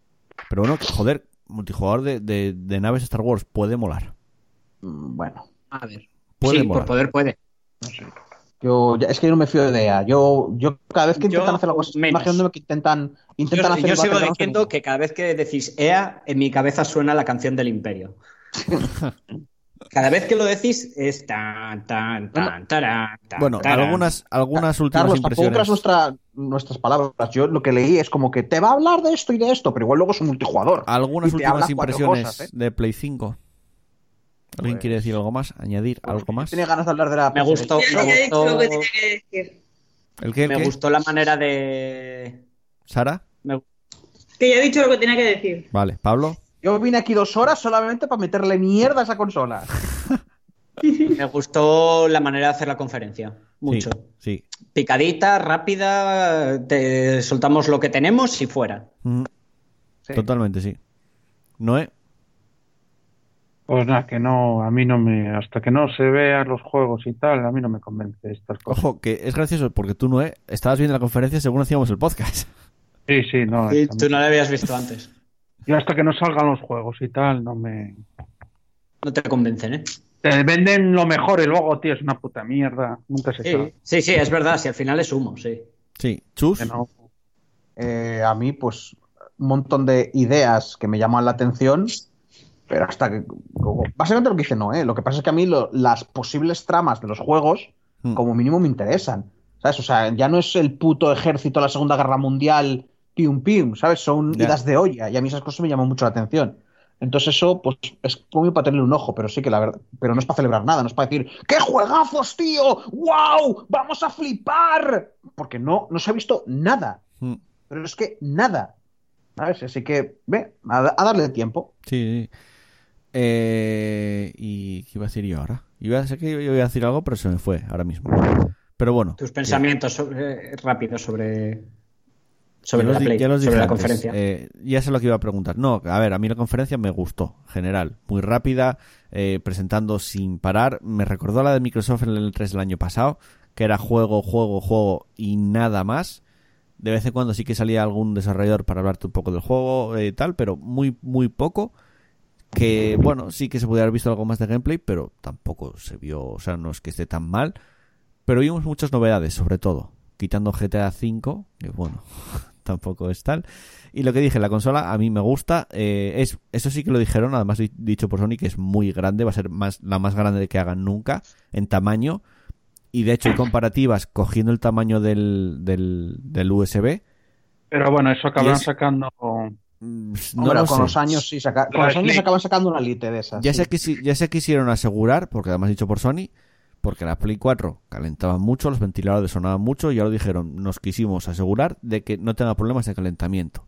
A: Pero bueno, que, joder, multijugador de, de, de naves Star Wars puede molar.
E: Mm, Bueno,
C: A ver.
A: Puede
C: sí,
A: molar.
C: por poder puede.
E: yo ya- es que yo no me fío de EA. Yo, yo cada vez que
C: Yo
E: intentan hacer algo así,
C: menos.
E: imaginándome que intentan,
C: Yo,
E: intentan hacer
C: yo
E: el
C: sigo
E: Battlegrounds
C: diciendo que cada vez que decís EA, en mi cabeza suena la canción del Imperio. cada vez que lo decís es tan, tan, tan, tarán, tan,
A: Bueno,
C: tarán.
A: algunas, algunas últimas
E: Carlos, tampoco
A: impresiones.
E: creas nuestra- nuestras palabras. Yo lo que leí es como que te va a hablar de esto y de esto, pero igual luego es un multijugador.
A: Algunas
E: y te
A: últimas
E: habla cuatro
A: impresiones
E: cosas, ¿eh?
A: de Play 5. ¿Alguien
E: Pues-
A: quiere decir algo más? ¿Añadir algo más?
E: Tiene ganas de hablar de la.
C: Me gustó,
D: Ya he
C: me
D: dicho lo que
C: gustó,
D: tenía que decir.
A: ¿El qué? el
C: me
A: qué?
C: gustó la manera de.
A: ¿Sara?
C: me-
D: Que ya he dicho lo que tenía que decir.
A: Vale. ¿Pablo?
E: Yo vine aquí dos horas solamente para meterle mierda a esa consola.
C: me gustó la manera de hacer la conferencia. Mucho.
A: Sí. sí.
C: Picadita, rápida, te soltamos lo que tenemos y fuera.
A: Mm,
E: Sí.
A: Totalmente, sí. Noé,
G: Pues nada, que no, a mí no me, hasta que no se vean los juegos y tal, a mí no me convence estas cosas.
A: ojo, que es gracioso porque tú, Noé, estabas viendo la conferencia según hacíamos el podcast.
G: Sí, sí,
A: Ah,
G: no.
C: Y
G: es-
C: tú no la habías visto antes.
G: Yo hasta que no salgan los juegos y tal, no me...
C: No te convencen, ¿eh?
G: Te venden lo mejor y luego, tío, es una puta mierda. Nunca se
C: Sí,
G: sabe.
C: sí, sí, es verdad. Si al final es humo, sí.
A: Sí. Chus,
G: Que no.
E: Eh, a mí, pues, un montón de ideas que me llaman la atención, pero hasta que. Básicamente lo que dice no, ¿eh? Lo que pasa es que a mí lo- las posibles tramas de los juegos,
A: Mm.
E: como mínimo, me interesan. ¿Sabes? O sea, ya no es el puto ejército de la Segunda Guerra Mundial, pium pium, ¿sabes? Son
A: Ya.
E: idas de olla y a mí esas cosas me llaman mucho la atención. Entonces, eso, pues, es como para tenerle un ojo, pero sí que la verdad. Pero no es para celebrar nada, no es para decir, ¡qué juegazos, tío! ¡Wow! ¡Vamos a flipar! Porque no, no se ha visto nada
A: Mm,
E: pero es que nada. ¿Sabes? Así que, ve, a, a darle tiempo.
A: sí, sí. Eh, ¿Y qué iba a decir yo ahora? Iba a, sé que yo iba a decir algo, pero se me fue ahora mismo. Pero bueno. eh,
C: Tus
A: ya-
C: pensamientos sobre- eh, rápidos sobre, sobre
A: ya los
C: la
A: di-
C: Play,
A: ya los dije
C: sobre la
A: antes.
C: conferencia.
A: Eh, ya sé lo que iba a preguntar. No, a ver, a mí la conferencia me gustó, en general. Muy rápida, eh, presentando sin parar. Me recordó a la de Microsoft en el 3 del año pasado, que era juego, juego, juego y nada más. De vez en cuando sí que salía algún desarrollador para hablarte un poco del juego y tal, pero muy, muy poco. Que bueno, sí que se podía haber visto algo más de gameplay, pero tampoco se vio, o sea, no es que esté tan mal. Pero vimos muchas novedades, sobre todo, quitando GTA V, que bueno, tampoco es tal. Y lo que dije, la consola a mí me gusta. eh, es, eso sí que lo dijeron, además di- dicho por Sony, que es muy grande, va a ser más, la más grande que hagan nunca en tamaño. Y de hecho hay comparativas cogiendo el tamaño del, del, del USB.
G: Pero bueno, eso acabarán
A: Y es-
G: sacando...
A: Mm, No
E: Hombre,
A: lo
E: con
A: sé.
E: los años sí saca- con
G: Lo
E: los
G: de
E: años
G: Play.
E: acaban sacando una lite de esas.
A: Ya
E: sí.
A: se, quisi- ya se quisieron asegurar, porque además dicho por Sony, porque la Play 4 calentaba mucho, los ventiladores sonaban mucho, y ya lo dijeron, nos quisimos asegurar de que no tenga problemas de calentamiento.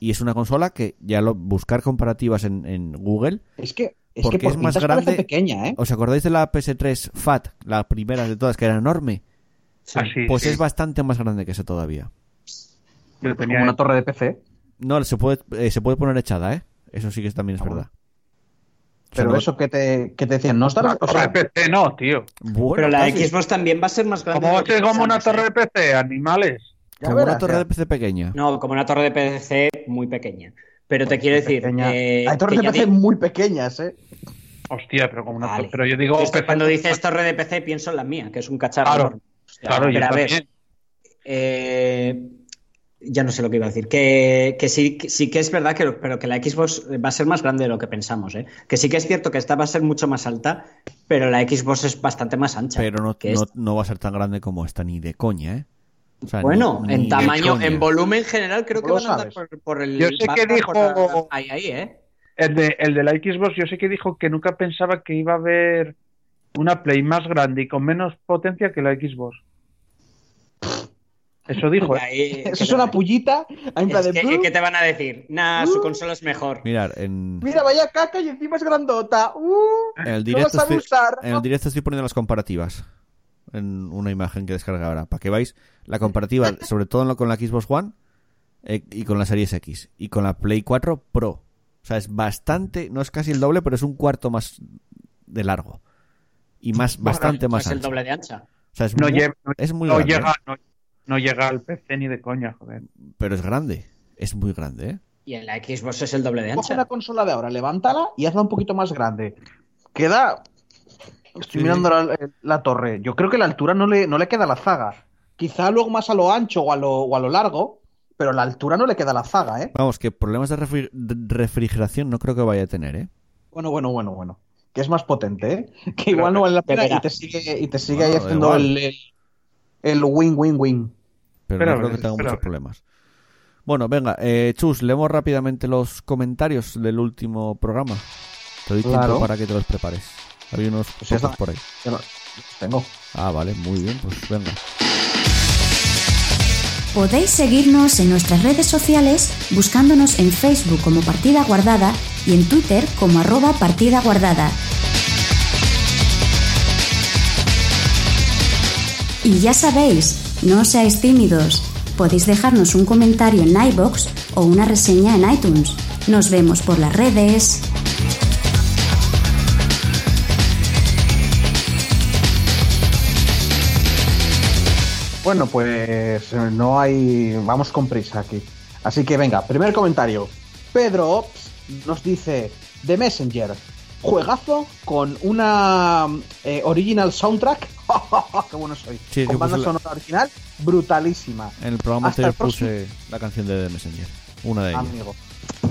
A: Y es una consola que ya lo buscar comparativas en, en Google.
E: Es que es,
A: Porque
E: que por
A: es más
E: pintas parece
A: grande-
E: pequeña, ¿eh?
A: ¿Os acordáis de la PS3 FAT, la primera de todas, que era enorme?
C: Sí.
G: Así,
A: Pues
G: sí.
A: es bastante más grande que esa todavía.
G: Yo tenía-
E: Como una torre de PC.
A: No, se puede, eh, se puede poner echada, ¿eh? Eso sí que también es
E: Ah, bueno.
A: verdad. O sea,
E: Pero
A: no-
E: eso que te, que te decían, no os darás. o sea,
G: Torre de PC no, tío.
A: Bueno,
C: Pero la
A: casi.
C: Xbox también va a ser más grande.
G: Como
C: de lo que
G: es como una
C: pensamos,
G: torre
C: ¿eh?
G: de PC, animales.
E: ya
A: Como
E: verás,
A: una torre
E: ya.
A: de PC pequeña.
C: No, como una torre de PC muy pequeña. Pero
A: Pues
C: te quiero decir.
E: Pequeña.
C: eh,
E: Hay torres
C: que
E: de
C: ya
E: PC
C: di-
E: muy pequeñas, ¿eh?
G: Hostia, pero como una
C: Vale.
G: torre... Pero yo digo...
C: Yo estoy-
G: PC
C: cuando dices torre de PC pienso en la mía, que es un cacharro.
G: Claro,
C: enorme. O sea,
G: Claro, yo
C: pero a ver,
G: también.
C: eh, ya no sé lo que iba a decir. Que, que sí, que sí que es verdad que, lo- pero que la Xbox va a ser más grande de lo que pensamos, ¿eh? Que sí que es cierto que esta va a ser mucho más alta, pero la Xbox es bastante más ancha.
A: Pero no,
C: que
A: no-
C: esta.
A: no va a ser tan grande como esta, ni de coña, ¿eh? O sea,
C: Bueno,
A: ni- ni
C: en
A: de
C: tamaño,
A: coña.
C: en volumen general creo que
E: ¿Cómo
C: van
E: lo
C: a andar
E: sabes?
C: por, por el.
G: Yo sé
C: van
G: que
C: a andar por la-
G: dijo-
C: ahí, ahí, ¿eh?
G: El de, el de la Xbox, yo sé que dijo que nunca pensaba que iba a haber una Play más grande y con menos potencia que la Xbox. Eso dijo,
C: Y
G: ¿eh?
C: ahí-
E: Eso
C: que
E: es
C: te-
E: una pullita. en plan
C: es
E: de,
C: que, ¿Qué te van a decir? Nah, su consola es mejor.
A: Mirar, en,
E: Mira, vaya caca y encima es grandota. ¡Uh!
A: en el
E: No vas
A: directo
E: a
A: estoy,
E: abusar.
A: en el directo estoy poniendo las comparativas en una imagen que descargue ahora, para que veáis la comparativa, sobre todo en lo- con la Xbox One eh, y con la Series X y con la Play 4 Pro. O sea, es bastante, no es casi el doble, pero es un cuarto más de largo y más bastante
C: Bueno,
A: más
C: Es el
A: ancho.
C: doble de ancha.
A: O sea, es
G: No
A: muy,
G: lleva- no-
A: es muy
G: No
A: grande,
G: llega, no, no llega al PC ni de coña, joder.
A: ¿eh? pero es grande, es muy grande, ¿eh?
C: Y en la Xbox es el doble de
E: Coge
C: ancha.
E: una consola de ahora, levántala y hazla un poquito más grande. Queda. Estoy
A: Sí.
E: mirando la, eh, la torre. Yo creo que la altura no le, no le queda la zaga. Quizá luego más a lo ancho o a lo, o a lo largo, pero la altura no le queda la zaga, ¿eh?
A: Vamos, que problemas de refri- de refrigeración no creo que vaya a tener, ¿eh?
E: Bueno, bueno, bueno, bueno. Que es más potente, ¿eh? Que
C: Pero
E: igual no vale la
C: que- que
E: pena y
C: verá.
E: te sigue, y te sigue
A: Bueno,
E: ahí
A: da
E: haciendo
A: igual.
E: el, el, el win, win, win.
A: Pero
G: Espera,
A: no creo que
G: espera,
A: tenga muchos
G: espera.
A: problemas. Bueno, venga, eh, Chus, leemos rápidamente los comentarios del último programa. Te doy tiempo
E: Claro.
A: para que te los prepares. Hay unos
E: Pues ya
A: pocos
E: está.
A: por ahí.
E: Yo no- tengo.
A: Ah, vale, muy bien, pues venga.
H: Podéis seguirnos en nuestras redes sociales buscándonos en Facebook como Partida Guardada y en Twitter como arroba Partida Guardada. Y ya sabéis, no seáis tímidos. Podéis dejarnos un comentario en iBox o una reseña en iTunes. Nos vemos por las redes.
E: Bueno, pues eh, no hay. Vamos con prisa aquí. Así que venga, primer comentario. Pedro Ops nos dice: The Messenger, juegazo con una eh, original soundtrack. ¡Qué bueno soy!
A: Sí,
E: con
A: yo
E: banda
A: puse la-
E: sonora original, brutalísima,
A: En el programa
E: Hasta el Ah,
A: anterior puse la canción de The Messenger. Una de ellas.
E: amigo.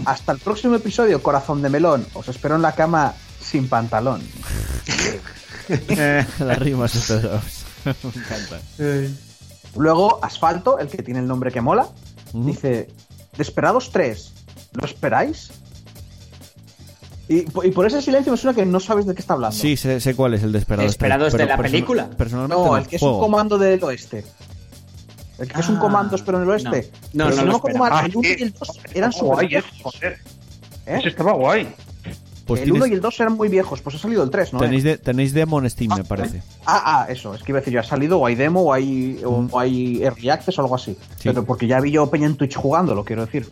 E: Hasta el próximo episodio, Corazón de Melón. Os espero en la cama sin pantalón.
A: Las rimas estas dos. Me encanta.
E: Luego, Asfalto, el que tiene el nombre que mola,
A: Ujú.
E: Dice, Desperados 3, ¿lo esperáis? Y, y por ese silencio me suena que no sabes de qué está hablando.
A: Sí, sé, sé cuál es el desesperado.
C: Desperados de la película.
A: Personalmente
E: no, el que es un
A: juego.
E: comando del oeste. El que es un
C: Ah,
E: comando, pero en el oeste.
C: No, no,
E: Pero
C: no,
E: si
C: lo
E: me acuerdo
C: esperaba.
E: mal,
G: Ah,
E: el 1
G: sí.
E: y el 2 eran
G: Estaba guay,
E: súper
G: eh,
E: viejos.
G: joder.
E: ¿eh?
G: Eso estaba guay.
A: Pues
E: el 1 y
A: tienes-
E: el 2 eran muy viejos, pues ha salido el 3, ¿no?
A: tenéis, de, tenéis demo en Steam, me parece.
E: Ah, ah, eso, es que iba a decir, ya ha salido o hay demo o hay, o
A: Mm.
E: hay early access o algo así.
A: Sí.
E: Pero porque ya vi yo Peña en Twitch jugándolo, quiero decir.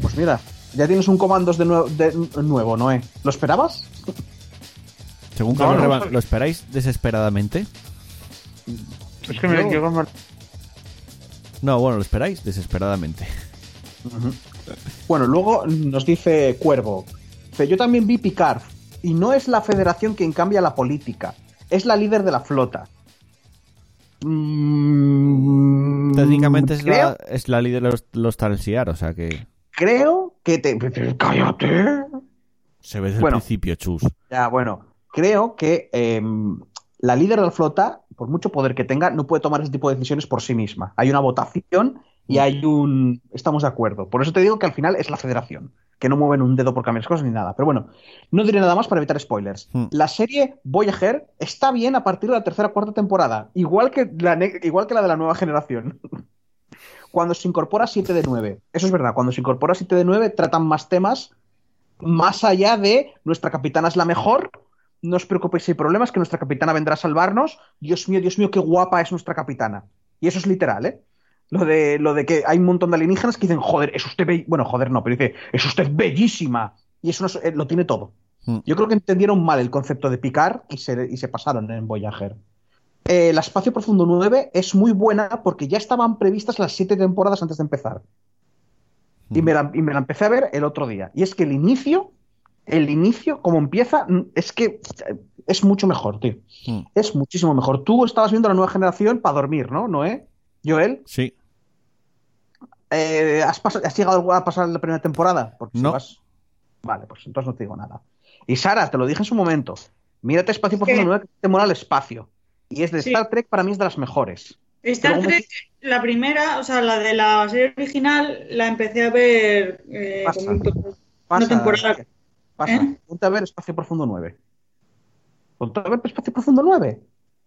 E: Pues mira, ya tienes un comandos de, nue- de nuevo, Noé. ¿Lo esperabas?
A: Según que
G: No,
A: lo
G: no,
A: reba-
G: no.
A: ¿lo esperáis desesperadamente?
G: Es que me
E: Yo-
G: llegó mal.
A: No, bueno, lo esperáis desesperadamente.
E: Bueno, luego nos dice Cuervo. dice, Yo también vi Picard. Y no es la federación quien cambia la política. Es la líder de la flota. Mm,
A: Técnicamente es
E: creo-
A: la, es la líder de los, los Talsiar, o sea que
E: Creo que te... ¡Cállate!
A: se ve desde
E: Bueno.
A: el principio, chus.
E: Ya, bueno, creo que em, la líder de la flota, por mucho poder que tenga, no puede tomar ese tipo de decisiones por sí misma. Hay una votación y hay un... Estamos de acuerdo. Por eso te digo que al final es la federación, que no mueven un dedo por cambiar las cosas ni nada. Pero bueno, no diré nada más para evitar spoilers.
A: Hmm.
E: La serie Voyager está bien a partir de la tercera o cuarta temporada, igual que la, ne- igual que la de la nueva generación. Cuando se incorpora 7 de 9, eso es verdad, cuando se incorpora 7 de 9 tratan más temas más allá de nuestra capitana es la mejor, no os preocupéis si hay problemas, que nuestra capitana vendrá a salvarnos, Dios mío, Dios mío, qué guapa es nuestra capitana. Y eso es literal, ¿eh? Lo de, lo de que hay un montón de alienígenas que dicen, joder, es usted bell-". bueno, joder no, pero dice, es usted bellísima. Y eso no es- eh, lo tiene todo.
A: Mm.
E: Yo creo que entendieron mal el concepto de picar y se, y se pasaron en Voyager. Eh, la Espacio Profundo 9 es muy buena porque ya estaban previstas las siete temporadas antes de empezar. Y
A: Mm.
E: me, la, y me la empecé a ver el otro día. Y es que el inicio, el inicio, como empieza, mm, es que eh, es mucho mejor, tío.
A: Mm.
E: Es muchísimo mejor. Tú estabas viendo la nueva generación para dormir, ¿no? ¿Noé? Joel,
A: Sí,
E: eh, ¿has, pas- has llegado a pasar la primera temporada? Porque si
A: No.
E: vas- Vale, pues entonces no te digo nada. Y Sara, te lo dije en su momento. Mírate Espacio por
D: ¿Qué?
E: Profundo 9, que te mola el espacio. Y es de
D: Sí.
E: Star Trek, para mí es de las mejores.
D: Star
E: Luego me-
D: Trek, la primera, o sea, la de la serie original, la empecé a ver eh,
E: Pasa.
D: con-
E: Pasa,
D: temporada.
E: Pasa.
D: ¿Eh?
E: Ponte a ver Espacio Profundo 9. Ponte a ver Espacio Profundo 9.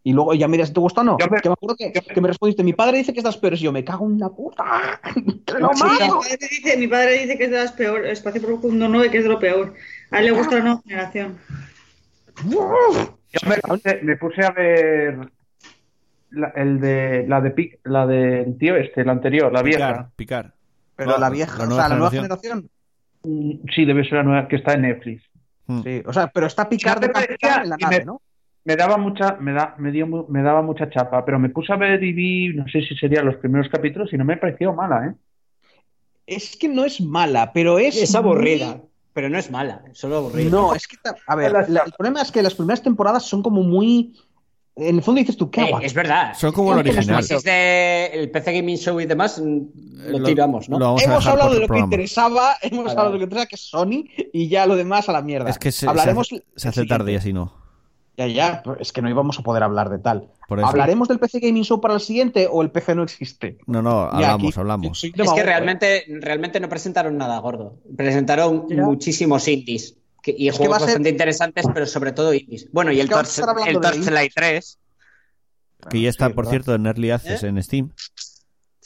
E: Y luego ya miras si te gusta o no.
G: Yo me-
E: que me acuerdo que,
G: yo me-
E: que me respondiste, mi padre dice que estás peor. Y yo, me cago en la puta. ¡Te lo
D: Sí, mi,
E: mando!
D: padre dice, mi padre dice que es de las peor, Espacio Profundo 9, que es de lo peor. A él le gusta la nueva generación.
G: Yo me puse, me puse a ver la, el de, la de Pic- la del tío este, la anterior, la vieja.
A: Picar, picar.
E: Pero
A: No,
E: la vieja,
A: la
E: o
A: nueva
E: sea, la nueva
A: generación.
E: generación.
G: Mm, Sí, debe ser la nueva que está en Netflix.
A: Mm.
E: Sí, o sea, pero está picar de
G: Ya, pero
E: capitán
G: decía,
E: en la
G: y
E: nave,
G: me-
E: ¿no?
G: Me daba mucha, me da, me dio, mu- me daba mucha chapa, pero me puse a ver y vi, no sé si serían los primeros capítulos y no me pareció mala, ¿eh?
E: Es que no es mala, pero es.
C: Es
E: muy-
C: aburrida, pero no es mala, es solo aburrida.
E: No, es que, ta- a ver,
G: Las-
E: la- el problema es que las primeras temporadas son como muy. En el fondo dices tú, ¿qué
C: Eh,
E: hago? aquí?
C: es verdad.
A: Son como el
C: Los
A: original. Eh,
C: pases de el PC Gaming Show y demás mm, lo tiramos, ¿no?
A: lo vamos a
E: Hemos
A: dejar
E: hablado
A: por
E: de lo que
A: programa.
E: interesaba, hemos
C: Vale,
E: hablado de
C: vale.
E: lo que interesaba, que es Sony, y ya lo demás a la mierda.
A: Es que se, se
E: Hablaremos
A: hace,
E: el
A: se hace
E: siguiente.
A: tarde y así no.
E: Ya, ya, pero es que no íbamos a poder hablar de tal.
A: Por eso.
E: ¿Hablaremos del PC Gaming Show para el siguiente o el PC no existe?
A: No, no,
E: Ya,
A: hablamos,
E: aquí-
A: hablamos.
E: soy
C: Es que
E: demagogo,
C: realmente, realmente no presentaron nada gordo. Presentaron
E: Ya.
C: muchísimos indies que- y
E: que
C: juegos
E: va a ser-
C: bastante interesantes, pero sobre todo indies. Bueno, y
E: Es
C: el
E: que vamos a estar
C: Torch- el
E: hablando de
C: Torchlight 3.
A: Que ya está,
E: Sí,
A: por
E: ¿verdad?
A: cierto, en Early Access en Steam.
E: ¿eh?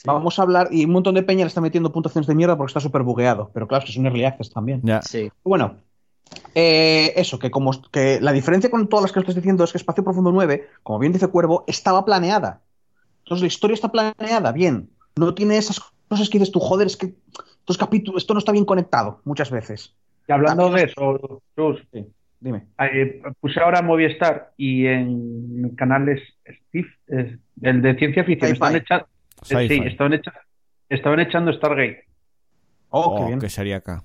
E: Vamos a hablar, y un montón de peña le está metiendo puntuaciones de mierda porque está súper bugueado, pero claro, es que es un early access también.
A: Ya.
C: Sí.
E: Bueno, eh, eso, que como que la diferencia con todas las que os estoy diciendo es que Espacio Profundo 9, como bien dice Cuervo, estaba planeada. Entonces la historia está planeada, bien. No tiene esas cosas que dices tú, joder, es que estos capítulos, esto no está bien conectado muchas veces.
G: Y hablando de eso, Chus,
E: Dime.
G: eh, puse ahora Movistar y en canales Steve, eh, el de ciencia ficción, están,
E: Sci-fi.
G: echa- eh, sí,
A: Sci-fi.
G: estaban, echa- estaban echando Stargate.
E: Oh, qué
A: Oh,
E: bien.
A: que sería acá.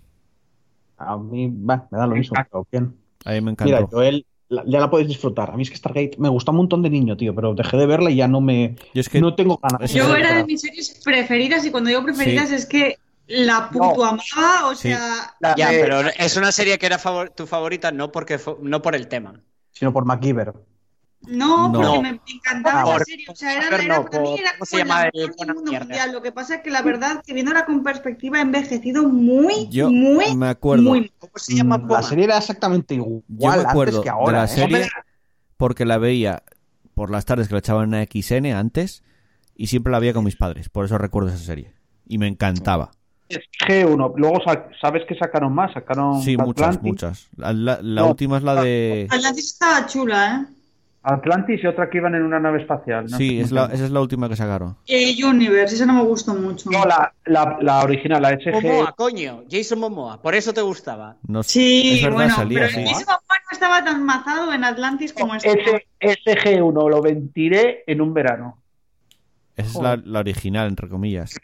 E: A mí, va, me da lo mismo,
G: Ah.
E: pero bien.
A: A mí me encantó.
E: Mira, Joel, la- ya la podéis disfrutar. A mí es que Stargate me gustó un montón de niño, tío, pero dejé de verla y ya no me.
A: Yo es que
E: No tengo ganas.
A: Sí,
D: Yo
A: sí,
D: era
E: de
D: de mis series preferidas y cuando digo preferidas
A: Sí.
D: es que la puto amaba, o
A: Sí.
D: sea,
E: Ah,
C: Ya,
E: eh,
G: de-
C: pero es una serie que era favor- tu favorita no porque fo- no por el tema.
E: sino por MacGyver.
D: no,
A: No.
D: porque me encantaba
C: Por-
D: esa serie, o sea, era,
C: por-
D: era-
C: no,
D: para mí
C: por-
D: era
C: ¿cómo
D: como
C: se llama
D: la
C: el
D: mejor del
C: buena
D: mundo
C: mierda?
D: mundial. Lo que pasa es que la verdad, que viéndola con perspectiva, ha envejecido muy,
A: yo
D: muy,
A: me acuerdo.
D: muy.
C: ¿Cómo se llama?
E: Mm, La serie era exactamente
A: Yo
E: igual
A: me acuerdo
E: antes que ahora.
A: de la
E: ¿eh?
A: serie porque la veía por las tardes que la echaban en XN antes y siempre la veía con mis padres. Por eso recuerdo esa serie. Y me encantaba.
G: G1, luego sa- sabes que sacaron más, sacaron
A: Sí, muchas,
G: Atlantis,
A: muchas. La, la- la
G: No.
A: última es la de...
D: Atlantis estaba chula, ¿eh?
G: Atlantis y otra que iban en una nave espacial. no
A: Sí,
G: sé
A: es
G: cómo
A: la,
G: se llama.
A: esa es la última que sacaron.
D: ¿eh? Y Universe, esa no me gustó mucho.
G: No, la, la, la original, la SG.
C: Momoa, coño, Jason Momoa, por eso te gustaba.
A: No sé-
D: Sí,
A: es verdad,
D: bueno,
A: salía,
D: pero
A: sí.
D: el mismo Juan no estaba tan mazado en Atlantis como este.
G: S- SG1 lo ventiré en un verano.
A: Esa es la, la original, entre comillas.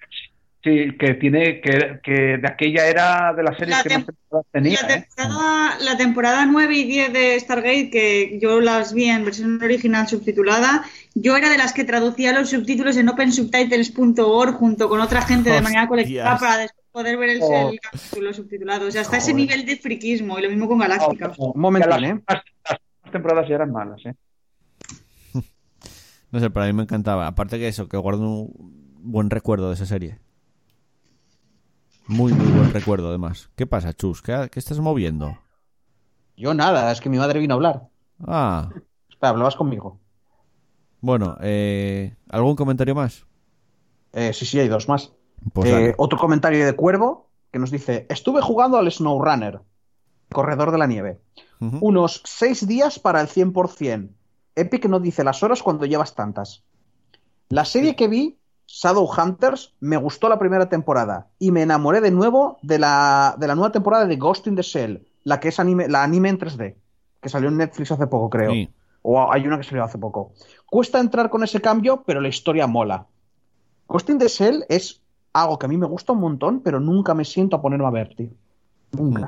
G: Sí, que tiene que, que de aquella era de las series
D: La
G: que
D: tem-
G: más temporadas tenía.
D: La
G: ¿eh?
D: temporada, la temporada 9 y 10 de Stargate, que yo las vi en versión original subtitulada, yo era de las que traducía los subtítulos en opensubtitles.org junto con otra gente de manera colectiva
A: Hostias.
D: para después poder ver el,
G: Oh.
D: el capítulo subtitulado. O sea, hasta ese
A: Joder. Oh,
D: nivel de friquismo, y lo mismo con Galáctica.
G: No,
E: Un momentín,
G: que las,
E: ¿eh?
G: las- las temporadas ya eran malas, ¿eh?
A: No sé, pero a mí me encantaba. Aparte que eso, que guardo un buen recuerdo de esa serie. Muy, muy buen recuerdo, además. ¿Qué pasa, Chus? ¿Qué, qué estás moviendo?
E: Yo nada, es que mi madre vino a hablar.
A: Ah,
E: Espera, hablabas conmigo.
A: bueno, eh, ¿algún comentario más?
E: Eh, sí, sí, hay dos más.
A: Pues
E: Eh,
A: dale.
E: otro comentario de Cuervo que nos dice: Estuve jugando al SnowRunner, corredor de la nieve.
A: Ujú.
E: Unos seis días para el 100%. Epic no dice las horas cuando llevas tantas. La serie que vi, Shadowhunters, me gustó la primera temporada y me enamoré de nuevo de la, de la nueva temporada de Ghost in the Shell, la que es anime, la anime en 3D, que salió en Netflix hace poco, creo.
A: Sí.
E: O hay una que salió hace poco. Cuesta entrar con ese cambio, pero la historia mola. Ghost in the Shell es algo que a mí me gusta un montón, pero nunca me siento a ponerme a ver, tío. Nunca.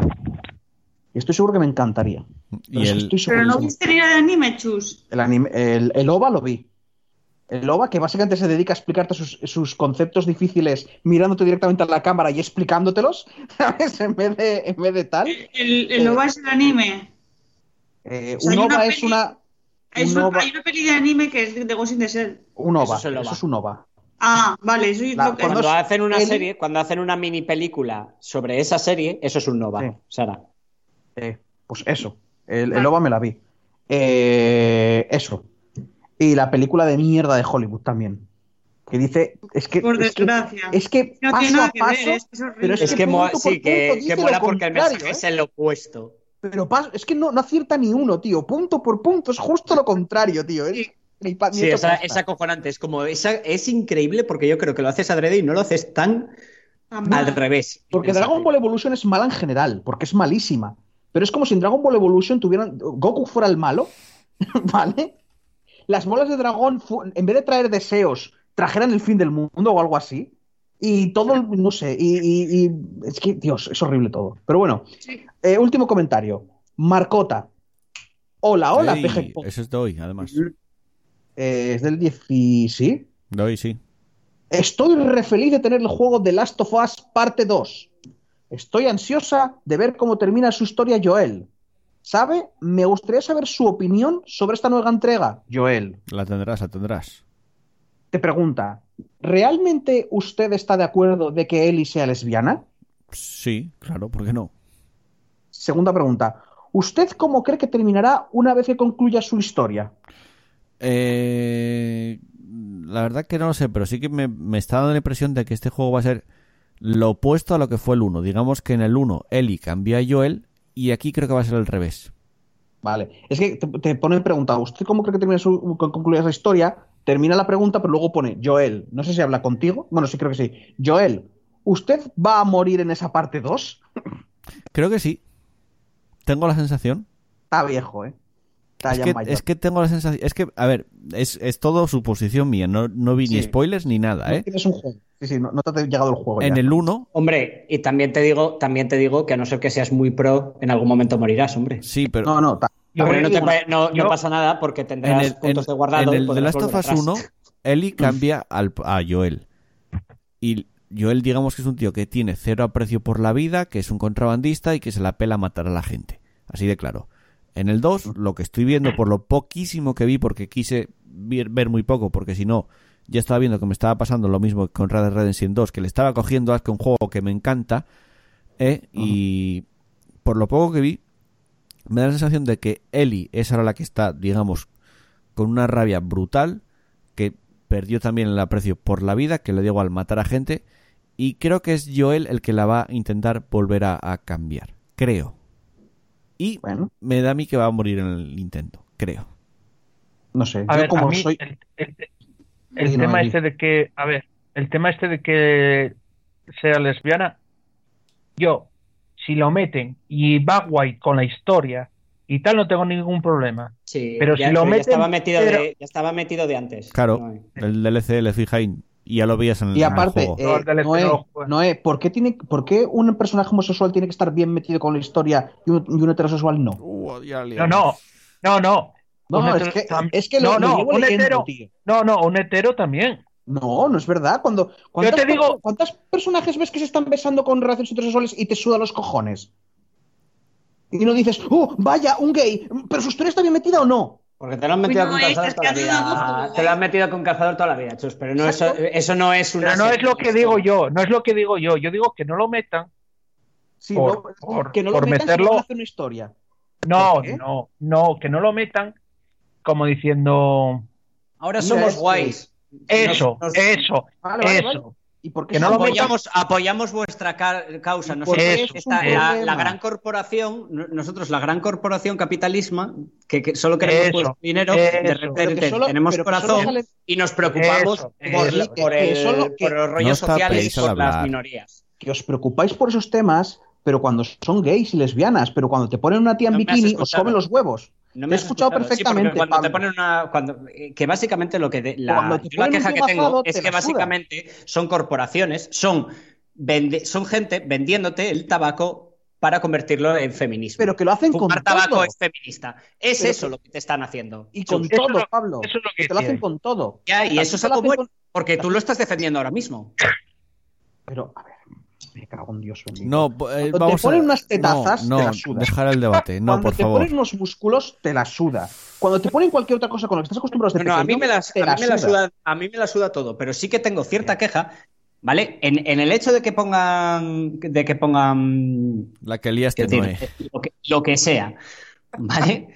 E: Y estoy seguro que me encantaría. Pero
A: Y
E: es que
A: el,
E: estoy
D: Pero no
E: segurísimo.
D: viste ni la de anime, chus.
E: El, anime- el- el OVA lo vi. El OVA que básicamente se dedica a explicarte sus, sus conceptos difíciles mirándote directamente a la cámara y explicándotelos, ¿sabes? En vez de, en vez de tal.
D: El, el OVA es el anime.
E: Eh,
D: O sea,
E: un
D: hay
E: OVA
D: una
E: es
D: peli-
E: una...
D: Es
E: Un
D: una-
E: OVA,
D: hay una peli de anime que es de Ghost in the Shell.
E: un OVA,
C: Eso es el
E: eso
C: OVA.
E: es un OVA.
D: Ah, vale, eso es
E: La-
D: lo que...
E: cuando-
C: Cuando hacen una
E: el-
C: serie, cuando hacen una mini película sobre esa serie, eso es un nova,
E: Sí.
C: Sara.
E: Eh, pues eso, el, el OVA me la vi. Eh, eso. Y la película de mierda de Hollywood también. Que dice, es que.
D: Por
E: es que-
D: desgracia.
E: Es que
D: No tiene
E: paso
D: nada
E: a
D: que
E: paso.
D: ver, ¿eh? es, que es horrible.
E: pero es
C: Es que,
E: punto
C: mola,
E: por
C: sí, que,
E: punto
C: que
E: dice
C: mola
E: lo
C: porque el
E: contrario,
C: mensaje
E: ¿eh?
C: es el opuesto.
E: Pero paso- es que no, no acierta ni uno, tío. Punto por punto. Es justo lo contrario, tío. Es
D: Sí.
E: ni pa- ni
C: Sí,
E: hecho
C: esa,
E: pasta.
C: es acojonante. Es como, esa, es increíble porque yo creo que lo haces adrede y no lo haces tan
D: Tan mal.
C: al revés.
E: Porque Dragon Ball Evolution es mala en general, porque es malísima. Pero es como si en Dragon Ball Evolution tuvieran. Goku fuera el malo, ¿vale? Las molas de dragón, fu- en vez de traer deseos, trajeran el fin del mundo o algo así. Y todo, el- no sé, y, y- y- es que, Dios, es horrible todo. Pero bueno,
D: Sí.
E: eh, último comentario. Marcota. Hola, hola,
A: Ey,
E: PG Pod.
A: Eso es de hoy, además.
E: Eh, es del 10 ¿sí?
A: De hoy sí.
E: Estoy re feliz de tener el juego The Last of Us parte 2. Estoy ansiosa de ver cómo termina su historia Joel. ¿Sabe? Me gustaría saber su opinión sobre esta nueva entrega. Joel.
A: La tendrás, la tendrás.
E: Te pregunta, ¿realmente usted está de acuerdo de que Ellie sea lesbiana?
A: Sí, claro, ¿por qué no?
E: Segunda pregunta, ¿usted cómo cree que terminará una vez que concluya su historia?
A: Eh, la verdad que no lo sé, pero sí que me, me está dando la impresión de que este juego va a ser lo opuesto a lo que fue el 1. Digamos que en el 1 Ellie cambió a Joel y aquí creo que va a ser al revés.
E: Vale, es que te, te pone pregunta, ¿usted cómo cree que termina su, que concluya esa historia? Termina la pregunta, pero luego pone, Joel, no sé si habla contigo, bueno, sí creo que sí, Joel, ¿usted va a morir en esa parte 2?
A: Creo que sí. Tengo la sensación.
E: Está viejo, ¿eh? Está
A: Es
E: ya
A: que,
E: mayor.
A: es que tengo la sensación. Es que, a ver, es, es todo suposición mía. No, no vi ni
E: Sí.
A: spoilers ni nada,
E: No
A: ¿eh?
E: tienes un juego. Sí, sí, no, no te ha llegado el juego
A: En
E: ya.
A: el 1,
C: Hombre, y también te digo, también te digo que a no ser que seas muy pro, en algún momento morirás, hombre.
A: sí, pero.
E: No, no, ta-
C: Hombre,
G: Yo-
C: no, te pa- no- no
G: yo-
C: pasa nada porque
A: en
C: tendrás
A: el, en,
C: puntos de guardado.
A: en
C: y
A: el The
C: podrás
A: Last of
C: volver
A: Us
C: atrás.
A: 1, Ellie cambia al, a Joel. Y Joel, digamos que es un tío que tiene cero aprecio por la vida, que es un contrabandista y que se la pela matar a la gente. Así de claro. En el 2, lo que estoy viendo, por lo poquísimo que vi, porque quise vir- ver muy poco, porque si no, ya estaba viendo que me estaba pasando lo mismo que con Red Dead Redemption 2, que le estaba cogiendo asco a un juego que me encanta, ¿eh? y por lo poco que vi, me da la sensación de que Ellie es ahora la que está, digamos, con una rabia brutal, que perdió también el aprecio por la vida, que le dio al matar a gente, y creo que es Joel el que la va a intentar volver a, a cambiar, creo. Y
E: Bueno,
A: me da a mí que va a morir en el intento, creo.
E: no sé.
G: A
E: yo
G: ver,
E: como
G: a mí
E: soy...
G: el, el- el
E: Sí, no,
G: tema
E: ahí.
G: este de que, a ver, el tema este de que sea lesbiana, yo, si lo meten y va guay con la historia y tal, no tengo ningún problema.
C: Sí,
G: Pero
C: ya,
G: si lo
C: ya
G: meten,
C: estaba metido
G: pero-
C: de, ya estaba metido de antes.
A: Claro.
C: No, eh.
A: El DLC le fija y y ya lo veías en el,
E: Y aparte,
A: juego.
E: eh,
G: No, el DLC
E: Noé,
G: no lo juega.
E: Noé, ¿por qué, tiene, ¿por qué un personaje homosexual tiene que estar bien metido con la historia y un, y un heterosexual no?
G: No, no, no, no.
E: No,
G: Un
E: no, es
G: hetero-
E: que,
G: tam-
E: es que lo,
G: no,
E: lo
G: no,
E: llevo
G: un
E: leyendo,
G: hetero.
E: tío.
G: No, no, un hetero también.
E: No, no es verdad. Cuando, ¿cuántas,
G: te digo-
E: ¿Cuántos personajes ves que se están besando con relaciones heterosexuales y te suda los cojones? Y no dices, ¡oh, vaya, un gay! ¿Pero su historia está bien metida o no?
C: Porque te lo han metido
D: Uy, no,
C: con
D: eh,
C: calzador
D: es que
C: toda la
D: has dado
C: vida.
D: gusto,
C: Te lo
D: eh.
C: han metido con calzador toda la vida, Chus. Pero no eso, eso no es una.
G: Pero no es lo que
C: serie.
G: digo yo, no es lo que digo yo. Yo digo que no lo metan.
E: Sí,
G: Por-
E: no,
G: por-
E: que no
G: por
E: lo metas
G: meterlo-
E: no hace una historia.
G: No,
E: ¿Por qué?
G: no, no, que no lo metan como diciendo
C: Ahora
E: No,
C: somos
E: es-
C: guays.
G: eso,
C: Nos- nos-
G: eso,
E: Vale, vale,
G: eso.
E: vale. ¿Y por qué
G: Que
E: se
G: no lo
E: apoya-
C: apoyamos, apoyamos vuestra ca- causa.
E: Porque
C: Nosotros,
G: eso es un
C: esta- la,
E: problema.
C: la gran corporación, no- nosotros, la gran corporación capitalismo, que, que solo queremos
G: Eso,
C: vuestro dinero, de
G: eso.
E: Pero
C: repente
E: que solo-
C: tenemos
E: pero que solo
C: corazón
E: sale-
C: y nos preocupamos
G: Eso,
C: por,
G: eso.
C: por
E: Que- que
C: el-
E: solo que-
C: por los
A: No
C: rollos
A: os
C: sociales y
A: tapéis al
C: por las
A: hablar.
C: minorías.
E: que os preocupáis por esos temas, pero cuando son gays y lesbianas, pero cuando te ponen una tía en
C: No me has
E: bikini, os
C: escuchado.
E: comen los huevos.
C: No
E: Te he
C: has
E: escuchado
C: Sí, porque
E: perfectamente,
C: cuando te
E: Pablo.
C: ponen una. Cuando, eh, que básicamente lo que. de- la,
E: Cuando te
C: yo la
E: ponen un
C: queja que
E: tío basado,
C: tengo
E: te
C: es que
E: la suda.
C: básicamente son corporaciones, son, vende- son gente vendiéndote el tabaco para convertirlo en feminismo.
E: Pero que lo hacen con
C: Fumar tabaco
E: todo.
C: es feminista. Es
E: Pero-
C: eso lo que te están haciendo.
E: Y con
G: Eso es
E: todo,
G: lo-
E: Pablo.
G: eso es lo que
E: te lo hacen
G: tiene.
E: con todo.
C: Ya, y
E: Así
C: eso es
E: te lo
C: algo
E: hacen
C: bueno,
E: con-
C: porque tú lo estás defendiendo ahora mismo.
E: Pero, a ver, me cago en Dios bendito.
A: No, eh,
E: te
A: vamos a-
E: ponen unas tetazas,
A: no,
E: te
A: no,
E: las sudas.
A: dejar el debate, no,
E: Cuando
A: por
E: te
A: favor.
E: ponen unos músculos, te la suda. Cuando te ponen cualquier otra cosa con la que estás acostumbrado
C: No,
E: desde
C: no, a mí
E: pequeño,
C: me las,
E: te
C: a mí me la
E: suda.
C: suda, a mí me la suda todo, pero sí que tengo cierta queja, ¿vale? En, en el hecho de que pongan, de que pongan,
A: La que liaste
C: quiero
A: no
C: decir, eh, lo, que, lo que sea, ¿vale?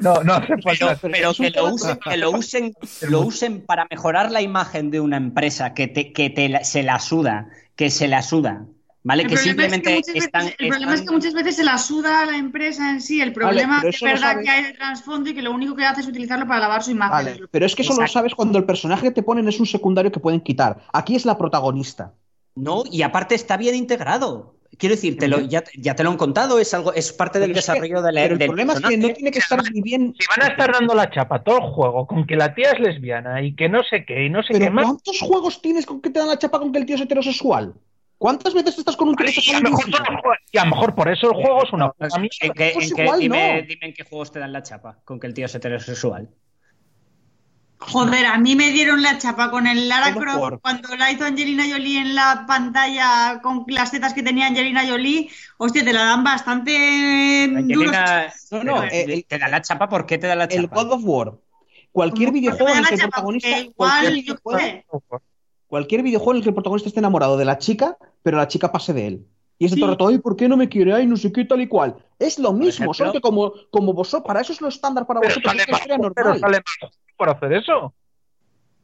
G: No, no hace
C: Pero,
G: falta.
C: pero que, lo usen, que lo usen, lo usen para mejorar la imagen de una empresa que te, que te la- se la suda, que se la suda, ¿vale?
D: El
C: que
D: problema es
C: simplemente
D: muchas veces-
C: están,
D: el problema es que
C: están-
D: muchas veces se la suda a la empresa en sí. El problema
E: pero
D: es
E: eso lo
D: verdad
E: sabe-
D: que hay el trasfondo y que lo único que hace es utilizarlo para lavar su imagen.
E: Vale, pero es que eso lo
C: Exacto.
E: sabes cuando el personaje que te ponen es un secundario que pueden quitar. Aquí es la protagonista.
C: No, y aparte está bien integrado. Quiero decir, te lo- ya, ya te lo han contado, es algo, es parte del
E: Pero es que-
C: desarrollo de la
E: Pero el
C: del
E: problema es que no
C: personaje.
E: tiene que estar ni bien.
G: Si van a estar dando la chapa todo el juego con que la tía es lesbiana y que no sé qué y no sé qué
E: Pero
G: más,
E: ¿cuántos juegos tienes con que te dan la chapa con que el tío es heterosexual? ¿Cuántas veces estás con un tío
G: vale, y a
E: heterosexual?
G: lo mejor
E: y un
G: todo el
E: tío?
G: juego- y a lo mejor por eso el juego es una
C: No,
G: puta mierda.
C: ¿en qué-
E: Pues
C: en qué-
E: igual
C: dime,
E: no.
C: dime en qué juegos te dan la chapa con que el tío es heterosexual.
D: Joder, a mí me dieron la chapa con el Lara
E: Pero
D: Croft
E: por-
D: cuando la hizo Angelina Jolie en la pantalla con las tetas que tenía Angelina Jolie. Hostia, te la dan bastante duros.
C: Angelina-
E: No, no,
C: pero,
E: eh, el-
C: te da la chapa, ¿por qué te da la
E: El
C: chapa?
E: God of War. Cualquier
D: ¿Cómo que
E: videojuego en el
D: me
E: que
D: dan
E: el
D: la chapa?
E: protagonista.
D: Porque igual, yo
E: cualquier
D: qué
E: videojuego-
D: sé.
E: cualquier videojuego en el que el protagonista esté enamorado de la chica, pero la chica pase de él. Y es de
D: Sí.
E: todo el rato, ay, ¿por qué no me quiere? Ay, no sé qué, tal y cual. Es lo mismo,
C: ejemplo.
E: solo que como, como vosotros, para eso es lo estándar para
G: Pero
E: vosotros,
G: sale
E: es una
G: más-
E: historia
G: pero
E: normal.
G: sale más por hacer eso.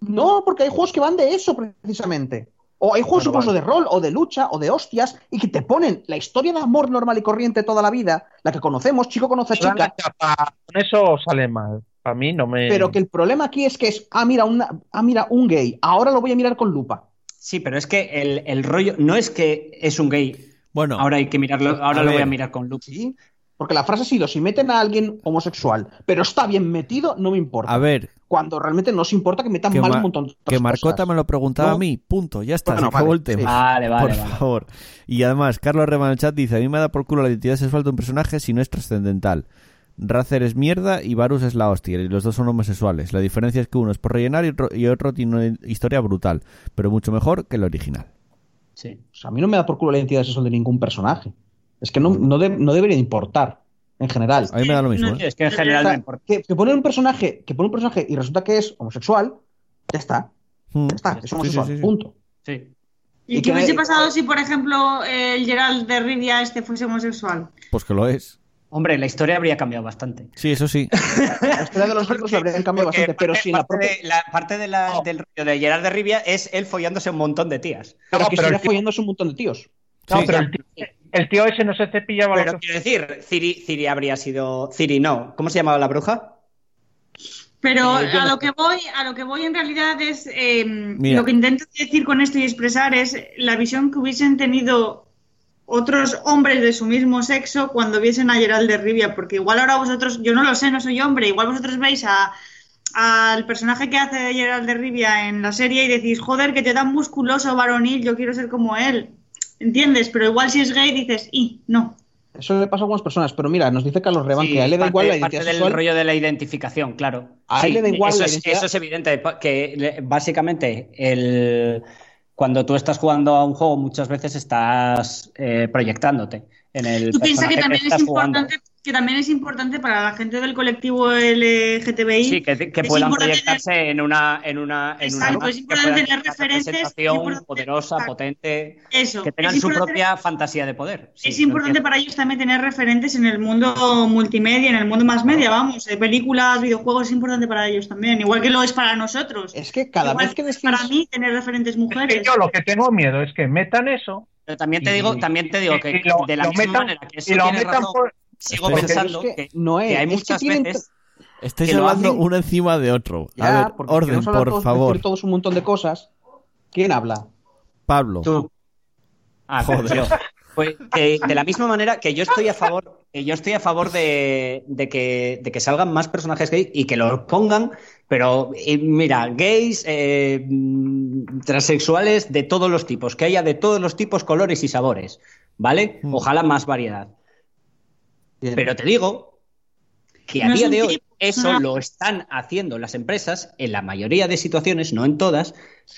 E: No, porque hay juegos que van de eso precisamente. O hay juegos
C: Bueno,
E: incluso de rol, o de lucha, o de hostias, y que te ponen la historia de amor normal y corriente toda la vida, la que conocemos, chico conoce a
G: Te dan la
E: chica,
G: chapa, Con eso sale mal. Para mí no me.
E: pero que el problema aquí es que es, ah, mira, una, ah, mira, un gay, ahora lo voy a mirar con lupa.
C: Sí, pero es que el, el rollo no es que es un gay.
A: Bueno,
C: Ahora hay que mirarlo, ahora
A: A
C: lo voy
A: ver.
C: a mirar con Luke.
E: ¿Sí? Porque la frase ha sido, si meten a alguien homosexual, pero está bien metido, no me importa.
A: a ver,
E: cuando realmente nos importa que metan
A: Que
E: mal
A: ma-
E: un montón de otras
A: que Marcota
E: cosas.
A: me lo preguntaba
E: No.
A: a mí, punto, ya está,
E: Bueno,
A: se acabó
E: vale,
A: el tema.
C: Vale, vale,
A: por
C: vale.
A: favor. Y además, Carlos Rema en el chat dice: A mí me da por culo la identidad sexual de un personaje si no es trascendental. Razer es mierda y Varus es la hostia, y los dos son homosexuales. La diferencia es que uno es por rellenar y otro, y otro tiene una historia brutal, pero mucho mejor que el original.
C: Sí.
E: O sea, a mí no me da por culo la identidad sexual de ningún personaje. Es que no, no, de- no debería importar, en general.
A: A mí me da lo mismo, ¿eh?
C: Es que en general
E: O
C: no
E: sea,
C: importa.
E: que, que poner un personaje, que pone un personaje y resulta que es homosexual, ya está,
A: Mm.
E: ya está, es homosexual,
A: sí, sí.
E: punto.
C: Sí.
D: ¿Y qué
E: Y que-
D: hubiese pasado si, por ejemplo, el Gerald de Rivia este fuese homosexual?
A: Pues que lo es.
C: Hombre, la historia habría cambiado bastante.
A: Sí, eso sí.
E: La historia de los libros la habrían cambiado
C: Porque
E: bastante, pero
C: parte-
E: si la
C: parte
E: propia.
C: de- la parte de la- del rollo de Gerard de Rivia es él follándose a un montón de tías.
E: Pero
G: No,
E: que
G: pero
E: estuviera
G: el tío-
E: follándose un montón de tíos.
G: no,
A: Sí.
G: pero el tío, el tío ese no se cepillaba los
C: Pero quiero decir, Ciri, Ciri habría sido. Ciri no. ¿Cómo se llamaba la bruja?
D: Pero
C: Eh, yo
D: a
C: no
D: lo que voy, a lo que voy en realidad es eh,
A: Mira.
D: lo que intento decir con esto y expresar es la visión que hubiesen tenido otros hombres de su mismo sexo cuando viesen a Gerald de Rivia, porque igual ahora vosotros, yo no lo sé, no soy hombre, igual vosotros veis a al personaje que hace Gerald de Rivia en la serie y decís, joder, que te tan musculoso, varonil, yo quiero ser como él. ¿Entiendes? Pero igual si es gay dices, y no.
E: Eso le pasa a algunas personas, pero mira, nos dice Carlos Reban
C: Sí,
E: que a él le da
C: parte-
E: igual la
C: parte
E: identidad
C: del
E: sexual.
C: rollo de la identificación, claro.
E: A él le da igual
C: eso,
E: la
C: es,
E: identidad.
C: eso es evidente, pa- que le- básicamente el, cuando tú estás jugando a un juego muchas veces estás eh, proyectándote en el
D: ¿Tú piensas
C: personaje
D: que también es
C: estás jugando.
D: importante que también es importante para la gente del colectivo LGTBI?
C: Sí, que, que
D: es
C: puedan
D: importante
C: proyectarse en una en una en una
D: Exacto,
C: imagen,
D: es
C: que
D: importante
C: puedan
D: tener
C: una
D: referentes, es
C: representación
D: importante-
C: poderosa,
D: exacto.
C: potente,
D: Eso.
C: que tengan
D: es
C: su
D: importante-
C: propia fantasía de poder. Sí,
D: es
C: lo
D: importante
C: entiendo.
D: para ellos también tener referentes en el mundo multimedia, en el mundo más media, vamos, eh, películas, videojuegos, es importante para ellos también, igual que lo es para nosotros.
C: Eh,
E: Es que cada
D: Igual
E: vez que
D: es
E: decís.
D: Para mí, tener referentes
G: que
D: mujeres.
G: yo lo que tengo miedo es que metan eso
C: Pero también te
G: Y-
C: digo, también te digo
G: y-
C: que
G: y lo-
C: de la
G: lo
C: misma
G: metan-
C: manera que eso
G: y lo
C: tienes
G: metan
C: razón,
G: por
C: sigo
A: Pero es
C: pensando
E: que
C: que,
E: no es,
C: que hay
E: es que
C: muchas
E: tienen-
C: veces
A: Estáis
C: Que lo
A: hablando
C: hacen-
A: uno encima de otro. A
E: Ya,
A: ver,
E: porque
A: orden,
E: queremos hablar
A: por
E: todos-
A: favor.
E: decir todos un montón de cosas. ¿Quién habla?
A: Pablo.
C: Tú. Ah,
A: Joder.
C: yo. Pues, que de la misma manera que yo estoy a favor, que yo estoy a favor de, de que, de que salgan más personajes gay y que los pongan, pero eh, mira, gays, eh, mm, transexuales de todos los tipos, que haya de todos los tipos, colores y sabores, ¿vale?
A: Mm.
C: Ojalá más variedad. Pero te digo que a
D: No es
C: día
D: un
C: de hoy
D: tipo, es
C: eso
D: una-
C: lo están haciendo las empresas en la mayoría de situaciones, no en todas.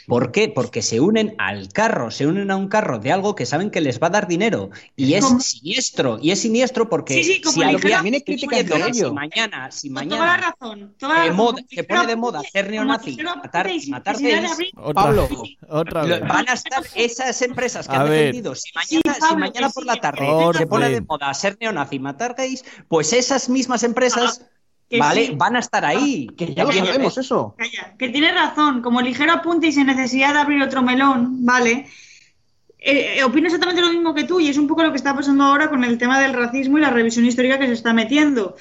C: ¿Por qué? Porque se unen al carro, se unen a un carro de algo que saben que les va a dar dinero. Y es
D: Como-
C: siniestro, y es siniestro porque
D: Sí, sí, como
C: si
D: la
C: al
D: hija-
C: día-
E: También hay
C: si
E: críticas de
C: mañana-
E: ello.
C: si mañana, si
D: Toda la
C: mañana
D: razón. Toda la
C: de
D: razón.
C: moda-
D: Como
C: se
D: si
C: pone
D: fuera
C: de moda
D: puta-
C: ser
D: como
C: neonazi,
D: si fuera puta
C: matar-
D: y sin
C: matar
D: necesidad de
C: gays.
D: abrir-
A: Otra
E: Pablo.
A: vez. Otra
C: lo-
A: vez.
C: van a estar esas empresas que
A: A
C: han
A: ver.
C: defendido si mañana,
D: Sí, Pablo,
C: si mañana
D: que
C: por
D: sí,
C: la
D: que
C: tarde
A: Orden.
C: se pone de moda ser neonazi y matar gays, pues esas mismas pues empresas
D: Ah, Que
C: vale,
D: sí, Ah,
C: van a estar ahí.
E: Que ya lo
D: Cállate.
E: sabemos eso.
D: calla, que tiene razón, como ligero apunte y sin necesidad de abrir otro melón, vale. Eh, eh, opino exactamente lo mismo que tú y es un poco lo que está pasando ahora con el tema del racismo y la revisión histórica que se está metiendo.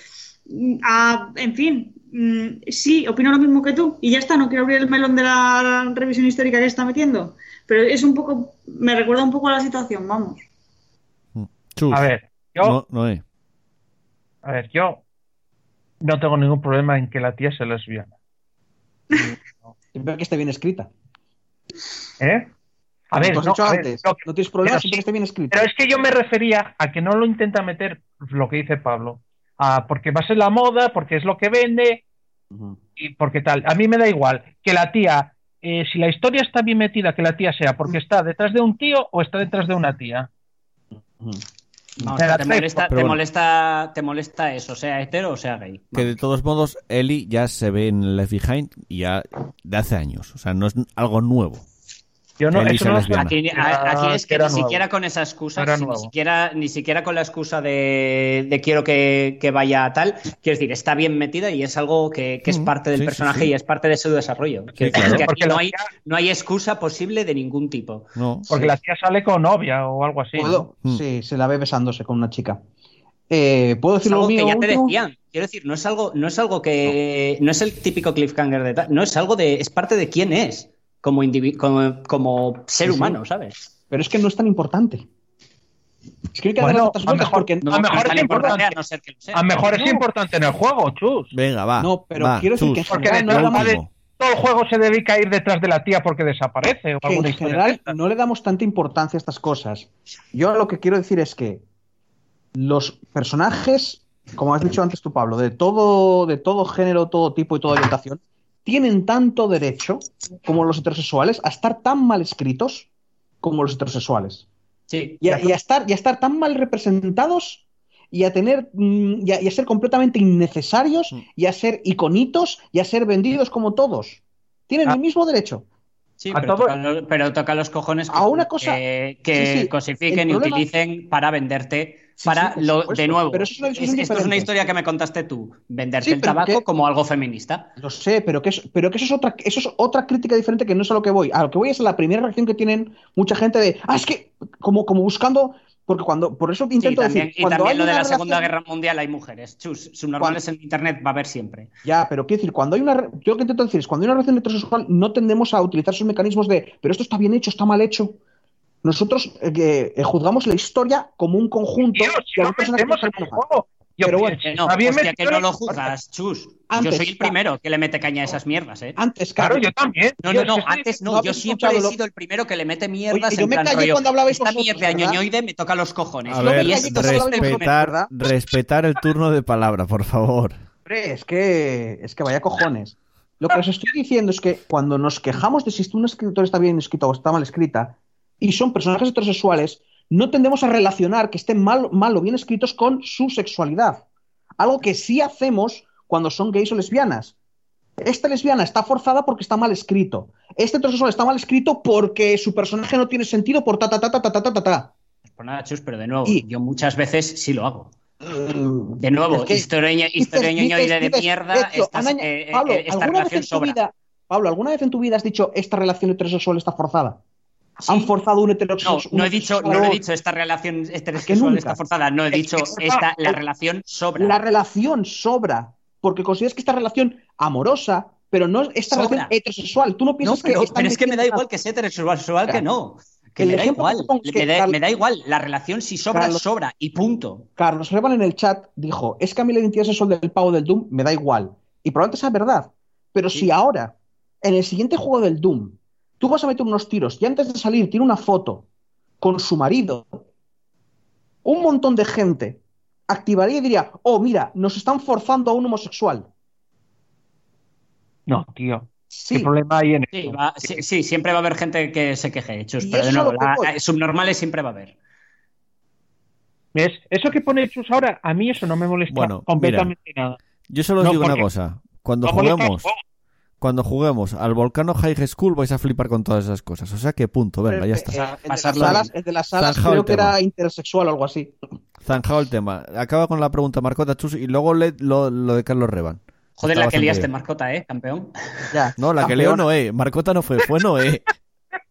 D: Mm, ah, en fin, mm, sí, opino lo mismo que tú y ya está, no quiero abrir el melón de la revisión histórica que se está metiendo, pero es un poco, me recuerda un poco a la situación, vamos.
A: Chus.
G: A ver, yo,
A: No, no es.
G: a ver, yo no tengo ningún problema en que la tía sea lesbiana.
E: Siempre que esté bien escrita.
G: ¿Eh? A
E: Como
G: ver,
E: tú has
G: no,
E: dicho
G: a ver,
E: antes,
G: lo que-
E: no tienes problema
G: pero
E: siempre que
G: sí,
E: esté bien escrita.
G: Pero es que yo me refería a que no lo intenta meter pues, lo que dice Pablo. Ah, porque va a ser la moda, porque es lo que vende
E: Ujú.
G: y porque tal. A mí me da igual que la tía, eh, si la historia está bien metida, que la tía sea porque está detrás de un tío o está detrás de una tía.
E: Ujú.
C: Vamos,
G: Te la
C: te,
G: traigo,
C: molesta,
A: pero
C: te,
A: bueno.
C: molesta, te molesta eso, sea hetero o sea gay.
A: Que de todos modos, Ellie ya se ve en Left Behind y ya de hace años. O sea, no es algo nuevo.
G: Yo no,
A: Elisa
G: eso no lo-
A: lesbiana.
C: Aquí,
G: Era-
C: a- aquí es que
G: era
C: ni
G: nuevo.
C: siquiera con esa excusa,
G: Era
C: si ni
G: nuevo.
C: siquiera, ni siquiera con la excusa de, de quiero que, que vaya a tal, quiero decir, está bien metida y es algo que, que es
A: Mm,
C: parte del
A: sí, sí,
C: personaje
A: sí.
C: y es parte de su desarrollo. Quiero decir,
A: claro.
C: es que aquí
G: Porque la
C: no hay,
G: tía-
C: no hay excusa posible de ningún tipo.
A: No.
G: porque la tía sale con novia o algo así.
E: ¿Puedo?
A: Mm.
E: Sí, se la ve besándose con una chica. Eh, ¿Puedo
C: Es
E: decir lo
C: algo
E: mío?
C: que ya te
E: último?
C: decían. Quiero decir, no es algo, no es algo que. No es el típico cliffhanger de tal. No es algo de. Es parte de quién es como, indivi- como, como ser
E: Sí, sí.
C: humano, ¿sabes?
E: Pero es que no es tan importante. Es que hay que darle
G: Bueno,
E: tantas
G: a
E: vueltas
G: mejor-
E: porque
G: a mejor
C: es tan
G: es importante.
C: a no ser que lo sea.
G: A lo mejor es
E: No.
G: importante en el juego, chus.
A: Venga, va.
E: No, pero
A: va,
E: quiero decir
A: Chus,
E: que en
G: Porque
E: general no
G: de-
E: le
A: lo
E: damos,
G: vale.
A: último.
G: Todo el juego se dedica a ir detrás de la tía porque desaparece o
E: que en
G: alguna historia de
E: general
G: estas.
E: no le damos tanta importancia a estas cosas. Yo lo que quiero decir es que los personajes, como has dicho antes tú, Pablo, de todo, de todo género, todo tipo y toda orientación, tienen tanto derecho como los heterosexuales a estar tan mal escritos como los heterosexuales.
C: Sí,
E: y a, y a estar, y a estar tan mal representados y a tener mm, y a, y a ser completamente innecesarios
A: Mm.
E: y a ser iconitos y a ser vendidos como todos. Tienen
G: Ah.
E: el mismo derecho.
C: Sí,
G: A
C: pero,
G: todo-
C: toca los, pero toca los cojones
E: A una cosa-
C: que, que
E: sí, sí,
C: cosifiquen
E: el
C: y
E: problema-
C: utilicen para venderte.
E: Sí,
C: Para
E: sí, por
C: lo,
E: supuesto,
C: de nuevo,
E: pero eso es una discusión
C: es- esto es una
E: diferente.
C: historia que me contaste tú, venderte
E: Sí,
C: el
E: pero
C: tabaco
E: que-
C: como algo feminista.
E: Lo sé, pero que, es, pero que eso, es otra, eso es otra crítica diferente que no es a lo que voy. A lo que voy es a la primera reacción que tienen mucha gente de, ah, es que, como, como buscando, porque cuando, por eso
C: Sí, y
E: intento
C: también,
E: decir,
C: y
E: cuando
C: también
E: hay
C: lo de la
E: una
C: Segunda
E: relación-
C: Guerra Mundial hay mujeres. Chus,
E: Cuando-
C: subnormales en internet va a haber siempre.
E: Ya, pero quiero decir, cuando hay una. re- Yo lo que intento decir es, cuando hay una relación heterosexual, no tendemos a utilizar esos mecanismos de, pero esto está bien hecho, está mal hecho. Nosotros eh, que, eh, juzgamos la historia como un conjunto
G: Tío, si
E: de
G: no
E: una persona que
G: metemos en
E: está
G: el
E: mal.
G: juego. Yo, eh,
E: Pero bueno,
G: si
C: Que Eh, no,
G: está bien
C: hostia, que
G: metido,
C: no lo juzgas, Chus.
E: Antes,
C: yo soy el
E: claro.
C: primero que le mete caña a esas mierdas, ¿eh?
E: Antes,
G: Claro,
E: Carlos,
G: yo también.
C: No,
G: Yo
C: no, no,
G: es que estoy-
C: antes no,
E: no
C: yo
E: habéis
C: siempre he
E: escuchado lo-
C: sido el primero que le mete mierdas
E: Oye,
C: en
E: yo me
C: plan
E: callé
C: rollo,
E: cuando hablabais
C: esta
E: vosotros,
C: mierda
E: ¿verdad?
C: ñoñoide me toca los cojones.
A: A
E: lo que
A: ver,
C: y
E: hay
C: es
E: que contar la misma
A: respetar,
E: verdad.
A: respetar el turno de palabra, por favor.
E: Hombre, es que, es que vaya cojones. Lo que os estoy diciendo es que cuando nos quejamos de si una escritora está bien escrita o está mal escrita, y son personajes heterosexuales, no tendemos a relacionar que estén mal, mal o bien escritos con su sexualidad. Algo que sí hacemos cuando son gays o lesbianas. Esta lesbiana está forzada porque está mal escrito. Este heterosexual está mal escrito porque su personaje no tiene sentido por ta ta ta ta ta ta ta ta. ta.
C: Pues nada, Chus, pero de nuevo,
E: Y-
C: yo muchas veces sí lo hago.
E: Mm.
C: De nuevo,
E: Es que-
C: historia, historia
E: Dices-
C: ñoñoide
E: dices-
C: de
E: dices,
C: mierda,
E: de hecho,
C: estas-
E: Anaña-
C: eh, eh,
E: Pablo,
C: esta
E: ¿alguna vez en
C: relación
E: tu
C: sobra.
E: vida- Pablo, ¿alguna vez en tu vida has dicho esta relación heterosexual está forzada? ¿Han forzado un
C: No,
E: heterosexual?
C: no he
E: un
C: dicho, no
E: heterosexual
C: lo he
E: a
C: dicho, esta relación
E: ¿A
C: heterosexual
E: que
C: está
E: nunca?
C: forzada. No he dicho,
G: que-
C: esta, la
E: el-
C: relación
E: otro?
C: sobra.
E: La relación sobra, porque consideras que esta relación amorosa, pero no es esta
C: Sobra.
E: relación heterosexual. Tú no
C: No,
E: piensas
C: pero,
E: que están
C: pero es que me da
E: metiendo-
C: igual que sea heterosexual que
E: Claro.
C: no. Que
E: El
C: me da
E: ejemplo que
C: igual.
E: pongo es
C: me,
E: que
C: da,
E: tal-
C: me da igual. La relación si sobra,
E: Carlos-
C: sobra. Y punto.
E: Carlos Reban en el chat dijo, es que a mí la identidad sexual del pavo del Doom me da igual. Y probablemente sea verdad. Pero
C: Sí.
E: si ahora, en el siguiente juego del Doom, tú vas a meter unos tiros y antes de salir tiene una foto con su marido, un montón de gente activaría y diría, oh, mira, nos están forzando a un homosexual.
G: No, tío. ¿Qué
E: Sí,
G: problema hay en
C: Sí,
G: esto?
C: va- sí, sí, siempre va a haber gente que se queje, Chus,
E: Y
C: pero de
E: eso
C: nuevo,
E: lo que
C: la-
E: voy.
C: la- subnormales siempre va a haber.
G: ¿Ves? Eso que pone Chus ahora, a mí eso no me molesta
A: Bueno,
G: completamente nada.
A: Yo solo os
G: No,
A: digo una
G: porque-
A: cosa. Cuando
G: No molesta el
A: juguemos,
G: juego.
A: cuando juguemos al Volcano High School vais a flipar con todas esas cosas. O sea que punto, venga, ya está.
E: Eh, El de las
C: Pasarlo
E: salas,
C: bien.
E: el de las salas
A: Zanjado el
E: creo que
A: tema.
E: era intersexual o algo así.
A: zanjado el tema. Acaba con la pregunta Marcota Chus y luego le- lo, lo de Carlos Reban.
I: Joder,
A: Está
I: la que
A: bastante
I: liaste,
A: bien.
I: Marcota, ¿eh, campeón?
E: Ya,
A: No, la que leo
E: campeona,
A: Noé. Marcota no fue, fue Noé.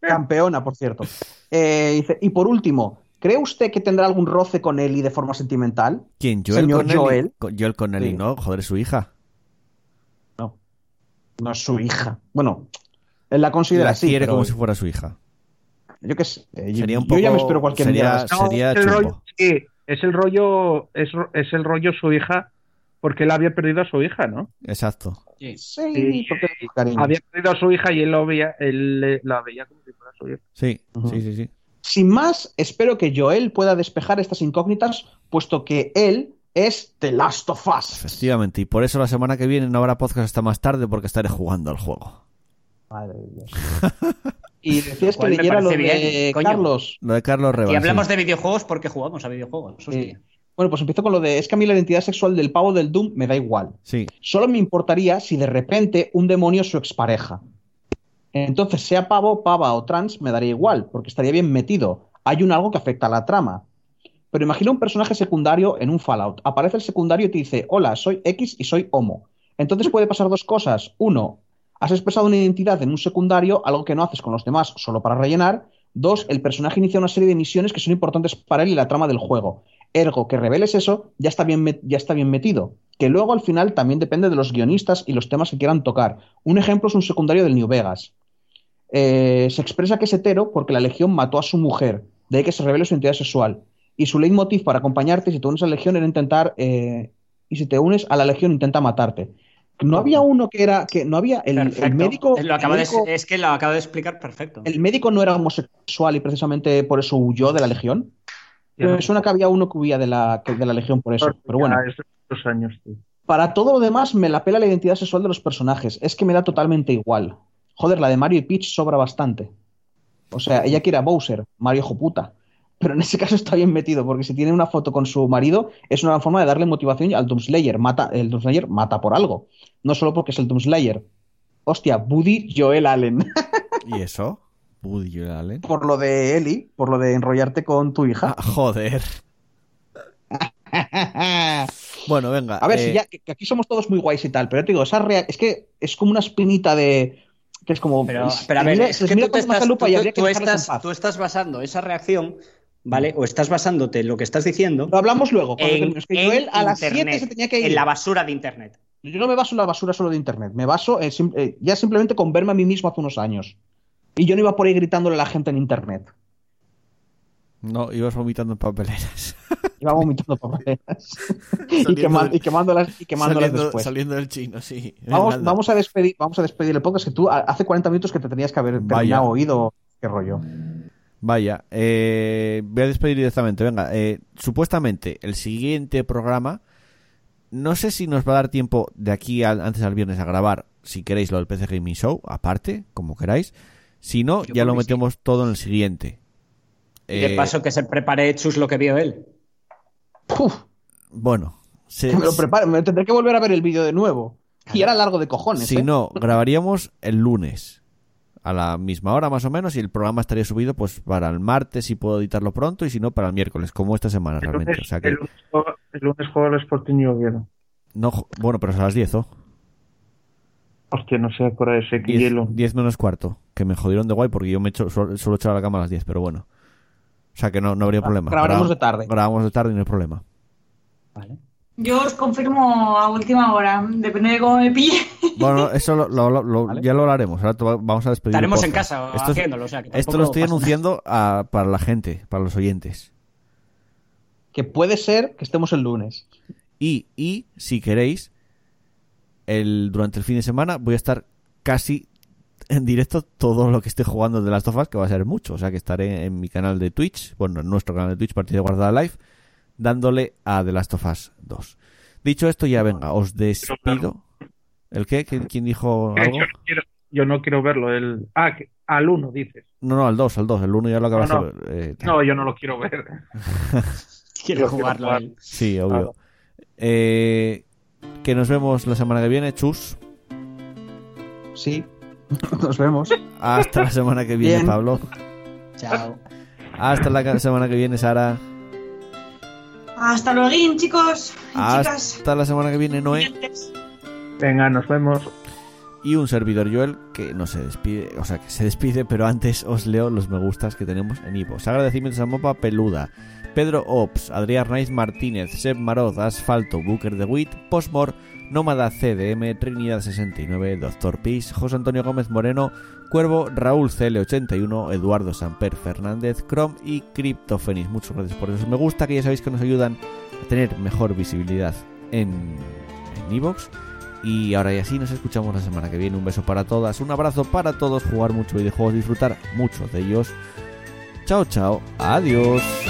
E: Campeona, por cierto. Eh, dice, y por último, ¿cree usted que tendrá algún roce con Eli de forma sentimental?
A: ¿Quién? Joel
E: Señor
A: Connelly.
E: Joel.
A: Co- Joel Connelly,
E: Sí.
A: ¿no? Joder, es su hija.
E: No es su hija. Bueno, él la considera
A: la
E: así.
A: quiere
E: pero
A: como si fuera su hija.
E: Yo qué sé. eh, yo-
A: Sería un
E: yo
A: poco...
E: ya me espero cualquier
A: sería,
E: día.
A: Sería
G: es el rollo,
A: chungo.
G: sí, es el rollo, es, ro- es el rollo su hija, porque él había perdido a su hija, ¿no?
A: Exacto.
E: Sí,
G: Sí.
E: porque cariño.
G: Había perdido a su hija y él, lo veía, él le- la veía como si fuera su hija.
A: Sí,
E: Ujú.
A: sí, sí, sí.
E: Sin más, espero que Joel pueda despejar estas incógnitas, puesto que él es The Last of Us.
A: Efectivamente. Y por eso la semana que viene no habrá podcast hasta más tarde porque estaré jugando al juego.
E: Madre de Dios. Y
I: Lo
E: decías que
I: cual me
E: leyera lo
I: parece
E: de
I: bien, coño.
E: Carlos.
A: Lo de Carlos Reban.
I: Y hablamos
A: sí.
I: de videojuegos porque jugamos a videojuegos. hostia.
E: Bueno, pues empiezo con lo de, es que a mí la identidad sexual del pavo del Doom me da igual.
A: Sí.
E: Solo me importaría si de repente un demonio es su expareja. Entonces, sea pavo, pava o trans, me daría igual, porque estaría bien metido. Hay un algo que afecta a la trama. Pero imagina un personaje secundario en un Fallout. Aparece el secundario y te dice, hola, soy X y soy homo. Entonces puede pasar dos cosas. Uno, has expresado una identidad en un secundario, algo que no haces con los demás solo para rellenar. Dos, el personaje inicia una serie de misiones que son importantes para él y la trama del juego. Ergo, que reveles eso ya está bien, met- ya está bien metido. Que luego al final también depende de los guionistas y los temas que quieran tocar. Un ejemplo es un secundario del New Vegas. Eh, se expresa que es hetero porque la legión mató a su mujer, de ahí que se revele su identidad sexual. Y su leitmotiv para acompañarte, si te unes a la legión, era intentar. eh, y si te unes a la legión, intenta matarte. No había uno que era. que No había. El, el
I: Perfecto.
E: médico.
I: Lo acaba
E: el
I: de-
E: médico-
I: Es que lo acaba de explicar perfecto.
E: el médico no era homosexual y precisamente por eso huyó de la legión. Pero me suena que había uno que huía de la, que- de la legión por eso. Pero bueno,
G: Ya, es de muchos años, tío.
E: para todo lo demás me la pela la identidad sexual de los personajes. Es que me da totalmente igual. Joder, la de Mario y Peach sobra bastante. O sea, ella quiere a Bowser, Mario hijo puta. Pero en ese caso está bien metido, porque si tiene una foto con su marido, es una gran forma de darle motivación al Doomslayer. Mata, el Doomslayer mata por algo. No solo porque es el Doomslayer. Hostia, Buddy Joel Allen.
A: ¿Y eso? Woody Joel Allen.
E: por lo de Eli, por lo de enrollarte con tu hija.
A: Ah, joder. Bueno, venga.
E: A ver,
A: eh,
E: si ya, que, que aquí somos todos muy guays y tal, pero ya te digo, esa rea- es que es como una espinita de. que es como.
I: Pero,
E: es-
I: pero a
E: se
I: ver,
E: mira-
I: es
E: se
I: que
E: mira
I: tú, te
E: con
I: estás,
E: baja lupa y
I: tú-
E: habría que
I: tú
E: dejarlas en
I: estás,
E: paz.
I: tú estás basando esa reacción, ¿vale? O estás basándote en lo que estás diciendo
E: Lo hablamos luego. cuando
I: en,
E: termine. Es que
I: en
E: Joel a las 7
I: internet,
E: se tenía que ir.
I: en la basura de internet.
E: Yo no me baso en la basura solo de internet, me baso en sim- eh, ya simplemente con verme a mí mismo hace unos años. Y yo no iba por ahí gritándole a la gente en internet.
A: No, ibas vomitando en papeleras.
E: Iba vomitando papeleras. y,
A: Saliendo
E: quema-
A: del-
E: y quemándolas, y quemándolas
A: saliendo,
E: después.
A: saliendo del chino, sí.
E: Vamos,
A: Nada.
E: vamos a despedir, vamos a despedir el podcast que tú a- hace 40 minutos que te tenías que haber
A: Vaya.
E: terminado oído. Qué rollo.
A: Vaya, eh, voy a despedir directamente. Venga, eh, supuestamente el siguiente programa, no sé si nos va a dar tiempo de aquí al- antes al viernes a grabar, si queréis, lo del PC Gaming Show, aparte, como queráis. Si no,
I: Yo
A: ya
I: creo
A: lo
I: que sí.
A: metemos todo en el siguiente.
I: Y de
A: Eh,
I: paso que se prepare Chus lo que vio él.
E: Puf,
A: Bueno, se-
E: que me lo preparo, me tendré que volver a ver el vídeo de nuevo. Y era largo de cojones.
A: si
E: ¿eh?
A: no, grabaríamos el lunes a la misma hora más o menos y el programa estaría subido pues para el martes si puedo editarlo pronto y si no para el miércoles como esta semana
G: El
A: realmente.
G: lunes,
A: O sea que
G: el lunes juega- el lunes juega el Sporting y Oviedo.
A: no, jo- bueno, pero es a las oh. 10, ¿o?
G: Hostia, no sé por ese que
A: 10,
G: hielo.
A: 10 menos cuarto, que me jodieron de guay porque yo me echo, suelo, suelo echar a la cama a las 10, pero bueno. O sea que no, no
I: Ah,
A: habría problema.
E: Grabaremos
A: Gra-
E: de tarde.
A: Grabamos de tarde y no hay problema.
D: Yo os confirmo a última hora, depende de cómo me pille.
A: Bueno, eso lo, lo- lo- ya lo hablaremos. Ahora to- vamos a despedir. el
I: Estaremos en
A: podcast.
I: casa
A: Esto es-
I: haciéndolo. O sea, que
A: Esto
I: tampoco
A: lo estoy
I: pasa nada.
A: anunciando a- para la gente, para los oyentes.
E: Que puede ser que estemos el lunes.
A: Y, y si queréis, el, durante el fin de semana voy a estar casi en directo todo lo que esté jugando de las tofas, que va a ser mucho. O sea que estaré en mi canal de Twitch, bueno, en nuestro canal de Twitch, Partido Guardada Live, dándole a The Last of Us 2. Dicho esto, ya venga, os despido. ¿El qué? ¿Qui- ¿Quién dijo
G: Eh,
A: algo?
G: Yo, no quiero, yo no quiero verlo. El, ah, que- al uno dices.
A: No, no, al 2, al 2, el 1 ya lo acabas
G: No,
A: de ver. eh,
G: No, yo no lo quiero ver.
I: Quiero jugarlo a él.
A: Sí, obvio.
G: Claro.
A: Eh, que nos vemos la semana que viene, chus.
E: Sí. Nos vemos.
A: Hasta la semana que viene,
E: Bien.
A: Pablo.
I: Chao.
A: Hasta la semana que viene, Sara.
D: Hasta luego, chicos. y chicas.
A: Hasta eh. la semana que viene, Noé.
D: Siguientes.
G: Venga, nos vemos.
A: Y un servidor Joel que no se despide, o sea, que se despide, pero antes os leo los me gustas que tenemos en Ivo. Agradecimientos a Mopa Peluda, Pedro Ops, Adrián Raiz Martínez, Seb Maroz, Asfalto, Booker de Wit, Postmore, Nómada CDM, Trinidad69, Doctor Pis, José Antonio Gómez Moreno, Cuervo, Raúl CL81, Eduardo Samper Fernández, Chrome y Cryptofenis. Muchas gracias por esos me gusta que ya sabéis que nos ayudan a tener mejor visibilidad en en Evox. y ahora y así nos escuchamos la semana que viene. Un beso para todas, un abrazo para todos, jugar mucho videojuegos, disfrutar mucho de ellos. Chao, chao, adiós.